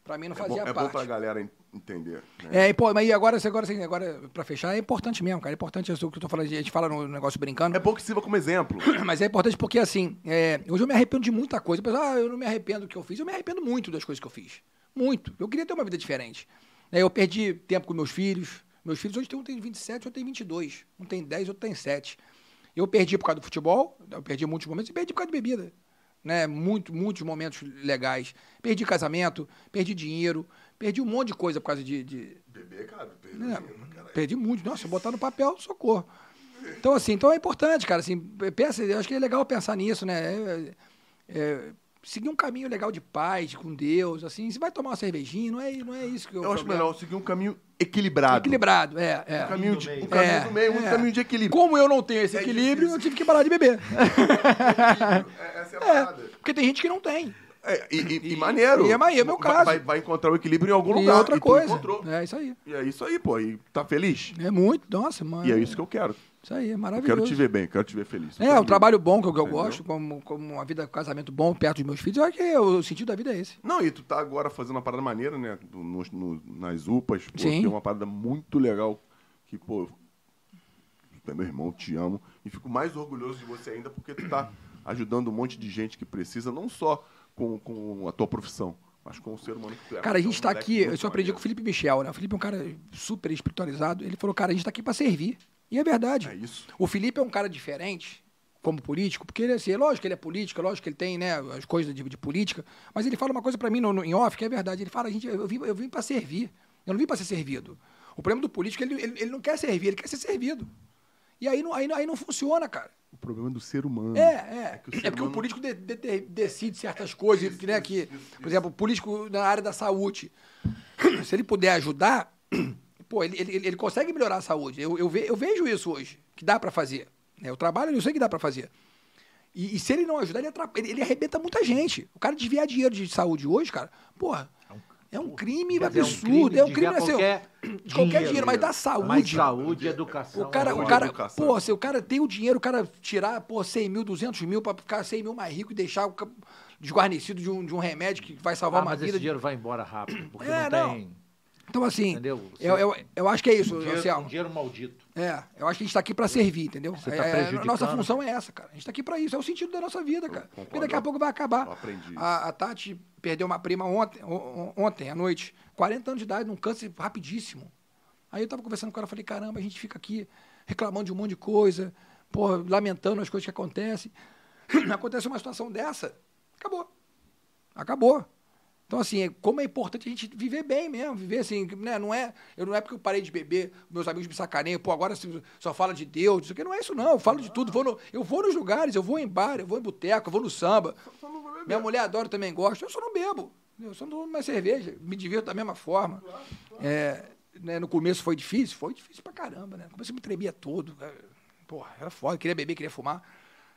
Speaker 3: Pra mim não
Speaker 1: É bom,
Speaker 3: fazia
Speaker 1: é bom
Speaker 3: parte.
Speaker 1: pra galera en- entender. né?
Speaker 3: É, e, pô, mas e agora, você- agora, você- agora, pra fechar, é importante mesmo, cara. É importante isso que eu tô falando, a gente fala no negócio brincando.
Speaker 1: É bom que sirva como exemplo.
Speaker 3: *clears throat* Mas é importante porque, assim, é, hoje eu me arrependo de muita coisa. Apesar, ah, eu não me arrependo do que eu fiz. Eu me arrependo muito das coisas que eu fiz. Muito. Eu queria ter uma vida diferente. Né, eu perdi tempo com meus filhos. Meus filhos, hoje tem um tem 27, outro tem 22. Um tem 10, outro tem 7. Eu perdi por causa do futebol, eu perdi muitos momentos e perdi por causa de bebida. Né? Muito, muitos momentos legais. Perdi casamento, perdi dinheiro, perdi um monte de coisa por causa de- de,
Speaker 1: Bebê, cara, bebê,
Speaker 3: né?
Speaker 1: caralho.
Speaker 3: Perdi muito. Nossa, se eu botar no papel, socorro. Então, assim, então é importante, cara. Assim, pensa, eu acho que é legal pensar nisso, né? É, é, seguir um caminho legal de paz com Deus, assim. Você vai tomar uma cervejinha, não é, não é isso que eu.
Speaker 1: Eu acho melhor seguir um caminho equilibrado.
Speaker 3: Equilibrado, é. é.
Speaker 1: Um caminho, de,
Speaker 7: meio.
Speaker 1: um caminho
Speaker 3: É,
Speaker 1: do meio, um
Speaker 3: é.
Speaker 1: caminho de equilíbrio.
Speaker 3: Como eu não tenho esse
Speaker 1: É
Speaker 3: equilíbrio,
Speaker 1: difícil.
Speaker 3: eu tive que parar de beber.
Speaker 1: É, essa é a
Speaker 3: É,
Speaker 1: parada.
Speaker 3: porque tem gente que não tem.
Speaker 1: É, e, e- e maneiro.
Speaker 3: e é maneiro, é meu
Speaker 1: Vai-
Speaker 3: caso.
Speaker 1: Vai, vai encontrar o equilíbrio em algum
Speaker 3: E
Speaker 1: um lugar.
Speaker 3: outra
Speaker 1: e tu
Speaker 3: coisa.
Speaker 1: encontrou.
Speaker 3: É isso aí.
Speaker 1: E é isso aí, pô. E tá feliz?
Speaker 3: É muito, nossa, mano.
Speaker 1: E é isso que eu quero.
Speaker 3: Isso aí, é
Speaker 1: Eu
Speaker 3: maravilhoso.
Speaker 1: quero te ver bem, quero te ver feliz.
Speaker 3: É, um
Speaker 1: o
Speaker 3: trabalho bom que eu, que eu
Speaker 1: Entendeu?
Speaker 3: gosto, como, como uma vida, casamento bom, perto dos meus filhos. Eu acho que o sentido da vida é esse.
Speaker 1: Não, e tu tá agora fazendo uma parada maneira, né? do- nos- no- nas UPAs. Pô,
Speaker 3: Sim.
Speaker 1: Tem uma parada muito legal que, pô, é meu irmão, te amo. E fico mais orgulhoso de você ainda porque tu tá ajudando um monte de gente que precisa, não só com, com a tua profissão, mas com o ser humano que tu é.
Speaker 3: Cara, a
Speaker 1: Tu é um
Speaker 3: gente tá
Speaker 1: moleque
Speaker 3: aqui,
Speaker 1: muito
Speaker 3: eu só aprendi com o
Speaker 1: maneiro.
Speaker 3: Felipe Michel, né? O Felipe é um cara super espiritualizado. Ele falou, cara, a gente tá aqui pra servir. E é verdade.
Speaker 1: É isso.
Speaker 3: O Felipe é um cara diferente como político, porque ele, assim, é lógico que ele é político, é lógico que ele tem, né, as coisas de, de política, mas ele fala uma coisa pra mim no, no- em off que é verdade. Ele fala, a gente, eu vim, eu vim para servir, eu não vim pra ser servido. O problema do político, é que ele, ele, ele não quer servir, ele quer ser servido. E aí não, aí, não- aí não funciona, cara.
Speaker 1: O problema é do ser humano.
Speaker 3: É, é.
Speaker 1: que o ser
Speaker 3: é porque o
Speaker 1: humano-
Speaker 3: político de- de- de- decide certas coisas, né? que, por exemplo, o político na área da saúde, *clears throat* se ele puder ajudar, *clears throat* pô, ele, ele, ele consegue melhorar a saúde. Eu, eu, ve- eu vejo isso hoje, que dá pra fazer. né? Eu trabalho, eu sei que dá pra fazer. E, e se ele não ajudar, ele, atrapa- ele, ele arrebenta muita gente. O cara desviar dinheiro de saúde hoje, cara, porra, é um crime
Speaker 2: Quer dizer, é um
Speaker 3: absurdo. É um
Speaker 2: desviar
Speaker 3: crime, assim,
Speaker 2: qualquer
Speaker 3: de qualquer dinheiro, mas da saúde.
Speaker 2: Mas saúde, educação.
Speaker 3: O cara, o
Speaker 1: Saúde,
Speaker 3: cara,
Speaker 1: educação.
Speaker 3: pô, se o cara tem o dinheiro, o cara tirar, pô, 100 mil, 200 mil pra ficar 100 mil mais rico e deixar o ca- desguarnecido de um, de um remédio que vai
Speaker 2: Ah,
Speaker 3: salvar uma
Speaker 2: mas esse
Speaker 3: vida.
Speaker 2: dinheiro vai embora rápido, porque
Speaker 3: É,
Speaker 2: não
Speaker 3: não.
Speaker 2: tem...
Speaker 3: Então, assim,
Speaker 2: Entendeu?
Speaker 3: eu, eu, eu acho que é isso,
Speaker 2: dinheiro-
Speaker 3: Anselmo.
Speaker 2: um dinheiro maldito.
Speaker 3: É, eu acho que a gente tá aqui pra servir, entendeu?
Speaker 2: Você tá
Speaker 3: É, é,
Speaker 2: prejudicando.
Speaker 3: nossa função é essa, cara. A gente tá aqui pra isso, é o sentido da nossa vida, cara.
Speaker 1: concordo.
Speaker 3: Porque daqui a pouco vai acabar.
Speaker 1: Eu aprendi
Speaker 3: A, a Tati perdeu uma prima ontem, on- on- ontem à noite, 40 anos de idade, num câncer rapidíssimo. Aí eu tava conversando com ela, falei, caramba, a gente fica aqui reclamando de um monte de coisa, porra, lamentando as coisas que acontecem. *clears throat* Acontece uma situação dessa, acabou. Acabou. Então, assim, é- como é importante a gente viver bem mesmo, viver assim, né? Não é, eu não é porque eu parei de beber, meus amigos me sacaneiam, pô, agora se- só fala de Deus, isso aqui não é isso, não. Eu falo de tudo, vou no- eu vou nos lugares, eu vou em bar, eu vou em boteco, eu vou no samba. Minha mulher adora, eu também gosta, eu só não bebo. Eu só não tomo mais cerveja, me divirto da mesma forma. É, né, no começo foi difícil? Foi difícil pra caramba, né? No começo eu me tremia todo. né? Porra, era foda, queria beber, queria fumar.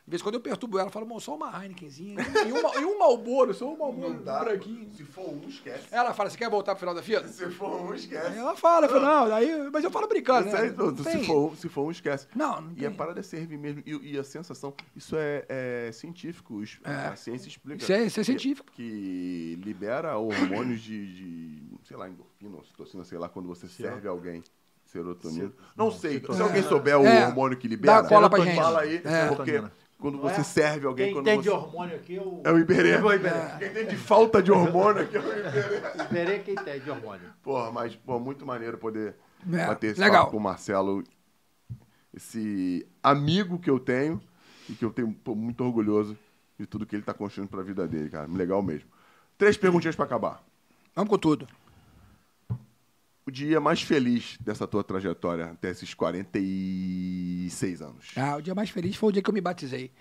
Speaker 3: De vez em quando eu perturbo ela, falo, mão, só uma Heinekenzinha e, uma, e um Malboro, só um Malboro branquinho.
Speaker 1: Se for um, esquece.
Speaker 3: Ela fala, você quer voltar pro final da fila?
Speaker 1: Se for um, esquece.
Speaker 3: Aí Ela fala, eu falo, não, daí, mas eu falo brincando, né?
Speaker 1: Sério,
Speaker 3: Não
Speaker 1: tu-
Speaker 3: tem-
Speaker 1: se, for, um- se for um, esquece.
Speaker 3: Não, não
Speaker 1: E a
Speaker 3: tem.
Speaker 1: parada é servir mesmo. E, e a sensação, isso é, é científico. es- A ciência explica.
Speaker 3: Isso é- isso é
Speaker 1: que-
Speaker 3: científico.
Speaker 1: Que, libera hormônios de, de, sei lá, endorfina, ocitocina, sei lá, quando você serve alguém. Serotonina. Não sei. Se alguém souber o
Speaker 3: É.
Speaker 1: hormônio que libera,
Speaker 3: Dá a cola pra
Speaker 1: serotonina. né?
Speaker 3: gente.
Speaker 1: fala aí.
Speaker 3: É.
Speaker 1: Porque
Speaker 2: Serotonina.
Speaker 1: quando
Speaker 2: Não é?
Speaker 1: você serve alguém,
Speaker 2: Quem
Speaker 1: quando
Speaker 2: tem
Speaker 1: você.
Speaker 2: de hormônio aqui, eu...
Speaker 1: É o Iberê.
Speaker 2: o Iberê.
Speaker 1: Quem tem de falta de hormônio aqui é o Iberê.
Speaker 2: Iberê quem tem de hormônio.
Speaker 1: Porra, mas pô, muito maneiro poder
Speaker 3: É,
Speaker 1: bater esse
Speaker 3: legal.
Speaker 1: papo com o Marcelo. Esse amigo que eu tenho e que eu tenho pô, muito orgulhoso de tudo que ele tá construindo pra vida dele, cara. Legal mesmo. Três perguntinhas pra acabar.
Speaker 3: Vamos com tudo.
Speaker 1: O dia mais feliz dessa tua trajetória até esses 46 anos.
Speaker 3: Ah, o dia mais feliz foi o dia que eu me batizei.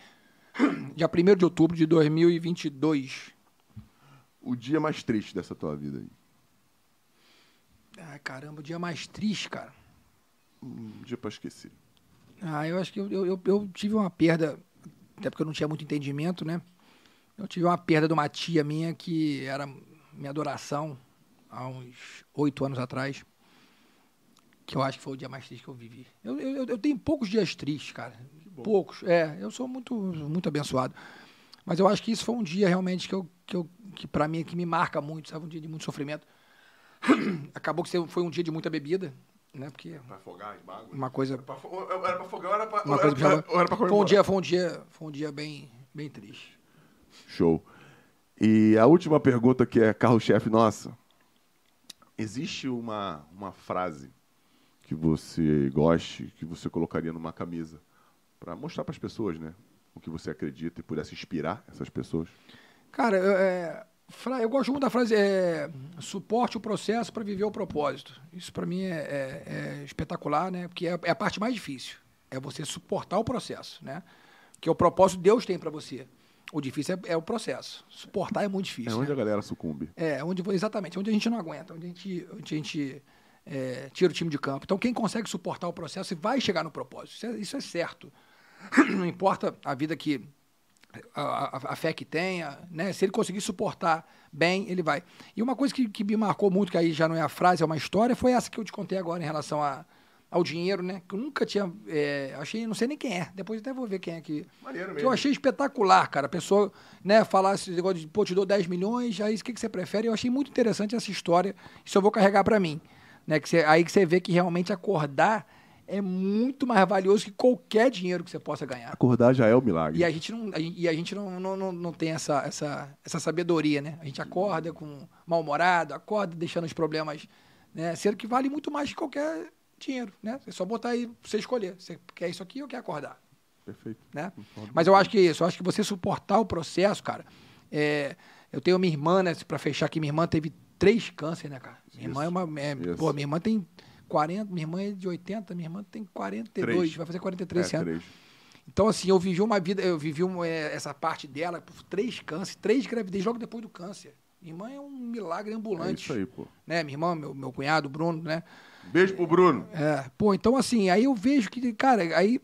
Speaker 3: *clears throat* Dia 1 de outubro de 2022.
Speaker 1: O dia mais triste dessa tua vida aí.
Speaker 3: Ah, caramba, o dia mais triste, cara.
Speaker 1: Um dia pra esquecer.
Speaker 3: Ah, eu acho que eu, eu, eu- eu tive uma perda, até porque eu não tinha muito entendimento, né? Eu tive uma perda de uma tia minha que era minha adoração há uns oito anos atrás, que eu acho que foi o dia mais triste que eu vivi. Eu, eu, eu- eu tenho poucos dias tristes, cara.
Speaker 1: bom.
Speaker 3: Poucos, é. Eu sou muito, muito abençoado. Mas eu acho que isso foi um dia realmente que eu, que, eu, que para mim que me marca muito, sabe? Um dia de muito sofrimento. *coughs* Acabou que foi um dia de muita bebida, né? Porque
Speaker 1: Pra afogar em bagulho?
Speaker 3: uma coisa
Speaker 1: Pra afo- ou Era pra afogar ou era pra,
Speaker 3: uma
Speaker 1: ou
Speaker 3: coisa
Speaker 1: era
Speaker 3: que
Speaker 1: pra, ou era pra comer
Speaker 3: foi um
Speaker 1: embora?
Speaker 3: dia, foi um dia, foi um dia bem, bem triste.
Speaker 1: Show. E a última pergunta que é carro-chefe nossa. Existe uma, uma frase que você goste, que você colocaria numa camisa para mostrar para as pessoas, né? O que você acredita e pudesse inspirar essas pessoas.
Speaker 3: Cara, eu, é, fra- eu gosto muito da frase é, suporte o processo para viver o propósito. Isso para mim é, é- é espetacular, né? Porque é, é a parte mais difícil. É você suportar o processo, né? Porque o propósito Deus tem para você. O difícil é, é o processo. Suportar é muito
Speaker 1: É
Speaker 3: difícil.
Speaker 1: onde
Speaker 3: né?
Speaker 1: a galera sucumbe.
Speaker 3: É, onde, exatamente, onde a gente não aguenta, onde a gente, onde a gente é, tira o time de campo. Então, quem consegue suportar o processo vai chegar no propósito. Isso é, isso é certo. *clears throat* Não importa a vida que. A, a- a fé que tenha, né? Se ele conseguir suportar bem, ele vai. E uma coisa que, que me marcou muito, que aí já não é a frase, é uma história, foi essa que eu te contei agora em relação a, ao dinheiro, né? Que eu nunca tinha. é, achei, não sei nem quem é. Depois até vou ver quem é que.
Speaker 1: Maneiro
Speaker 3: Que eu achei espetacular, cara. A pessoa, né, falar esse negócio de, pô, te dou 10 milhões, aí o que, que você prefere? Eu achei muito interessante essa história. Isso eu vou carregar pra mim. Né, que você- aí que você vê que realmente acordar é muito mais valioso que qualquer dinheiro que você possa ganhar.
Speaker 1: Acordar já é o milagre.
Speaker 3: E a gente não, a gen- e a gente não, não, não, não tem essa, essa, essa sabedoria, né? A gente acorda com mal-humorado, acorda deixando os problemas, né? Sendo que vale muito mais que qualquer dinheiro, né? É só botar aí, pra você escolher. Você quer isso aqui ou quer acordar?
Speaker 1: Perfeito.
Speaker 3: né? Mas eu acho que é isso, eu acho que você suportar o processo, cara. é, eu tenho minha irmã, né, para fechar aqui, minha irmã teve três cânceres, né, cara? Minha irmã é uma. é,
Speaker 1: Isso.
Speaker 3: pô, minha irmã tem 40, minha irmã é de 80, minha irmã tem 42,
Speaker 1: Três.
Speaker 3: vai fazer
Speaker 1: É,
Speaker 3: 43 esse ano.
Speaker 1: três.
Speaker 3: Então, assim, eu vivi uma vida, eu vivi um, é, essa parte dela por três cânceres, três gravidez logo depois do câncer. Minha irmã é um milagre
Speaker 1: É
Speaker 3: ambulante.
Speaker 1: isso aí, pô.
Speaker 3: Né? Minha irmã, meu, meu cunhado, Bruno, né?
Speaker 1: Beijo pro Bruno.
Speaker 3: É, pô, então assim, aí eu vejo que, cara, aí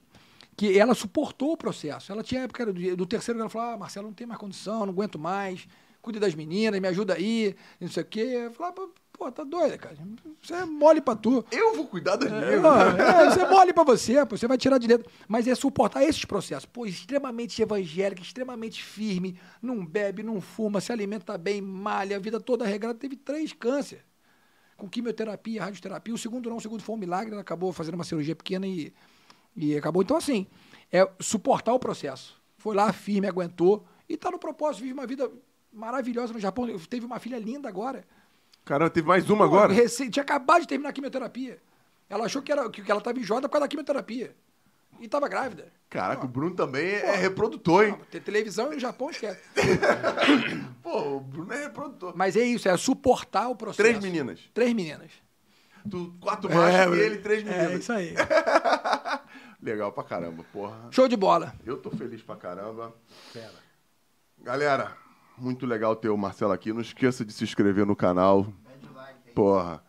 Speaker 3: que ela suportou o processo. Ela tinha época do, do terceiro que ela falou: ah, Marcelo, não tem mais condição, não aguento mais, cuide das meninas, me ajuda aí, não sei o quê. Eu falava, pô, tá doida, cara. Isso é mole pra tu.
Speaker 1: Eu vou cuidar das
Speaker 3: É,
Speaker 1: minhas.
Speaker 3: é, isso é mole pra você, pô, você vai tirar de dentro. Mas é suportar esses processos. Pô, extremamente evangélica, extremamente firme, não bebe, não fuma, se alimenta bem, malha, a vida toda regrada. Teve três câncer. Com quimioterapia, radioterapia. O segundo não, o segundo foi um milagre, ela acabou fazendo uma cirurgia pequena e, e acabou. Então, assim, é suportar o processo. Foi lá, firme, aguentou e tá no propósito, vive uma vida maravilhosa no Japão. Teve uma filha linda agora.
Speaker 1: Caramba, teve mais uma
Speaker 3: Pô,
Speaker 1: agora?
Speaker 3: recém- tinha acabado de terminar a quimioterapia. Ela achou que, era, que ela estava enjoada por causa da quimioterapia. E estava grávida.
Speaker 1: Caraca, o Bruno também é reprodutor, hein?
Speaker 3: Não, ter televisão e no Japão esquece.
Speaker 1: Pô, o Bruno é reprodutor.
Speaker 3: Mas é isso, é suportar o processo.
Speaker 1: Três meninas. É,
Speaker 3: Três meninas.
Speaker 1: Tu, quatro machos e
Speaker 3: Bruno.
Speaker 1: ele três meninas.
Speaker 3: É isso aí.
Speaker 1: Legal pra caramba, porra.
Speaker 3: Show de bola.
Speaker 1: Eu tô feliz pra caramba. Galera, muito legal ter o Marcelo aqui. Não esqueça de se inscrever no canal. Porra.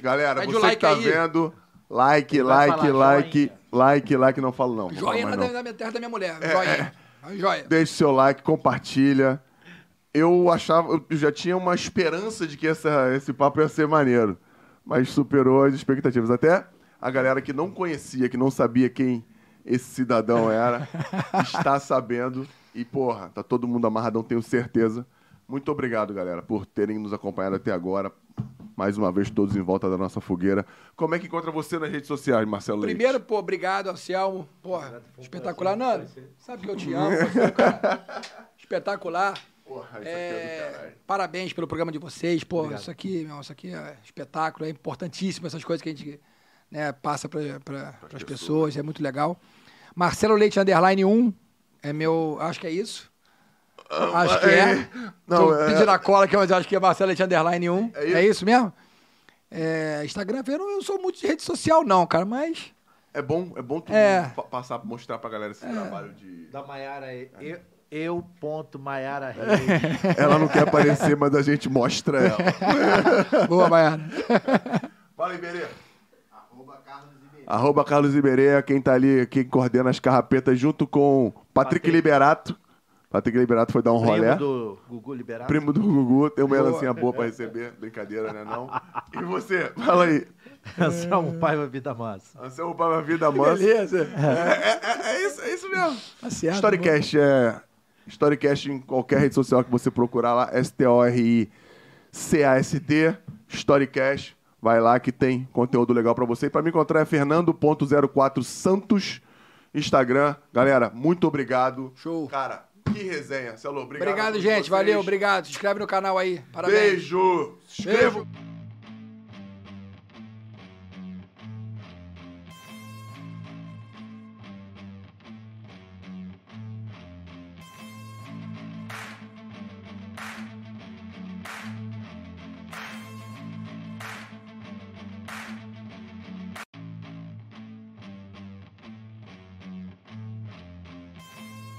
Speaker 1: Galera,
Speaker 3: Pede o
Speaker 1: você
Speaker 3: like
Speaker 1: que tá
Speaker 3: aí.
Speaker 1: vendo, like,
Speaker 7: vai
Speaker 1: like,
Speaker 7: falar,
Speaker 1: like,
Speaker 7: joinha.
Speaker 1: like, like, não falo não. não falo
Speaker 3: Joinha na
Speaker 1: mais, não.
Speaker 3: da,
Speaker 1: É,
Speaker 3: da minha terra da minha mulher. Joinha. Joia.
Speaker 1: Deixe seu like, compartilha. Eu achava, eu já tinha uma esperança de que essa- esse papo ia ser maneiro, mas superou as expectativas. Até a galera que não conhecia, que não sabia quem esse cidadão era, está sabendo. E, porra, tá todo mundo amarradão, tenho certeza. Muito obrigado, galera, por terem nos acompanhado até agora. Mais uma vez, todos em volta da nossa fogueira. Como é que encontra você nas redes sociais, Marcelo Leite?
Speaker 3: Primeiro, pô, obrigado, Anselmo. Porra, espetacular. Nando, sabe que eu te amo, você é um cara
Speaker 1: *laughs*
Speaker 3: espetacular.
Speaker 1: Porra, isso aqui é do
Speaker 3: É,
Speaker 1: caralho.
Speaker 3: parabéns pelo programa de vocês. Pô, isso aqui, meu, irmão, isso aqui é espetáculo, é importantíssimo essas coisas que a gente né, passa para as pessoas, é muito legal. Marcelo Leite Underline 1 é meu. Acho que é isso. Acho que é.
Speaker 1: Não,
Speaker 3: Tô
Speaker 1: Ah, é-
Speaker 3: pedindo a cola, que eu acho que é Marcelo Leite Underline 1.
Speaker 1: É
Speaker 3: É
Speaker 1: isso.
Speaker 3: isso, mesmo? É, Instagram, eu não eu sou muito de rede social, não,
Speaker 1: *laughs*
Speaker 3: cara, mas.
Speaker 1: É bom, é bom tu
Speaker 3: É.
Speaker 1: fa- passar, mostrar pra galera esse trabalho de.
Speaker 2: Da Maiara aí. Eu, eu ponto Maiara Reis.
Speaker 1: *laughs* Ela não quer aparecer, mas a gente mostra ela.
Speaker 3: Boa, Baiana.
Speaker 1: Fala, Iberê.
Speaker 4: Arroba Carlos Iberê.
Speaker 1: Arroba Carlos Iberê, quem tá ali, quem coordena as carrapetas, junto com Patrick,
Speaker 2: Patrick.
Speaker 1: Liberato. Patrick Liberato foi dar um rolé.
Speaker 2: Primo do Gugu Liberato.
Speaker 1: Primo do Gugu, tem uma herancinha boa pra receber. Brincadeira, né? Não. E você? Fala aí.
Speaker 2: *laughs* Anselmo Paiva um Vida Massa.
Speaker 1: Anselmo Paiva Vida Mansa.
Speaker 3: Beleza.
Speaker 1: É, é- é isso, é isso mesmo.
Speaker 3: Tá certo,
Speaker 1: Storycast é. Storycast em qualquer rede social que você procurar lá, S-T-O-R-I-C-A-S-T, Storycast. Vai lá que tem conteúdo legal pra você. E pra me encontrar é fernando.04santos, Instagram. Galera, muito obrigado.
Speaker 3: Show.
Speaker 1: Cara, que resenha. Celo, obrigado. a
Speaker 3: Obrigado,
Speaker 1: todos
Speaker 3: gente.
Speaker 1: vocês.
Speaker 3: Valeu, obrigado. Se inscreve no canal aí. Parabéns.
Speaker 1: Beijo. Se inscreva.
Speaker 3: Beijo.